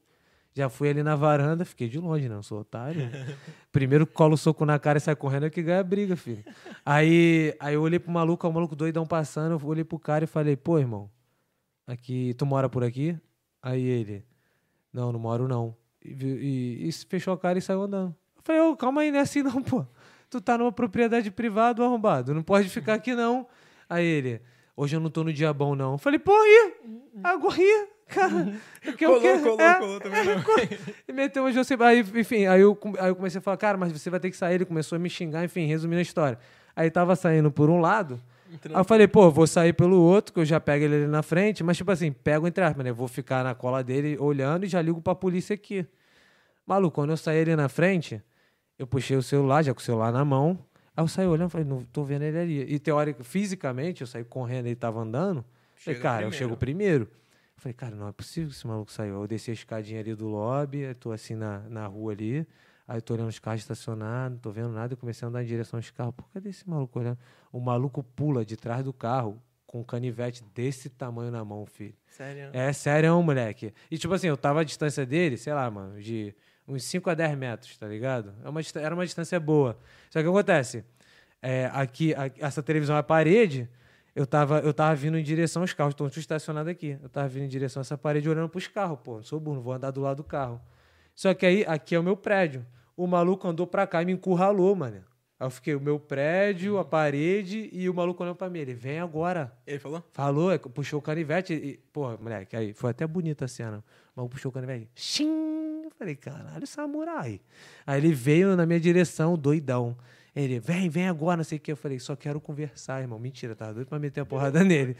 já fui ali na varanda, fiquei de longe, né? Não sou
[laughs]
otário. Primeiro que cola o soco na cara e sai correndo é que ganha a briga, filho. Aí, aí eu olhei pro maluco, o maluco doidão passando, eu olhei pro cara e falei, pô, irmão, aqui, tu mora por aqui? Aí ele, não, não moro não. E, vi- e- e se fechou a cara e saiu andando. Eu falei, ô, calma aí, não é assim não, pô. Tu tá numa propriedade privada, ô arrombado, não pode ficar aqui não. Aí ele, hoje eu não tô no dia bom não. Eu falei, pô, aí, agora aí, cara. Que, eu
Uhum. Colou,
que,
colou,
é,
colou também. né? não.
e meteu hoje você. Aí, enfim, aí eu, com- aí eu comecei a falar, cara, mas você vai ter que sair. Ele começou a me xingar, enfim, resumindo a história. Aí tava saindo por um lado. Aí eu falei, pô, vou sair pelo outro, que eu já pego ele ali na frente, mas tipo assim, pego entre aspas, né? Vou ficar na cola dele olhando e já ligo pra polícia aqui. Maluco, quando eu saí ali na frente, eu puxei o celular, já com o celular na mão. Aí eu saí olhando e falei, não tô vendo ele ali. E teórico, fisicamente, eu saí correndo, ele tava andando. falei,
Chega
cara, eu
primeiro.
chego primeiro. Eu falei, cara, não é possível que esse maluco saiu. Aí Eu desci a escadinha ali do lobby, aí tô assim na, na rua ali. Aí eu tô olhando os carros estacionados, não tô vendo nada. Eu comecei a andar em direção aos carros. Pô, cadê esse maluco olhando? O maluco pula de trás do carro com um canivete desse tamanho na mão, filho.
Sério.
É [laughs] sério, moleque. E tipo assim, eu tava à distância dele, sei lá, mano, de uns 5 a 10 metros, tá ligado? É uma dista- era uma distância boa. Só que acontece, é, aqui, a- essa televisão é a parede, eu tava, eu tava vindo em direção aos carros, então eu tô estacionado aqui. Eu tava vindo em direção a essa parede olhando pros carros, pô, não sou burro, não vou andar do lado do carro. Só que aí, aqui é o meu prédio. O maluco andou pra cá e me encurralou, mano. Aí eu fiquei o meu prédio, a parede e o maluco olhando pra mim. Ele, vem agora.
Ele falou?
Falou, é, puxou o canivete e, e- porra, moleque, aí foi até bonita a cena. O maluco puxou o canivete. Xim! Eu falei, caralho, samurai. Aí ele veio na minha direção, doidão. Ele, vem, vem agora, não sei o que. Eu falei, só quero conversar, irmão. Mentira, tava doido pra meter a
[laughs]
porrada nele.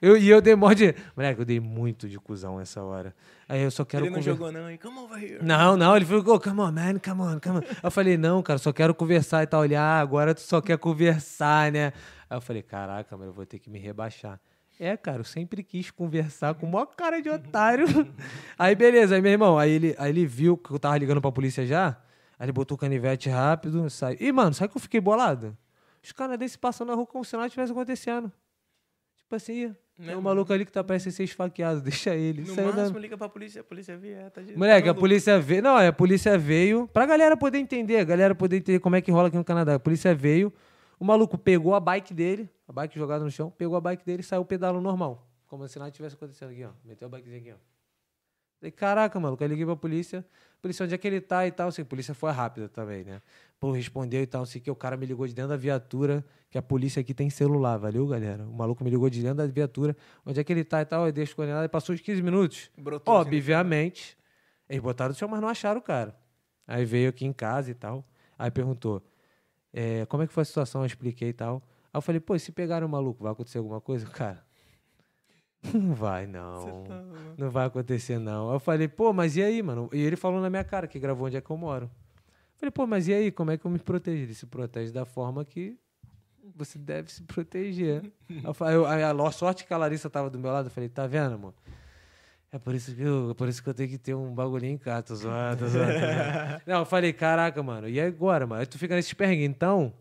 Eu, e eu dei mó de. Moleque, eu dei muito de cuzão essa hora. Aí eu só quero
ele não
conver-
jogou, não. Ele, come over here.
não, não, ele falou, oh, come on, man, come on, come on. Eu falei, não, cara, só quero conversar e tal. Ele, ah, agora tu só quer conversar, né? Aí eu falei, caraca, mano, eu vou ter que me rebaixar. É, cara, eu sempre quis conversar com o maior cara de otário.
[laughs]
aí, beleza, aí, meu irmão, aí ele, aí ele viu que eu tava ligando pra polícia já, aí ele botou o canivete rápido, saiu. Ih, mano, sabe que eu fiquei bolado? Os canadenses passando na rua como se nada tivesse acontecendo. Tipo assim, é um
Não.
maluco ali que tá parecendo ser esfaqueado, [laughs] deixa ele.
No
Saiu
máximo,
andando.
liga pra polícia, a polícia vier, tá de-
é Moleque,
tá
a
maluco.
polícia veio. Não, é, a polícia veio. Pra galera poder entender, a galera poder entender como é que rola aqui no Canadá. A polícia veio, o maluco pegou a bike dele, a bike jogada no chão, pegou a bike dele e saiu pedalo normal. Como se nada tivesse acontecendo aqui, ó. Meteu a bikezinha aqui, ó. Falei, caraca, maluco. Aí liguei pra polícia. Polícia, onde é que ele tá e tal? Assim, a polícia foi rápida também, né? Pô, respondeu e tal. Assim, que o cara me ligou de dentro da viatura, que a polícia aqui tem celular, valeu, galera? O maluco me ligou de dentro da viatura, onde é que ele tá e tal. Aí deixa coordenada e passou os 15 minutos.
Brotou assim, né?
Obviamente. Eles botaram no chão, mas não acharam o cara. Aí veio aqui em casa e tal. Aí perguntou: é, como é que foi a situação? Eu expliquei e tal. Aí eu falei: pô, e se pegaram o maluco, vai acontecer alguma coisa? [laughs] Cara, não vai não.
Tá maluco.
Não vai acontecer, não. Aí Eu falei, pô, mas e aí, mano? E ele falou na minha cara que gravou onde é que eu moro. Eu falei, pô, mas e aí, como é que eu me protejo? Ele se protege da forma que você deve se proteger. Aí eu falei- eu- aí a lo- sorte que a Larissa tava do meu lado, eu falei, tá vendo, amor? É por isso que eu, é por isso que eu tenho que ter um bagulhinho em casa, tô zoando, tô zoando, tô zoando. Não, eu falei, caraca, mano, e agora, mano? Aí tu fica nesse perrengue, então,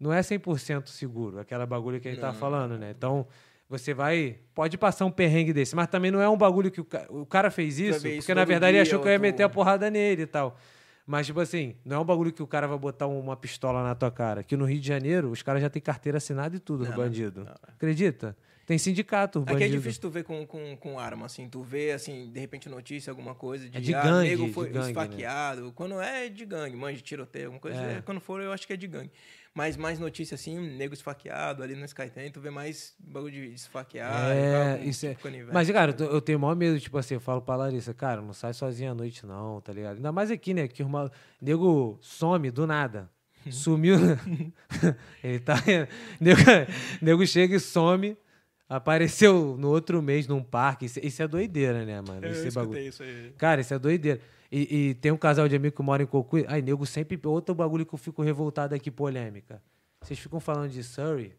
não é 100% seguro, aquela bagulho que a gente tava falando, né? Então, você vai, pode passar um perrengue desse, mas também não é um bagulho que o, ca- o cara fez isso,
vê isso
porque na
todo
verdade ele
dia,
achou que eu ia
tu-
meter a porrada nele e tal. Mas, tipo assim, não é um bagulho que o cara vai botar uma pistola na tua cara. Que no Rio de Janeiro, os caras já têm carteira assinada e tudo, os bandidos. Acredita? Tem sindicato, os
Aqui é
bandidos.
difícil tu ver com, com, com arma, assim. Tu vê, assim, de repente notícia, alguma coisa de,
É de
ah,
gangue,
nego
de
foi
gangue, né?
esfaqueado. Quando é de gangue, manja de tiroteio, alguma coisa.
É.
Quando for, eu acho que é de gangue. Mas mais notícia, assim, nego esfaqueado ali no Skytrain, tu vê mais bagulho de esfaqueado. e
É,
tal, com-
isso é.
com né? canivete.
Mas, cara, eu tô- eu tenho o maior medo, tipo assim, eu falo pra Larissa, cara, não sai sozinha à noite, não, tá ligado? Ainda mais aqui, né? Que o mal... nego some do nada.
Uhum.
Sumiu. né?
[laughs]
Ele tá. Nego, nego chega e some. Apareceu no outro mês num parque. Isso, isso é doideira, né, mano?
Eu
Esse
escutei
bagulho.
isso aí.
Cara, isso é doideira. E, e tem um casal de amigo que mora em Cocuí. Ai, nego, sempre. Outro bagulho que eu fico revoltado aqui, polêmica. Vocês ficam falando de Surrey.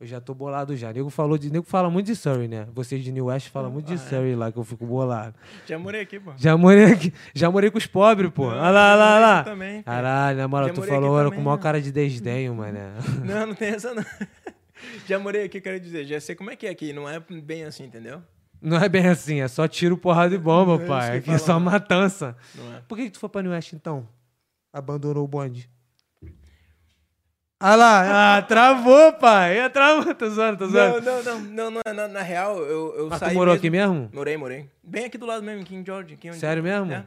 Eu já tô bolado já. Nego falou de. Nego fala muito de Surrey, né? Vocês de New West falam muito
Ah, é.
de Surrey lá, que eu fico bolado.
Já morei aqui, pô.
Já morei aqui. Já morei com os pobres, pô. Olha lá, olha lá, olha lá.
Eu também, cara.
Caralho, na moral,
Já
tu
morei
falou
aqui
era com
também,
maior
né?
cara de desdenho, mané.
[laughs]
[laughs]
Não, não tem essa não. [laughs] Já morei aqui, quero dizer. Já sei como é que é aqui. Não é bem assim, entendeu?
Não é bem assim, é só tiro, porrada e bomba,
É isso que
pai.
eu
Aqui é só
falava.
matança.
Não é.
Por que, que tu foi pra New West, então? Abandonou o bonde. Ah lá, ah, travou, pai. Ah, Travou, tô zoando, tô zoando.
Não, não, não, não, não, é na, na real, eu, eu
Mas tu
saí
morou aqui mesmo?
Morei, morei. Bem aqui do lado mesmo, em King George. Aqui onde
Sério mesmo?
É.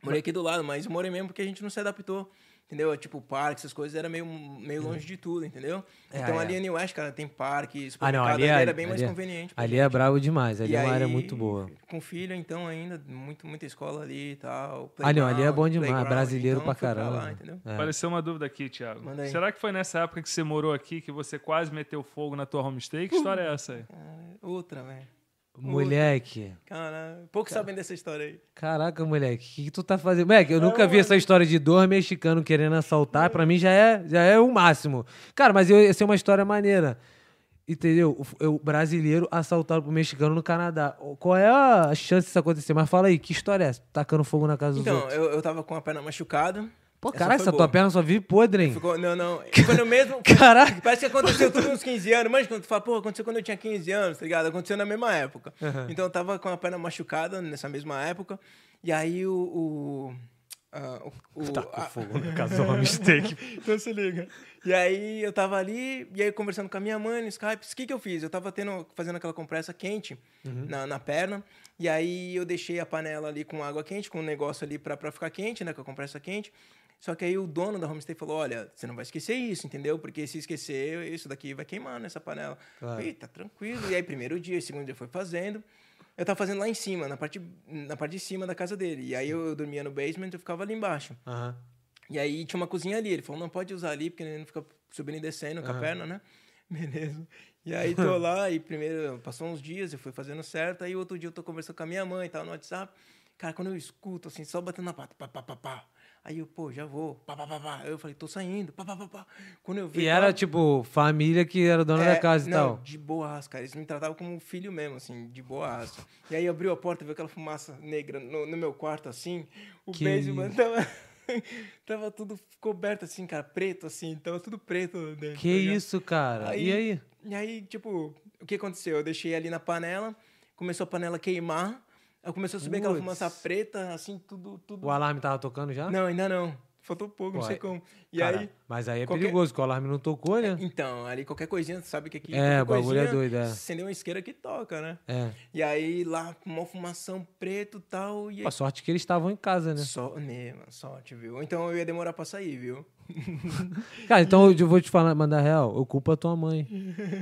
Morei aqui do lado, mas morei mesmo porque a gente não se adaptou. Entendeu? Tipo, parque, essas coisas, era meio, meio longe de tudo, entendeu?
É,
então
é.
ali em New West, cara, tem parque,
Ah, não,
supermercado,
ali, é-
era bem mais
ali é-
conveniente. pra
Ali
gente.
é brabo demais, ali
E
é uma área
aí,
muito boa.
Com filho, então, ainda, muito, muita escola ali e tal.
Ah, não, ali é bom
playground,
demais,
playground,
brasileiro pra
então, fui
caramba.
lá, entendeu?
É.
Apareceu uma dúvida aqui, Thiago.
Manda aí.
Será que foi nessa época que você morou aqui que você quase meteu fogo na tua homestay? Que história é essa aí?
Uhum.
Cara, Outra, velho.
Moleque.
Cara, poucos sabem dessa história aí.
Caraca, moleque, o que, que tu tá fazendo? Moleque, eu nunca vi essa história de dois mexicanos querendo assaltar. Pra mim já é, já é o máximo. Cara, mas eu, essa é uma história maneira. Entendeu? O, f- eu- brasileiro assaltado por mexicano no Canadá. O- Qual é a chance disso acontecer? Mas fala aí, que história é essa? Tacando fogo na casa dos
Então,
outros.
eu, eu tava com a perna machucada.
Pô,
Essa
caraca,
foi
essa
boa.
tua perna só vive podre, hein?
Ficou, não, não.
[laughs]
Foi no mesmo.
Caraca.
Parece que aconteceu tudo uns 15 anos. Mas quando tu fala, pô, aconteceu quando eu tinha 15 anos, tá ligado? Aconteceu na mesma época. Então eu tava com a perna machucada nessa mesma época. E aí o. o, ah, o, o a-
fogo na casa do
[laughs]
mistake.
então se liga. E aí eu tava ali, e aí conversando com a minha mãe no Skype. O que que eu fiz? Eu tava tendo, fazendo aquela compressa quente na, na perna. E aí eu deixei a panela ali com água quente, com um negócio ali pra, pra ficar quente, né? Com a compressa quente. Só que aí o dono da homestay falou: olha, você não vai esquecer isso, entendeu? Porque se esquecer, isso daqui vai queimar nessa panela.
Claro.
Ih, tá tranquilo. E aí, primeiro dia, segundo dia foi fazendo. Eu tava fazendo lá em cima, na parte, na parte de cima da casa dele. E aí eu dormia no basement, eu ficava ali embaixo.
Aham.
E aí tinha uma cozinha ali. Ele falou, não pode usar ali, porque ele não fica subindo e descendo com
Aham.
a perna, né? [laughs] Beleza.
[laughs]
E aí tô lá, e primeiro, passou uns dias, eu fui fazendo certo. Aí outro dia eu tô conversando com a minha mãe e tal, no WhatsApp. Cara, quando eu escuto, assim, só batendo na pata, pá, pá, pá, pá. Aí eu, pô, já vou, pá, pá, pá, pá. Eu falei, tô saindo, pá, pá, pá, pá. Quando eu vi...
E
tava-
era, tipo, família que era dona
é,
da casa e
não,
tal.
de boas, cara. Eles me tratavam como um filho mesmo, assim, de boas. E aí abriu a porta, viu aquela fumaça negra no, no meu quarto, assim. O
Que
beijo,
isso.
mano, tava, [laughs] tava tudo coberto, assim, cara, preto, assim. Tava tudo preto lá dentro.
Que
tá ligado?
isso, cara? E aí?
E aí, tipo, o que aconteceu? Eu deixei ali na panela, começou a panela a queimar. Aí começou a subir aquela
Puts.
fumaça preta, assim, tudo, tudo.
O alarme tava tocando já?
Não, ainda não. Faltou pouco,
Pô,
não sei
aí-
como. E
Cara,
aí.
Mas aí é
qualquer-
perigoso, que o alarme não tocou, né?
Então, ali qualquer coisinha, tu sabe que aqui.
É,
qualquer
o bagulho é
coisinha,
doido, é.
Acendeu uma isqueira que toca, né?
É.
E aí lá, uma fumação preto e tal. E aí,
É. A sorte que eles estavam em casa, né?
só, né, mano, sorte, viu? Ou Então eu ia demorar pra sair, viu?
Cara, então eu vou te falar, mandar real. Eu culpo a tua mãe.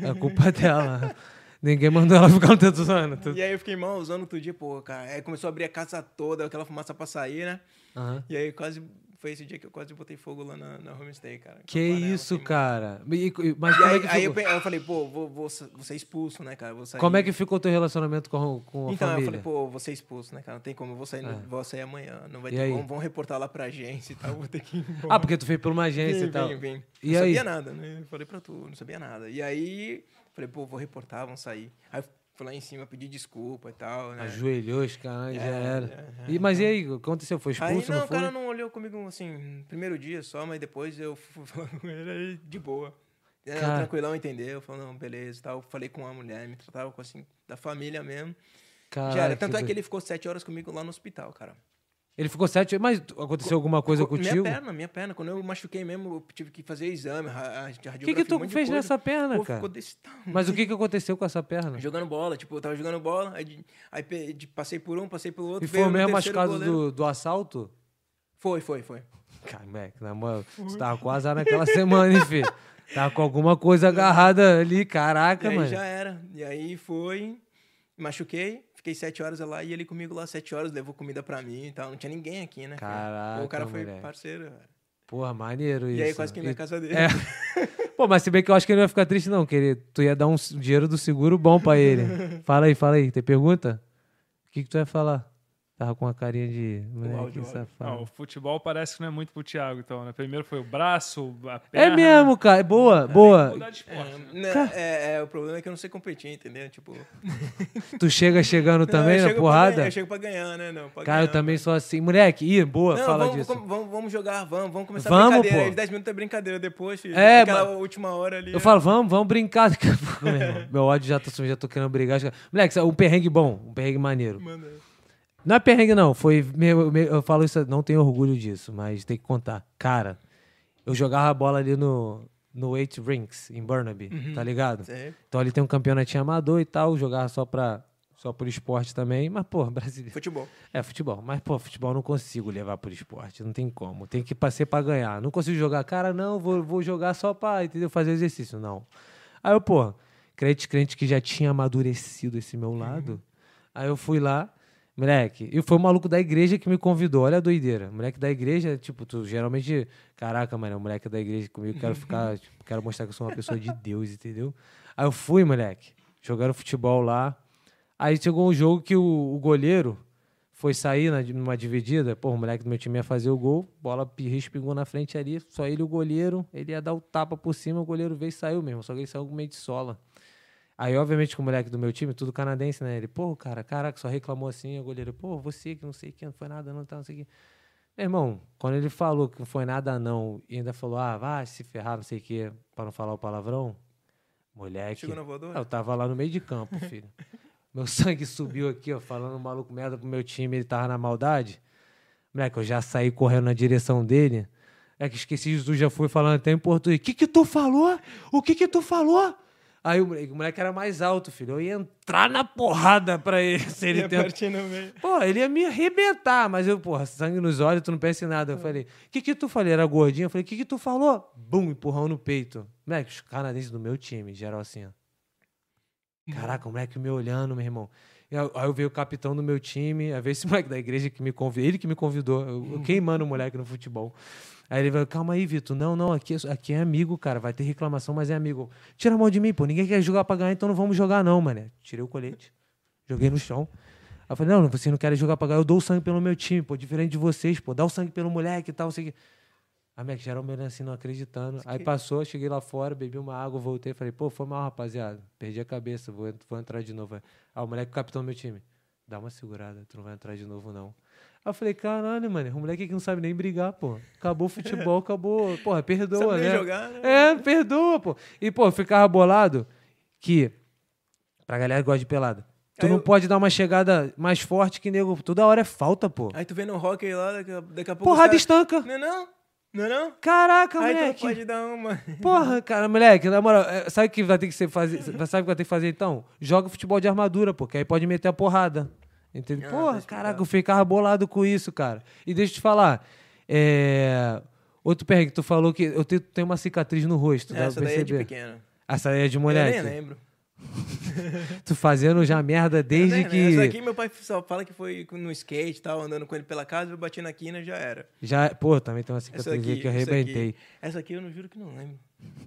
É culpa
[laughs]
dela. Ninguém mandou ela ficar no teto Tu...
E aí eu fiquei malzão no outro dia, pô, cara. Aí começou a abrir a casa toda, aquela fumaça pra sair, né?
Aham.
E aí quase. Foi esse dia que eu quase botei fogo lá na, na homestay, cara. com a
Que
panela,
isso,
assim,
cara? E- e- mas
E
como,
aí,
é que
aí eu,
ficou,
pe- eu falei, pô, vou, vou, sa- vou ser expulso, né, cara? Vou sair.
como é que ficou o teu relacionamento com, com a
Então, eu
família?
falei, pô, vou ser expulso, né, cara? Não tem como, eu vou sair, no-
É.
vou sair amanhã. Não vai
E
ter
aí?
como, vão reportar lá pra agência e tal, vou ter que ir embora.
ah, porque tu fez por uma agência
Vim,
e tal.
vim, vim.
E
não
aí?
sabia nada, né? Eu Falei pra tu, não sabia nada. E aí, falei, pô, vou reportar, vão sair. Aí eu fui lá em cima pedir desculpa e tal, né?
Ajoelhou, os caras, já
É,
era.
é,
E- mas e aí, o que aconteceu? Foi
Aí
expulso,
não,
não
o
foi?
cara não olhou comigo assim, primeiro dia só, mas depois eu fui [laughs] falando com ele aí de boa. Era
Cara.
tranquilão, entendeu? Falou, não, beleza e tal. Falei com a mulher, me tratava com assim, da família mesmo.
Caraca,
Já era. Tanto é
doido.
que ele ficou sete horas comigo lá no hospital, cara.
Ele ficou sete... Mas aconteceu alguma coisa
Minha
contigo?
perna, minha perna. Quando eu machuquei mesmo, eu tive que fazer exame, ra- a
O
radiografia.
que que tu
um monte de
fez
coisa.
nessa perna,
Pô,
cara?
Ficou desse tamanho.
Mas o que que aconteceu com essa perna?
Jogando bola, tipo, eu tava jogando bola, aí, de- aí pe- de- passei por um, passei pelo outro.
E foi
veio
o
no
mesmo
terceiro
machucado
goleiro.
do, do assalto?
Foi, foi, foi.
Cara, moleque, na moral, você tava com azar naquela semana, hein, filho? Tava com alguma coisa agarrada ali,
E
caraca,
aí
mano.
já era. E aí foi, machuquei, fiquei sete horas lá e ele comigo lá sete horas, levou comida pra mim e tal. Não tinha ninguém aqui, né? cara?
Caraca,
Pô, O cara foi
moleque.
parceiro. velho.
Porra, maneiro isso.
E aí quase que na
E-
casa dele. [laughs]
É. Pô, mas se bem que eu acho que ele não ia ficar triste, não, que ele- tu ia dar um s- dinheiro do seguro bom pra ele. Fala aí, fala aí. Tem pergunta? O que, que tu ia falar? Tava com uma carinha de. Moleque,
áudio, o áudio.
Ah, o
safado.
futebol parece que não é muito pro Thiago, então, né? Primeiro foi o braço, a
É
perna.
mesmo, cara. Boa, boa.
Mudar de esporte, né?
Né, é, é, o problema é que eu não sei competir, entendeu? Tipo.
Tu chega chegando também
eu
na
chego pra
porrada?
ganhar- Eu chego pra ganhar, né? Não, pra
Cara, eu
ganhar,
também sou assim. Moleque, ih, boa,
Não,
fala
vamos,
disso.
com- vamos, vamos jogar, vamos, vamos começar
Vamos,
a brincadeira.
pô.
Os 10 minutos é brincadeira depois, filho.
É,
Aquela
mas-
última hora ali.
Eu
né?
falo, vamos, vamos brincar daqui a pouco, meu irmão. Meu ódio já tô sumindo, já tô querendo brigar. Já... Moleque, sabe, um perrengue bom, um perrengue maneiro.
Manda.
Não é perrengue, não. Foi. meu- meu- eu falo isso, não tenho orgulho disso, mas tem que contar. Cara, eu jogava a bola ali no, no Eight Rinks, em Burnaby, tá ligado?
Sei.
Então ali tem um campeonatinho amador e tal, eu jogava só pra. Só por esporte também, mas, pô, [laughs] brasileiro.
Futebol.
É, futebol. Mas, pô, futebol eu não consigo levar por esporte. Não tem como. Tem que passar pra ganhar. Não consigo jogar. Cara, não, vou, vou jogar só pra, entendeu? Fazer exercício. Não. Aí eu, pô, crente, crente que já tinha amadurecido esse meu lado. Aí eu fui lá, moleque. E foi o maluco da igreja que me convidou. Olha a doideira. Moleque da igreja, tipo, tu geralmente. Caraca, mano, é um moleque da igreja comigo. Quero ficar. tipo, quero mostrar que eu sou uma pessoa de Deus, entendeu? Aí eu fui, moleque. Jogaram futebol lá. Aí chegou um jogo que o, o goleiro foi sair na- numa dividida. Pô, o moleque do meu time ia fazer o gol, bola pi- respingou na frente ali, só ele e o goleiro. Ele ia dar o tapa por cima, o goleiro veio e saiu mesmo. Só que ele saiu meio de sola. Aí, obviamente, com o moleque do meu time, tudo canadense, né? Ele, pô, cara, caraca, só reclamou assim, o goleiro, pô, você que não sei o que, não foi nada, não, tá, não sei o que. Meu irmão, quando ele falou que não foi nada, não, e ainda falou, ah, vai se ferrar, não sei o que, pra não falar o palavrão, moleque.
Chegou na voadora?
Eu tava lá no meio de campo, filho. Meu sangue subiu aqui, ó, falando um maluco merda pro meu time, ele tava na maldade. Moleque, eu já saí correndo na direção dele. É que esqueci Jesus, já fui falando até em português. O que que tu falou? O que que tu falou? Aí o moleque, o moleque era mais alto, filho. Eu ia entrar na porrada pra ele se ele
[laughs] Ia
tentar.
partir é no meio.
Pô, ele ia me arrebentar, mas eu, porra, sangue nos olhos, tu não pensa em nada. Eu falei, o que que tu falei? Era gordinho? Eu falei, o que que tu falou? Bum, empurrão no peito. Moleque, os canadenses do meu time, geral assim, ó. Caraca, o moleque me olhando, meu irmão. E Aí aí eu veio o capitão do meu time, aí veio esse [laughs] moleque da igreja que me convidou, ele que me convidou, eu, eu queimando o moleque no futebol. Aí ele falou, calma aí, Vitor, não, não, aqui, é- aqui é amigo, cara, vai ter reclamação, mas é amigo. Tira a mão de mim, pô, ninguém quer jogar pra ganhar, então não vamos jogar não, mané. Tirei o colete, joguei no chão. Aí eu falei, não, vocês não querem jogar pra ganhar, eu dou o sangue pelo meu time, pô, diferente de vocês, pô, dá o sangue pelo moleque e tal, não sei o que. A minha que geral me olhando assim, não acreditando. Aí passou, cheguei lá fora, bebi uma água, voltei, falei, pô, foi mal, rapaziada, perdi a cabeça, vou, en- vou entrar de novo. Ah, o moleque é o capitão do meu time, dá uma segurada, tu não vai entrar de novo não. Aí eu falei, caralho, mano, o moleque que não sabe nem brigar, pô. Acabou o
[laughs]
futebol, acabou, porra, perdoa,
Sabe nem
né?
jogar, né?
É, perdoa, pô. E, pô, eu ficava bolado que. Pra galera que gosta de pelada. Tu
Aí
não
eu-
pode dar uma chegada mais forte que nego. Toda hora é falta, pô.
Aí tu vê no hockey lá, daqui a, daqui a pouco. os
Porrada
caras-
estanca.
Não é não? Não é não?
Caraca,
Aí tu
moleque.
pode dar uma.
Porra, cara, moleque, na moral, é, sabe o que vai ter que ser fazer? Sabe o que vai ter que fazer então? Joga futebol de armadura, pô, que aí pode meter a porrada. Entendeu?
Ah,
Porra,
tá explicado.
caraca, eu ficava bolado com isso, cara. E deixa eu te falar. É... Outro perrengue, tu falou que eu tenho, tenho uma cicatriz no rosto, dá
Essa
pra
daí é de
perceber.
pequeno.
Essa aí é de
Eu
moleque.
nem lembro.
Tu fazendo já merda desde
Eu nem lembro. Essa
que.
aqui meu pai só fala que foi no skate e tal, andando com ele pela casa, eu bati na quina já era.
Já... Pô, também tem uma
Essa
cicatriz
daqui.
aqui que eu
essa aqui.
arrebentei.
Essa aqui eu não juro que não lembro.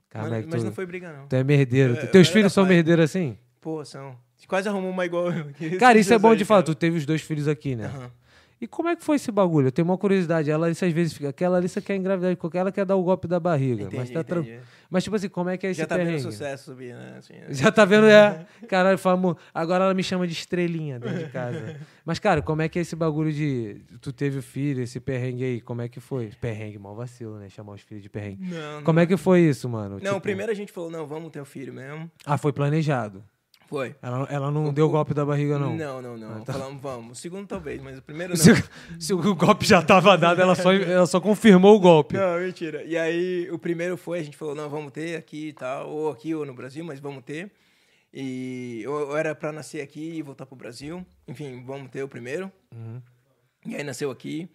Cara,
mas
moleque,
mas
tu...
não foi briga, não.
tu é merdeiro.
Eu- eu
Teus
era
filhos são
pai.
merdeiros assim?
Pô, são. Quase arrumou uma igual eu.
Cara, isso é bom de falar.
fato
Tu teve os dois filhos aqui, né?
Aham.
E como é que foi esse bagulho? Eu tenho uma curiosidade. Ela Larissa às vezes fica. Aquela Larissa quer engravidar de qualquer, ela quer dar o golpe da barriga. mas
Entendi,
tá tran-
entendi.
Mas, tipo assim, como é que é esse
Já tá vendo
perrengue?
sucesso subir, né?
[laughs]
Assim, né?
Já tá vendo,
[laughs]
é. Caralho, famoso. Agora ela me chama de estrelinha dentro de casa. Mas, cara, como é que é esse bagulho de. Tu teve o filho, esse perrengue aí? Como é que foi? Perrengue, mal vacilo, né? Chamar os filhos de perrengue.
Não,
Como é que foi isso, mano?
Não,
Tipo,
primeiro a gente falou, não, vamos ter o filho mesmo.
Ah, foi planejado.
Foi.
Ela, ela não deu golpe da barriga, [laughs] não.
não, não. não. Falamos, vamos. O segundo talvez, mas o primeiro
[laughs]
não.
Se, o- se o golpe já tava dado, ela só, ela só confirmou o golpe.
Não, mentira. E aí, o primeiro foi, a gente falou, não, vamos ter aqui e tal, ou aqui ou no Brasil, mas vamos ter. E eu, eu era pra nascer aqui e voltar pro Brasil. Enfim, vamos ter o primeiro.
Uhum.
E aí nasceu aqui,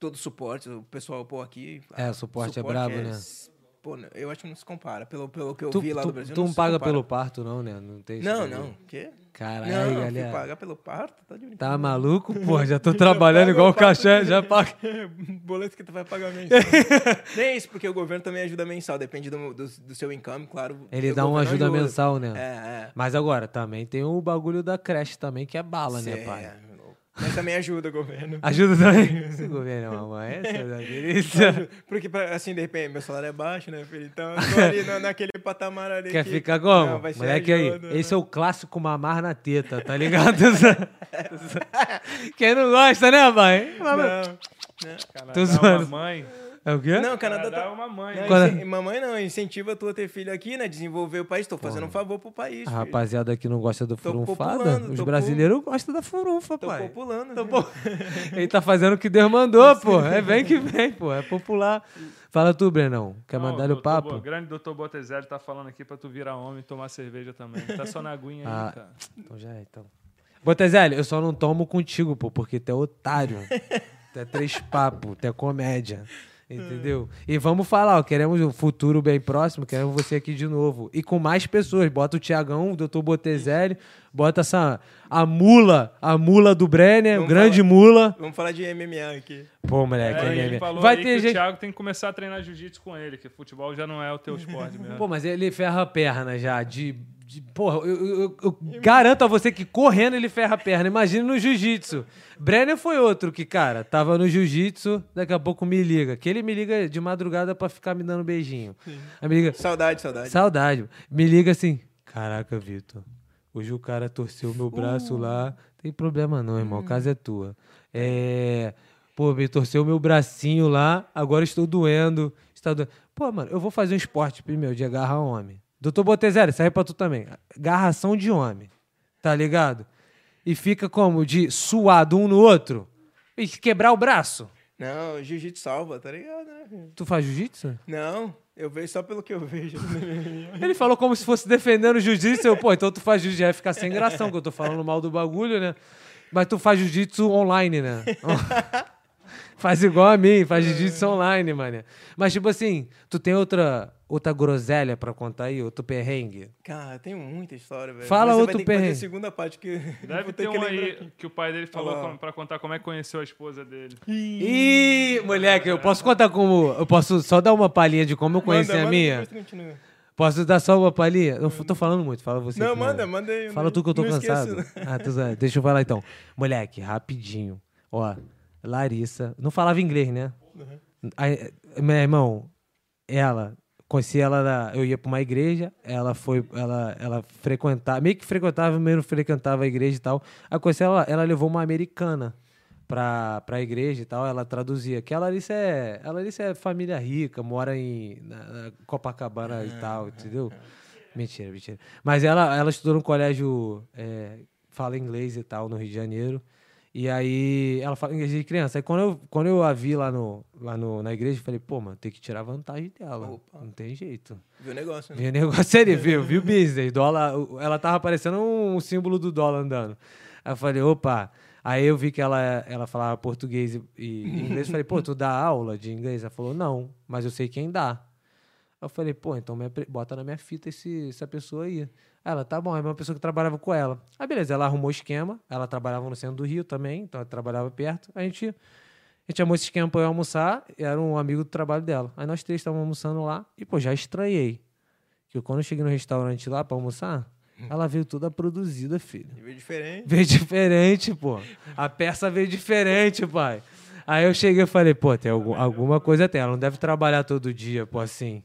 todo o suporte, o pessoal, pô, aqui...
É, o suporte é brabo, né?
s- Pô, eu acho que não se compara, pelo, pelo que eu
Tu,
vi lá
tu-
do Brasil.
tu não
se
paga
compara.
pelo parto, não, né? Não tem isso
Não,
daí.
não. Quê?
Caralho,
não, fui
galera.
pagar pelo parto, tá de brincadeira.
Tá maluco? Pô, já tô trabalhando
pago
igual
o
o cachê,
parto.
já paga.
[laughs] Boleto que tu vai pagar
[laughs]
mensal. Nem é isso, porque o governo também ajuda mensal, depende do, do, do seu income, claro.
Ele
o
dá uma
governo
ajuda
ajuda.
mensal, né?
É, é.
Mas agora, também tem o bagulho da creche também, que é bala, né,
Cê-
pai?
é, louco. Mas também ajuda o governo. [laughs]
Ajuda também? Esse governo é uma essa da delícia.
Porque, pra- assim, de repente, meu salário é baixo, né, filho? Então, eu tô ali na- naquele patamar ali.
Quer
que-
ficar como?
Não, vai ser
Moleque aí,
ajuda,
esse é
né?
o clássico mamar na teta, tá ligado? [laughs] Quem não gosta, né, pai?
Não, né?
Tô
Canadá é uma
zoando.
mãe.
É o quê?
Não, o Canadá
Canadá é
tá...
uma mãe.
Não,
Quando-
incen- Mamãe não, incentiva tu a ter filho aqui, né? Desenvolver o país. Tô fazendo um favor pro país,
A
filho.
rapaziada que não gosta do
Tô
furunfada,
populando,
os
tô
brasileiros gostam da furunfa,
Tô
pai. Tá
populando. né? viu?
[laughs] Ele tá fazendo o que Deus mandou, pô. É vem que vem, pô. É popular. Fala tu, Brenão. Quer
Não,
mandar o
doutor Bo-
papo?
grande doutor Botezelli tá falando aqui pra tu virar homem e tomar cerveja também. Tá só na aguinha
Ah.
aí, cara.
Então já é, então. Botezelli, eu só não tomo contigo, pô, porque tu é [laughs] otário. tu é três papo, tu é comédia. Entendeu? E vamos falar, ó, queremos um futuro bem próximo, queremos você aqui de novo. E com mais pessoas. Bota o Tiagão, o Dr. Botezelli, bota essa. A mula, a mula do Brenner, o
Vamos
grande
falar.
mula.
[laughs] Vamos falar de MMA aqui.
Pô, moleque,
É,
ele-
ele falou
vai
aí
ter
que o
gente.
Thiago tem que começar a treinar jiu-jitsu com ele, que futebol já não é o teu esporte mesmo.
Pô, mas ele ferra a perna já, de... de- porra, eu, eu- eu- eu garanto a você que correndo ele ferra a perna. Imagina no jiu-jitsu. Brenner foi outro que, cara, tava no jiu-jitsu, daqui a pouco me liga. Que ele me liga de madrugada pra ficar me dando beijinho. Aí me liga,
Saudade, saudade.
saudade. Me liga assim, caraca, Vitor, hoje o cara torceu meu braço lá. Tem problema não, irmão, a casa é tua. É... Pô, me torceu meu bracinho lá, agora estou doendo. Está doendo. Pô, mano, eu vou fazer um esporte primeiro de agarrar homem. Doutor Botezeri, serve é pra tu também. Agarração de homem, tá ligado? E fica como? De suado um no outro e quebrar o braço.
Não, jiu-jitsu salva, tá ligado, né? filho?
Tu faz jiu-jitsu?
Não, Eu vejo só pelo que eu
[laughs]
vejo.
Ele falou como se fosse defendendo o jiu-jitsu. Eu, pô, então tu faz jiu-jitsu, vai ficar sem gração, que eu tô falando mal do bagulho, né? Mas tu faz jiu-jitsu online, né? [laughs] faz igual a mim, faz jiu-jitsu online, mané. Mas, tipo assim, tu tem outra, outra groselha pra contar aí, outro perrengue?
Cara, tem muita história, velho.
Fala
Mas você
outro
vai ter que fazer a
perrengue.
segunda parte que... [laughs]
Deve
vou
ter um
lembrar
aí
aqui.
que o pai dele falou
Olha lá.
com- pra contar como é que conheceu a esposa dele.
Ih, moleque, eu posso contar como. Eu posso só dar uma palhinha de como eu conheci
Manda,
a
manda,
minha?
depois tu continua.
Posso dar só uma palhinha? Não, tô falando muito, fala você. é.
Não,
primeiro.
manda, manda aí. eu
Fala
não-
tu que eu tô
né? não esqueço, né?
cansado.
não.
Ah, tu sabe. Deixa eu falar então. Moleque, rapidinho. Ó, Larissa. Não falava inglês, né?
Uhum.
Aí, eh, meu irmão, ela. Conheci ela, na- eu ia pra uma igreja, ela foi, ela, ela frequentava, meio que frequentava, meio não frequentava a igreja e tal. Aí conheci ela, ela levou uma americana pra, pra igreja e tal, ela traduzia. Que a Larissa é, a Larissa é família rica, mora em na- na Copacabana
Ah,
e tal, entendeu? Mentira, mentira. Mas ela, ela estudou no colégio, é, fala inglês e tal, no Rio de Janeiro. E aí ela fala inglês de criança. Aí quando eu, quando eu a vi lá, no, lá no, na igreja, eu falei, pô, mano, tem que tirar vantagem dela.
Opa.
Não tem jeito.
Viu o
[laughs]
negócio, né?
Viu o negócio ali, viu? Viu o business. Dólar, o- ela tava parecendo um símbolo do dólar andando. Aí eu falei, opa. Aí eu vi que ela, ela falava português e, e inglês. Eu falei, pô, tu dá aula de inglês? Ela falou, não, mas eu sei quem dá. Aí eu falei, pô, então me apre- bota na minha fita esse, essa pessoa aí. Aí Ela, tá bom, é uma pessoa que trabalhava com ela. Aí beleza, ela arrumou o esquema, ela trabalhava no centro do Rio também, então ela trabalhava perto. A gente, a gente armou esse esquema pra eu almoçar, e era um amigo do trabalho dela. Aí nós três estávamos almoçando lá, e pô, já estranhei. Que quando eu cheguei no restaurante lá pra almoçar, ela veio toda produzida, filho.
Viu
[laughs]
diferente.
Veio diferente, pô. A peça veio diferente, pai. Aí eu cheguei e falei, pô, tem algum- alguma coisa tem. Ela não deve trabalhar todo dia, pô, assim.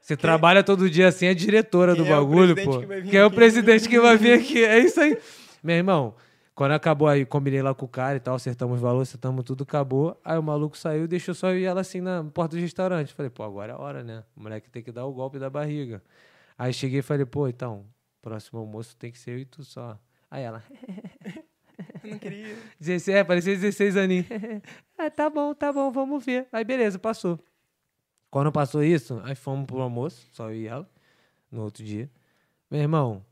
Você trabalha todo dia assim, é diretora
Quem
do
é o
bagulho,
presidente
pô.
que vai vir
Quem é o
aqui?
presidente que vai vir aqui? É isso aí. Meu irmão, quando acabou aí, combinei lá com o cara e tal, acertamos os valores, acertamos tudo, acabou. Aí o maluco saiu e deixou só eu e ela assim na porta do restaurante. Falei, pô, agora é a hora, né? O moleque tem que dar o golpe da barriga. Aí cheguei e falei, pô, então, próximo almoço tem que ser eu e tu só. Aí ela, 16, é, parecia 16 [laughs] aninhos. ah, tá bom, tá bom, vamos ver. Aí beleza, passou. Quando passou isso, aí fomos pro almoço, só eu e ela, no outro dia. Meu irmão,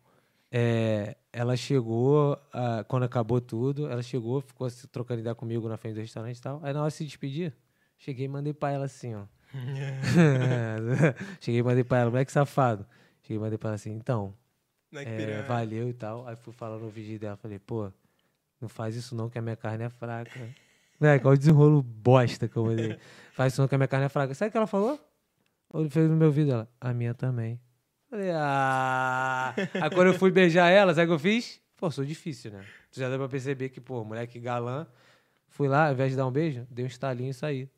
é, ela chegou, ah, quando acabou tudo, ela chegou, ficou se trocando ideia comigo na frente do restaurante e tal. Aí na hora de se despedir, cheguei e mandei pra ela assim, [laughs] ó. cheguei e mandei pra ela, moleque safado. Cheguei e mandei pra ela assim, então,
Não é que
é,
piranha.
valeu e tal. Aí fui falar no vídeo dela, falei, pô, não faz isso não que a minha carne é fraca. Né, qual o desenrolo bosta que eu mandei. faz isso não que a minha carne é fraca. Sabe o que ela falou? Ele fez no meu vídeo ela, a minha também. Falei, ah. Aí quando eu fui beijar ela, sabe o que eu fiz? Pô, sou difícil, né? Tu já deu pra perceber que, pô, moleque galã. Fui lá, ao invés de dar um beijo, dei um estalinho e saí.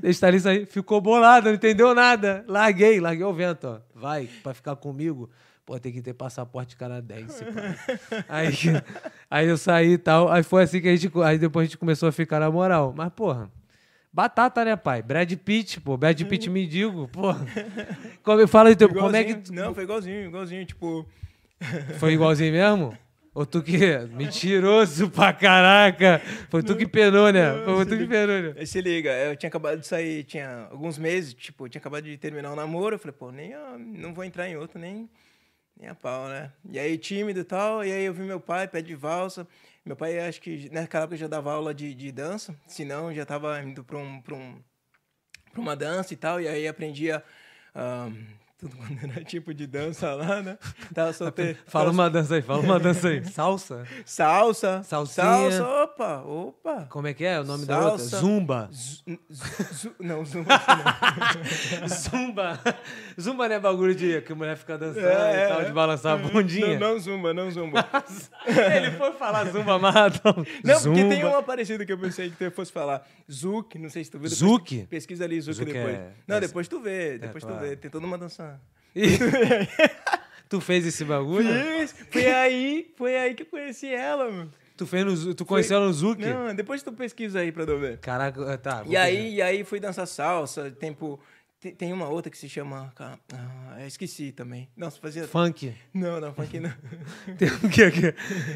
Dei um estalinho e saí. Ficou bolado, não entendeu nada. Larguei, larguei o vento, ó. Vai, pra ficar comigo. Pô, tem que ter passaporte canadense, pá. aí, aí eu saí e tal. Aí foi assim que a gente. Aí depois a gente começou a ficar na moral. Mas, porra, batata, né, pai? Brad Pitt, pô. Brad Pitt mendigo, porra. Como, fala aí, teu, como é que.
Igualzinho. Não, foi igualzinho, igualzinho. Tipo,
Foi igualzinho mesmo? Ou tu que. Mentiroso pra caraca! Foi tu que penou, né? Foi tu que penou, né?
aí se liga, eu tinha acabado de sair, tinha alguns meses, tipo, eu tinha acabado de terminar o namoro. Eu falei, pô, nem a- não vou entrar em outro, nem, nem a pau, né? E aí, tímido e tal, e aí eu vi meu pai, pé de valsa. Meu pai, acho que naquela época já dava aula de, de dança, se não, já tava indo pra um. Pra um pra uma dança e tal, e aí aprendia ah, tudo quanto era [laughs] tipo de dança lá, né? Tava solteiro.
Fala uma dança aí, fala uma dança aí. Salsa?
Salsa.
Salsinha.
Salsa, opa, opa.
Como é que é o nome da outra?
Salsa.
Zumba.
Zu- zu- zu- [laughs] não, zumba não.
Zumba. [laughs] Zumba não é bagulho de que mulher fica dançando
É,
e tal,
é.
de balançar a bundinha.
Não, não zumba, não zumba.
[laughs] Ele foi falar zumba um- maratão.
Não,
zumba.
porque tem uma parecida que eu pensei que tu fosse falar. Zuc, não sei se tu viu. depois
Zuc?
Pesquisa ali, Zuc,
Zuc
depois.
é-
Não,
é-
depois tu vê, depois tu
claro.
vê. Tem toda uma dança.
[laughs] Tu fez esse bagulho?
Isso, foi aí, foi aí que eu conheci ela, mano.
Tu, fez no, Zu- tu conheceu ela no Zuki?
Não, depois tu pesquisa aí pra eu ver.
Caraca, tá. vou
E
pesquisar.
aí, e aí fui dançar salsa, tempo Tem, tem uma outra que se chama. ca- Ah, eu esqueci também. Não, você fazia.
Funk.
Não, não, funk não.
Tem o que aqui?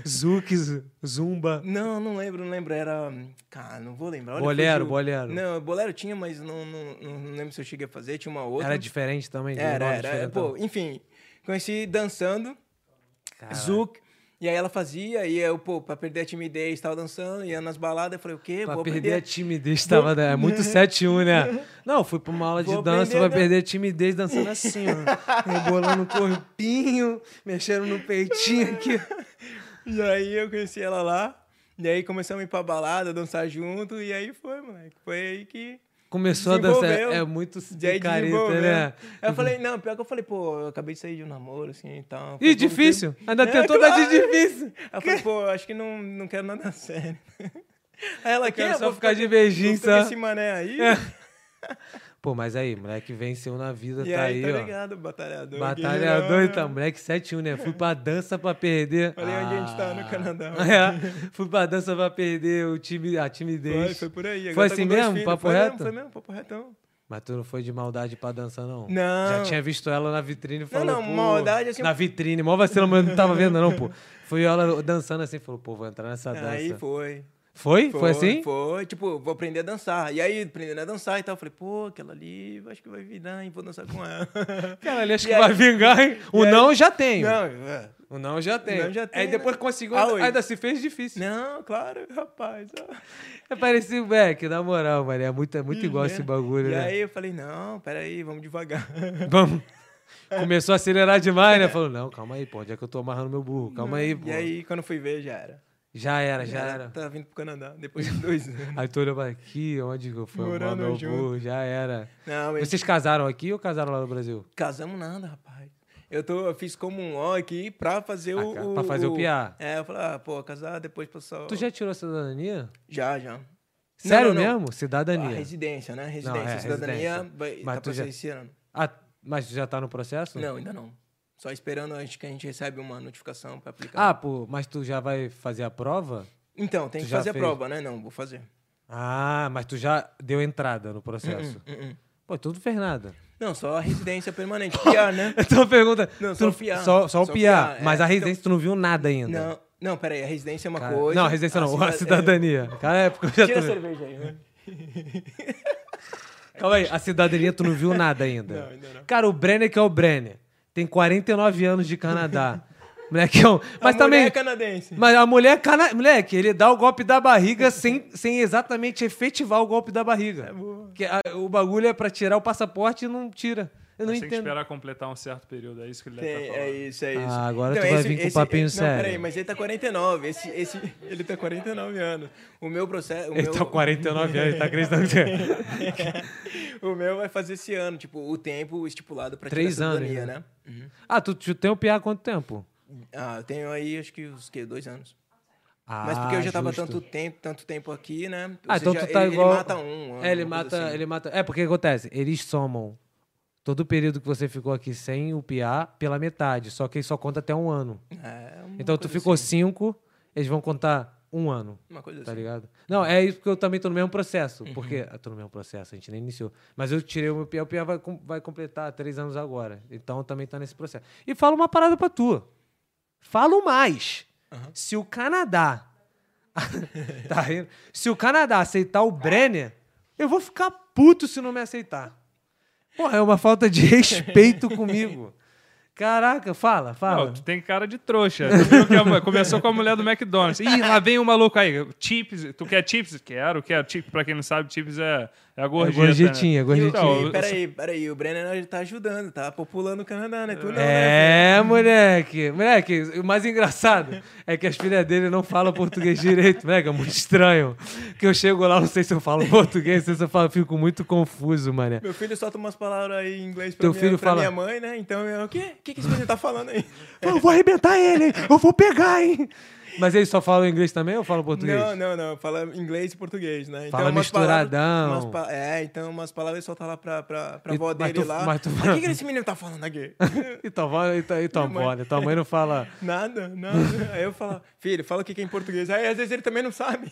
Zuki, zu- Zumba.
Não, não lembro, não lembro. Era. Cara, não vou lembrar. Olha,
Bolero,
fugiu.
bolero.
Não, bolero tinha, mas não, não, não- não lembro se eu cheguei a fazer. Tinha uma outra.
Era diferente também. tem um
Era,
nome
era.
diferente
Pô,
também.
enfim, conheci dançando,
Caralho.
Zouk. E aí ela fazia, e eu, pô, pra perder a timidez, tava dançando, ia nas baladas, eu falei, o quê?
Pra
Vou
perder a
aprender-
timidez, tava. É muito
[laughs]
7-1, né? Não, fui pra uma aula de
Vou
dança,
aprender
vai
a dan-
perder a timidez dançando assim, ó.
[laughs]
Rebolando o corpinho, mexendo no peitinho aqui.
E aí eu conheci ela lá, e aí começamos a ir pra balada, dançar junto, e aí foi, moleque. Foi aí que.
Começou a dançar.
Desenvolveu.
É, é muito
E aí
picareta,
desenvolveu. Tá
né?
Aí eu falei, não, pior que eu falei, pô, eu acabei de sair de um namoro, assim, e tal.
Ih,
Foi
difícil.
pouco tempo.
Ainda
É,
tentou dar de
claro.
difícil.
Aí eu falei, pô, acho que não, não quero nada sério. Aí ela,
Quero
quer
só ficar de beijinho, só. É.
Esse mané aí.
Pô, mas aí, moleque venceu na vida,
E
tá
aí,
aí,
tá
ó.
ligado, batalhador.
Batalhador,
guerreirão.
então, moleque 7-1, né? Fui pra dança pra perder. Ah.
Olha aí onde a gente tá, no Canadá.
[laughs] É, fui pra dança pra perder o time, a timidez.
Foi, foi por aí. Agora
Foi
tá
assim
com dois
mesmo?
filhos.
Papo
foi
reto?
Mesmo, foi mesmo, papo retão.
Mas tu não foi de maldade pra dançar, não?
Não.
Já tinha visto ela na vitrine e falou,
não,
pô,
maldade, assim-
Na vitrine, mó vacilo, mas eu não tava vendo, não, pô. Foi ela dançando assim, falou, pô, vou entrar nessa dança.
Aí foi.
foi? Foi, assim?
Foi, tipo, vou aprender a dançar. E aí, aprendendo a dançar e tal, eu falei, pô, aquela ali, acho que vai virar, hein, vou dançar com
[laughs]
ela.
Cara, ele acho
E
que
aí-
vai vingar, hein? O
e aí-
não eu já tenho.
não, é.
O não eu já tenho.
já
Aí
tenho,
depois
né?
conseguiu,
Ah,
ainda,
oi. Né?
ainda se fez difícil.
não, claro, rapaz. ó.
É parecido, Beck, na moral, mano. É muito, é muito igual
Né?
esse bagulho,
e
né?
aí eu falei, não, peraí, vamos devagar. [laughs]
Vamos.
É.
Começou a acelerar demais, né? Falou, não, calma aí, pô, onde é que eu tô amarrando meu burro? Calma aí, pô.
E aí, quando eu fui ver, já era.
Já era, já era.
Tava vindo pro Canadá, depois de
[laughs]
dois anos.
Aí tu olhou pra aqui, onde que eu fui arrumar
Morando
meu
junto.
burro? Já era.
Não, mas
Vocês casaram aqui ou casaram lá no Brasil?
Casamos nada, rapaz. Eu, tô, eu fiz como um ó aqui pra fazer
Ah,
o,
cara,
o.
pra fazer o piá.
É, eu falei, ah, pô, casar depois passar. o-
Tu já tirou a cidadania?
Já, já.
Sério
não, não.
mesmo?
A
Cidadania.
residência, né? Residência.
é,
cidadania
residência.
vai
Mas
tá
tu
pra
já-
ser esse ano.
Ah, mas tu já tá no processo?
Não, ainda não. Só esperando, acho que a gente recebe uma notificação pra aplicar.
Ah, pô, mas tu já vai fazer a prova?
então, tem
tu
que
já
fazer a
fez?
prova, né? Não, vou fazer.
Ah, mas tu já deu entrada no processo.
Uh-uh.
Pô, tu não fez nada. [laughs]
Não, só a residência permanente. PIA, né?
Então pergunta.
Não,
tu
só o piá.
Só, só o
Só o
piá.
piá, é.
Mas a
Então-
residência tu não viu nada ainda.
Não, não, peraí, a residência é uma
Cara,
coisa.
Não, a residência não, a
cida-
cidadania. Cara, é porque eu já
é, Tira a
tô...
cerveja aí, né?
Calma aí, a cidadania tu não viu nada ainda.
[laughs] Não, ainda não.
Cara, o Brenner que é o Brenner. Tem 49 anos de
[laughs]
Canadá. Moleque é um... Mas
a
também...
mulher é canadense.
Mas a mulher é cana... Moleque, ele dá o golpe da barriga sem, sem exatamente efetivar o golpe da barriga.
É
Que a- o bagulho é pra tirar o passaporte e não tira. Eu não
Mas tem que
entendo.
esperar completar um certo período, é isso que ele deve
Tem, é
estar falando.
isso, é isso.
Ah, agora tu vai vir com papinho sério.
Não, peraí, mas ele tá 49. Esse, esse, ele tá 49 anos. O meu processo. O
[laughs] Ele
meu,
tá com 49 anos, ele tá acreditando que...
[laughs] o meu vai fazer esse ano, tipo, o tempo estipulado pra
Três
tirar a
anos,
cidadania,
né?
né?
Ah, tu, tu tem o PA há quanto tempo?
Uhum. Ah, eu tenho aí, acho que os quê? Dois anos.
Ah,
Mas porque eu já tava
justo.
tanto tempo, tanto tempo aqui, né? Ou
Ah, então
seja,
tu tá
ele,
igual.
Ele mata um.
É, ele
uma coisa
mata,
assim.
ele mata. É, porque acontece, eles somam todo o período que você ficou aqui sem o PA pela metade, só que ele só conta até um ano.
É, uma
então tu
coisa
ficou
assim,
cinco, eles vão contar um ano.
Uma coisa
Tá
assim.
ligado? Não, é isso porque eu também tô no mesmo processo. Porque. Eu tô no mesmo processo, a gente nem iniciou. Mas eu tirei o meu PA, o PA vai, com- vai completar três anos agora. Então também tá nesse processo. E fala uma parada pra tu. Falo mais. Se o Canadá. [laughs] tá rindo? Se o Canadá aceitar o Brenner, eu vou ficar puto se não me aceitar. Porra, é uma falta de [laughs] respeito comigo. Caraca, fala, fala.
Não, tu tem cara de trouxa. Tu viu que a mulher- começou com a mulher do McDonald's. Ih, lá vem o maluco aí. Chips, tu quer chips? Quero, quero. Chips, pra quem não sabe, chips é, é a gorjeta. né?
gorjetinha, é gorjetinha.
Então,
E, peraí, peraí, o Brenner ele tá ajudando, tá populando o Canadá, né? Tu não, né?
É, moleque. Moleque, o mais engraçado é que as filhas dele não falam português direito. Moleque, é muito estranho. Que eu chego lá, não sei se eu falo português, não sei se eu falo, fico muito confuso, mané.
Meu filho solta umas palavras aí em inglês pra,
Teu
minha,
filho
pra
fala-
minha mãe, né? Então, eu, o quê? O que, que esse menino tá falando aí?
Eu vou arrebentar ele, hein? eu vou pegar, hein? Mas eles só falam inglês também ou falam português?
Não, não, não. Fala inglês e português, né?
Fala
umas
misturadão.
palavras- umas pa- é, então umas palavras solta lá pra, pra, pra
E-
avó
mas
dele
tu-
lá.
mas tu-
"Mas O que, que esse menino tá
[laughs]
falando aqui?
E tua avó, e tua, e tua avó, né? Tua mãe não fala. [laughs]
nada, nada. Aí eu falo, filho, fala o que que é em português. Aí às vezes ele também não sabe.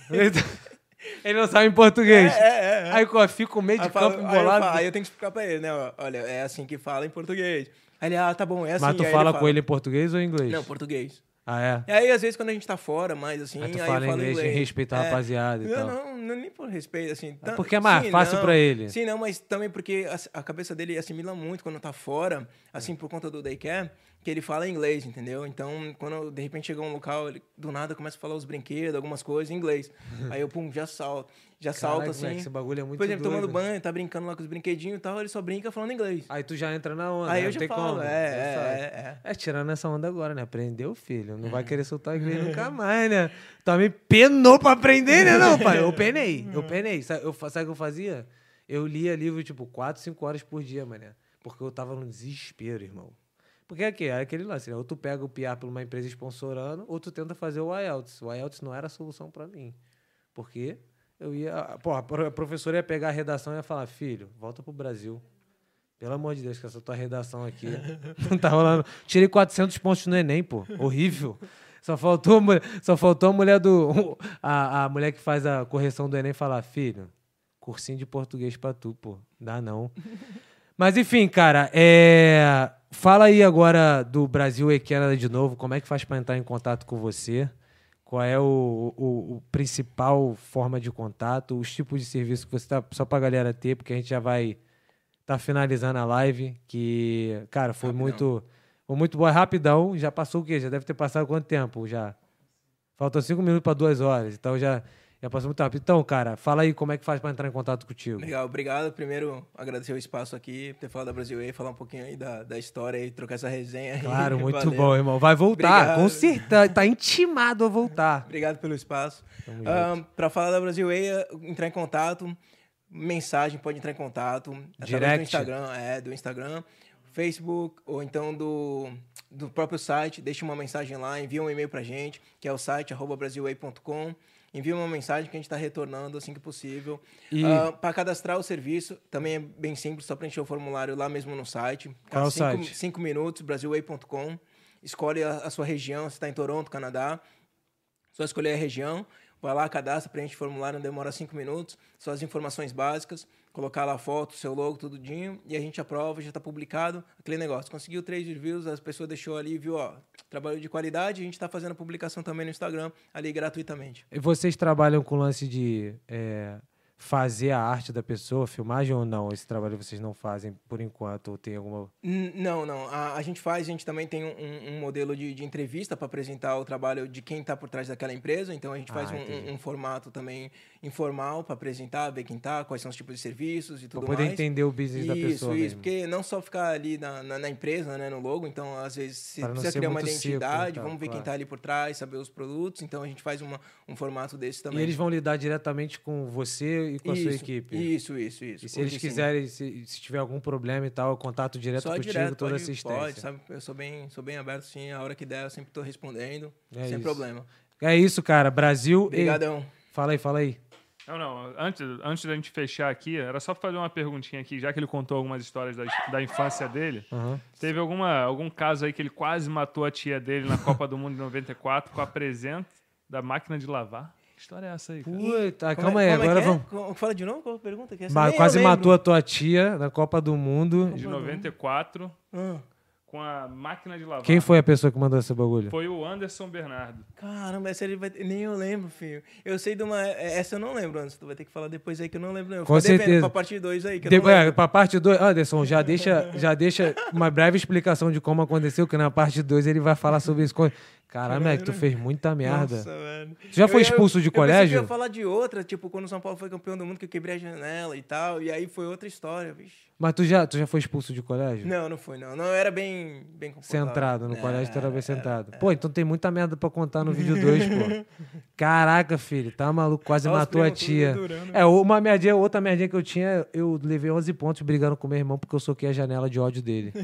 Ele não sabe em português.
É, é, é.
Aí eu fico com meio de
eu falo-
campo
aí eu
embolado.
falo- Aí eu tenho que explicar pra ele, né? ó, Olha, é assim que fala em português. Aí ele, ah, tá bom, é assim.
Mas tu
aí
fala com ele em português ou em inglês?
Não, português.
Ah, é?
E aí, às vezes, quando a gente tá fora, mais assim,
Aí
aí,
tu
eu
fala
falo
inglês,
inglês. É.
em respeito à rapaziada e
não,
tal.
Não, não, nem por respeito, assim. tam-
porque é mais
sim,
fácil
não.
pra ele.
Sim, não, mas também porque a, a cabeça dele assimila muito quando tá fora, assim, por conta do daycare, que ele fala inglês, entendeu? Então, quando de repente chega um local, ele do nada começa a falar os brinquedos, algumas coisas
[laughs]
em inglês. aí eu, pum, já salto. Já salto,
Caraca,
assim.
moleque, esse bagulho é muito
Por exemplo, tomando
doido.
banho, tá brincando lá com os brinquedinhos e tal, ele só brinca falando inglês.
Aí tu já entra na onda. né?
Aí eu
não
já
tem
falo,
como.
é,
já
é,
sabe.
é,
É, tirando essa onda agora, né? Aprendeu, filho. Não vai querer soltar o inglês [laughs] nunca mais, né? Tua me penou pra aprender, né? Não, pai. Eu penei. Eu penei. Sabe, eu, fa- sabe o que eu fazia? Eu lia livro, tipo, 4, 5 horas por dia, mané. Porque eu tava num desespero, irmão. Porque é, que, é aquele lance, né? Ou tu pega o PR por uma empresa sponsorando, ou tu tenta fazer o IELTS. O IELTS não era a solução pra mim. Porque eu ia. Porra, a pro- a professora ia pegar a redação e ia falar: filho, volta pro Brasil. Pelo amor de Deus, que essa tua redação aqui não tá rolando. Tirei 400 pontos no Enem, pô. Horrível. Só faltou, a mulher- só faltou a mulher do. A, a mulher que faz a correção do Enem falar: filho, cursinho de português pra tu, pô. Dá não. Mas enfim, cara, é... fala aí agora do Brasil e Canadá de novo. Como é que faz pra entrar em contato com você? Qual é o, o, o principal forma de contato? Os tipos de serviço que você tá. Só pra galera ter, porque a gente já vai tá finalizando a live. Que, cara, foi
Rapidão.
muito. Foi muito boa, É rapidão. Já passou o quê? Já deve ter passado quanto tempo já? Faltam cinco minutos pra duas horas. Então já, já passou muito rápido. Então, cara, fala aí como é que faz pra entrar em contato contigo.
Legal, obrigado. Primeiro, agradecer o espaço aqui, ter falado da Brasil e falar um pouquinho aí da, da história e trocar essa resenha. [laughs] aí.
Claro, muito
Valeu.
bom, irmão. Vai voltar,
Obrigado.
com certeza. Tá intimado a voltar.
Obrigado pelo espaço.
Tamo
Para falar da Brasil Way, entrar em contato, mensagem, pode entrar em contato. Através
Direct.
do Instagram, é, do Instagram, Facebook, ou então do, do próprio site. Deixa uma mensagem lá, envia um e-mail pra gente, que é o site arroba brasilway.com. Envia uma mensagem que a gente está retornando assim que possível.
E-
para cadastrar o serviço, também é bem simples, só preencher o formulário lá mesmo no site.
Qual é o
Cinco-
site?
Cinco minutos, brasilway.com. Escolhe a, a sua região, se está em Toronto, Canadá. Só escolher a região, vai lá, cadastra, preenche o formulário, não demora cinco minutos, só as informações básicas, colocar lá a foto, seu logo, tudinho, e a gente aprova, já está publicado, aquele negócio. Conseguiu três reviews, as pessoas deixou ali, viu, ó, trabalho de qualidade, a gente está fazendo a publicação também no Instagram, ali gratuitamente.
E Vocês trabalham com o lance de é, fazer a arte da pessoa, filmagem ou não? Esse trabalho vocês não fazem por enquanto? Ou tem alguma.
N- Não, não. A, a gente faz, a gente também tem um- um, um modelo de, de entrevista para apresentar o trabalho de quem está por trás daquela empresa. Então a gente
Ah,
faz um-
entendi.
um, um formato também informal para apresentar, ver quem tá, quais são os tipos de serviços e
Pra
tudo
poder
mais.
entender o business da pessoa.
Isso,
mesmo.
porque não só ficar ali na, na, na empresa, né, no logo, então às vezes você
Pra não
precisa
ser
criar uma
muito seco,
identidade,
então,
vamos ver quem
claro.
está ali por trás, saber os produtos, então a gente faz uma, um formato desse
E
também.
eles vão lidar diretamente com você e com a sua
Isso,
equipe.
Isso, isso, isso.
E se eles
Porque, assim,
quiserem, se, se tiver algum problema e tal, eu contato direto
Só
contigo,
direto,
toda
pode,
assistência.
Pode, sabe? Eu sou bem, sou bem aberto, sim. A hora que der, eu sempre tô respondendo.
É
sem
isso.
problema.
É isso, cara. Brasil. e-
Obrigadão.
Fala aí, fala aí.
Não, não. Antes, antes da gente fechar aqui, era só fazer uma perguntinha aqui, já que ele contou algumas histórias da, da infância dele.
Aham.
Teve alguma, algum caso aí que ele quase matou a tia dele na Copa do Mundo de 94 com a presente da máquina de lavar? Que história é essa aí, cara?
Puta,
Como
ah, calma
é-
aí,
como é
agora
que é?
vamos.
Co- Fala de novo qual a pergunta? Que é? essa
Ma-
nem eu
quase
lembro.
matou a tua tia na Copa do Mundo.
De 94
Ah,
com a máquina de lavar.
Quem foi a pessoa que mandou esse bagulho?
Foi o Anderson Bernardo.
caramba, essa ele vai... ter- nem eu lembro, filho. Eu sei de uma... é- Essa eu não lembro, antes. Tu vai ter que falar depois aí que eu não lembro. Eu
Com
fico devendo
certeza.
Pra parte 2 aí, que eu
De,
não lembro.
é, pra parte 2, Anderson, já deixa, já deixa uma breve explicação de como aconteceu, que na parte 2 ele vai falar sobre isso. Caralho, moleque, tu fez muita merda.
né? Nossa, velho.
Tu já
Eu
foi
ia-
expulso de
eu pensei que
colégio?
Eu ia falar de outra, tipo, quando o São Paulo foi campeão do mundo, que eu quebrei a janela e tal. E aí foi outra história, bicho.
Mas tu já, tu já foi expulso de colégio?
Não, não fui, não. Não, eu era bem, bem confortável.
Centrado, no
É,
colégio tu era bem centrado. Pô, então tem muita merda pra contar no vídeo 2,
[laughs]
pô. Caraca, filho, tá maluco, quase
Olha os
matou a
primos tudo
tia.
dedurando.
É, uma merdinha, outra merdinha que eu tinha, eu levei 11 pontos brigando com meu irmão porque eu soquei a janela de ódio
[laughs]
dele.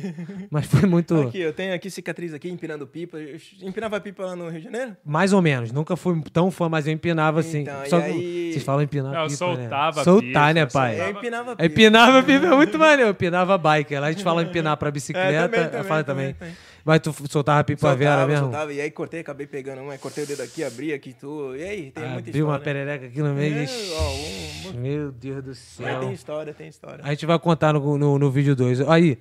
Mas foi muito...
Aqui, eu tenho aqui cicatriz aqui, empinando pipa. Eu empinava pipa lá no Rio de Janeiro?
Mais ou menos, nunca fui tão fã, mas eu empinava assim.
Então, e
Só que
aí-
vocês falam empinar
Não,
pipa,
soltava
né?
a
Soltar,
pipa,
né,
Eu
pai?
soltava.
empinava
Eu
pipa. [laughs]
Empinava pipa é muito maneiro, eu empinava bike. Lá a gente fala empinar pra bicicleta,
também,
eu
também,
falo também.
também, também.
Mas tu f- soltava pipa vera
Soltava,
mesmo?
soltava, e aí cortei, acabei pegando uma, cortei o dedo aqui, abri aqui, tu. E aí, tem muita
Abriu uma
história.
perereca aqui no
É,
meio.
ó,
ixi,
um-
Meu Deus do
Mas tem
céu.
história, tem história.
A gente vai contar no, no, no vídeo 2. Aí.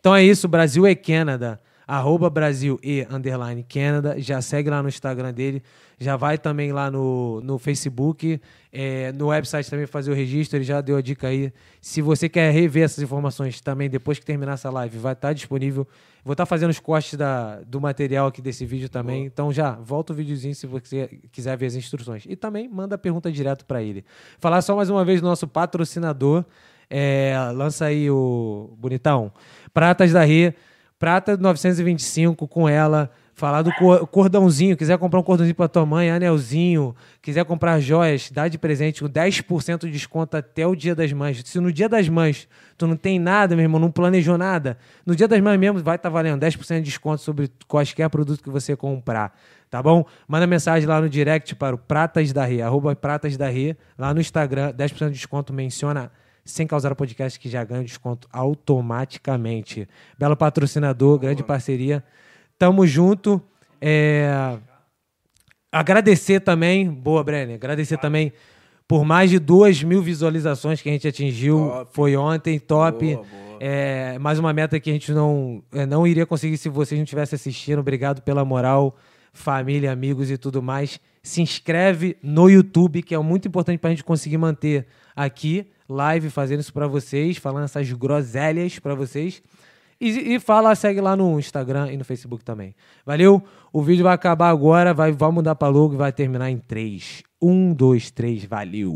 Então é isso, Brasil é Canadá. Arroba Brasil e underline Canada. Já segue lá no Instagram dele. Já vai também lá no, no Facebook. é, no website também fazer o registro. Ele já deu a dica aí. Se você quer rever essas informações também, depois que terminar essa live, vai estar disponível. Vou estar fazendo os cortes da, do material aqui desse vídeo também. Então já, volta o videozinho se você quiser ver as instruções. E também manda a pergunta direto para ele. Falar só mais uma vez do nosso patrocinador. É, lança aí o Bonitão. Pratas da Rê, Prata 925 com ela. Falar do co- cordãozinho, quiser comprar um cordãozinho pra tua mãe, anelzinho, quiser comprar joias, dá de presente com 10% de desconto até o dia das mães. Se no dia das mães tu não tem nada, meu irmão, não planejou nada, no dia das mães mesmo vai estar valendo 10% de desconto sobre quaisquer produto que você comprar tá bom? Manda mensagem lá no direct para o Pratas da Rê, arroba Pratas da Rê, lá no Instagram, 10% de desconto, menciona sem causar o podcast que já ganha o desconto automaticamente. Belo patrocinador, grande parceria. Tamo junto. É... Agradecer também, boa, Brenner, agradecer também por mais de 2 mil visualizações que a gente atingiu.
Top.
Foi ontem, top.
Boa, boa.
É, mais uma meta que a gente não, é, não iria conseguir se vocês não estivessem assistindo. Obrigado pela moral, família, amigos e tudo mais. Se inscreve no YouTube, que é muito importante pra gente conseguir manter aqui, live, fazendo isso pra vocês, falando essas groselhas pra vocês. E, e fala, segue lá no Instagram e no Facebook também. Valeu? O vídeo vai acabar agora, vai, vai mudar pra logo e vai terminar em 3. 1, 2, 3, Um, valeu!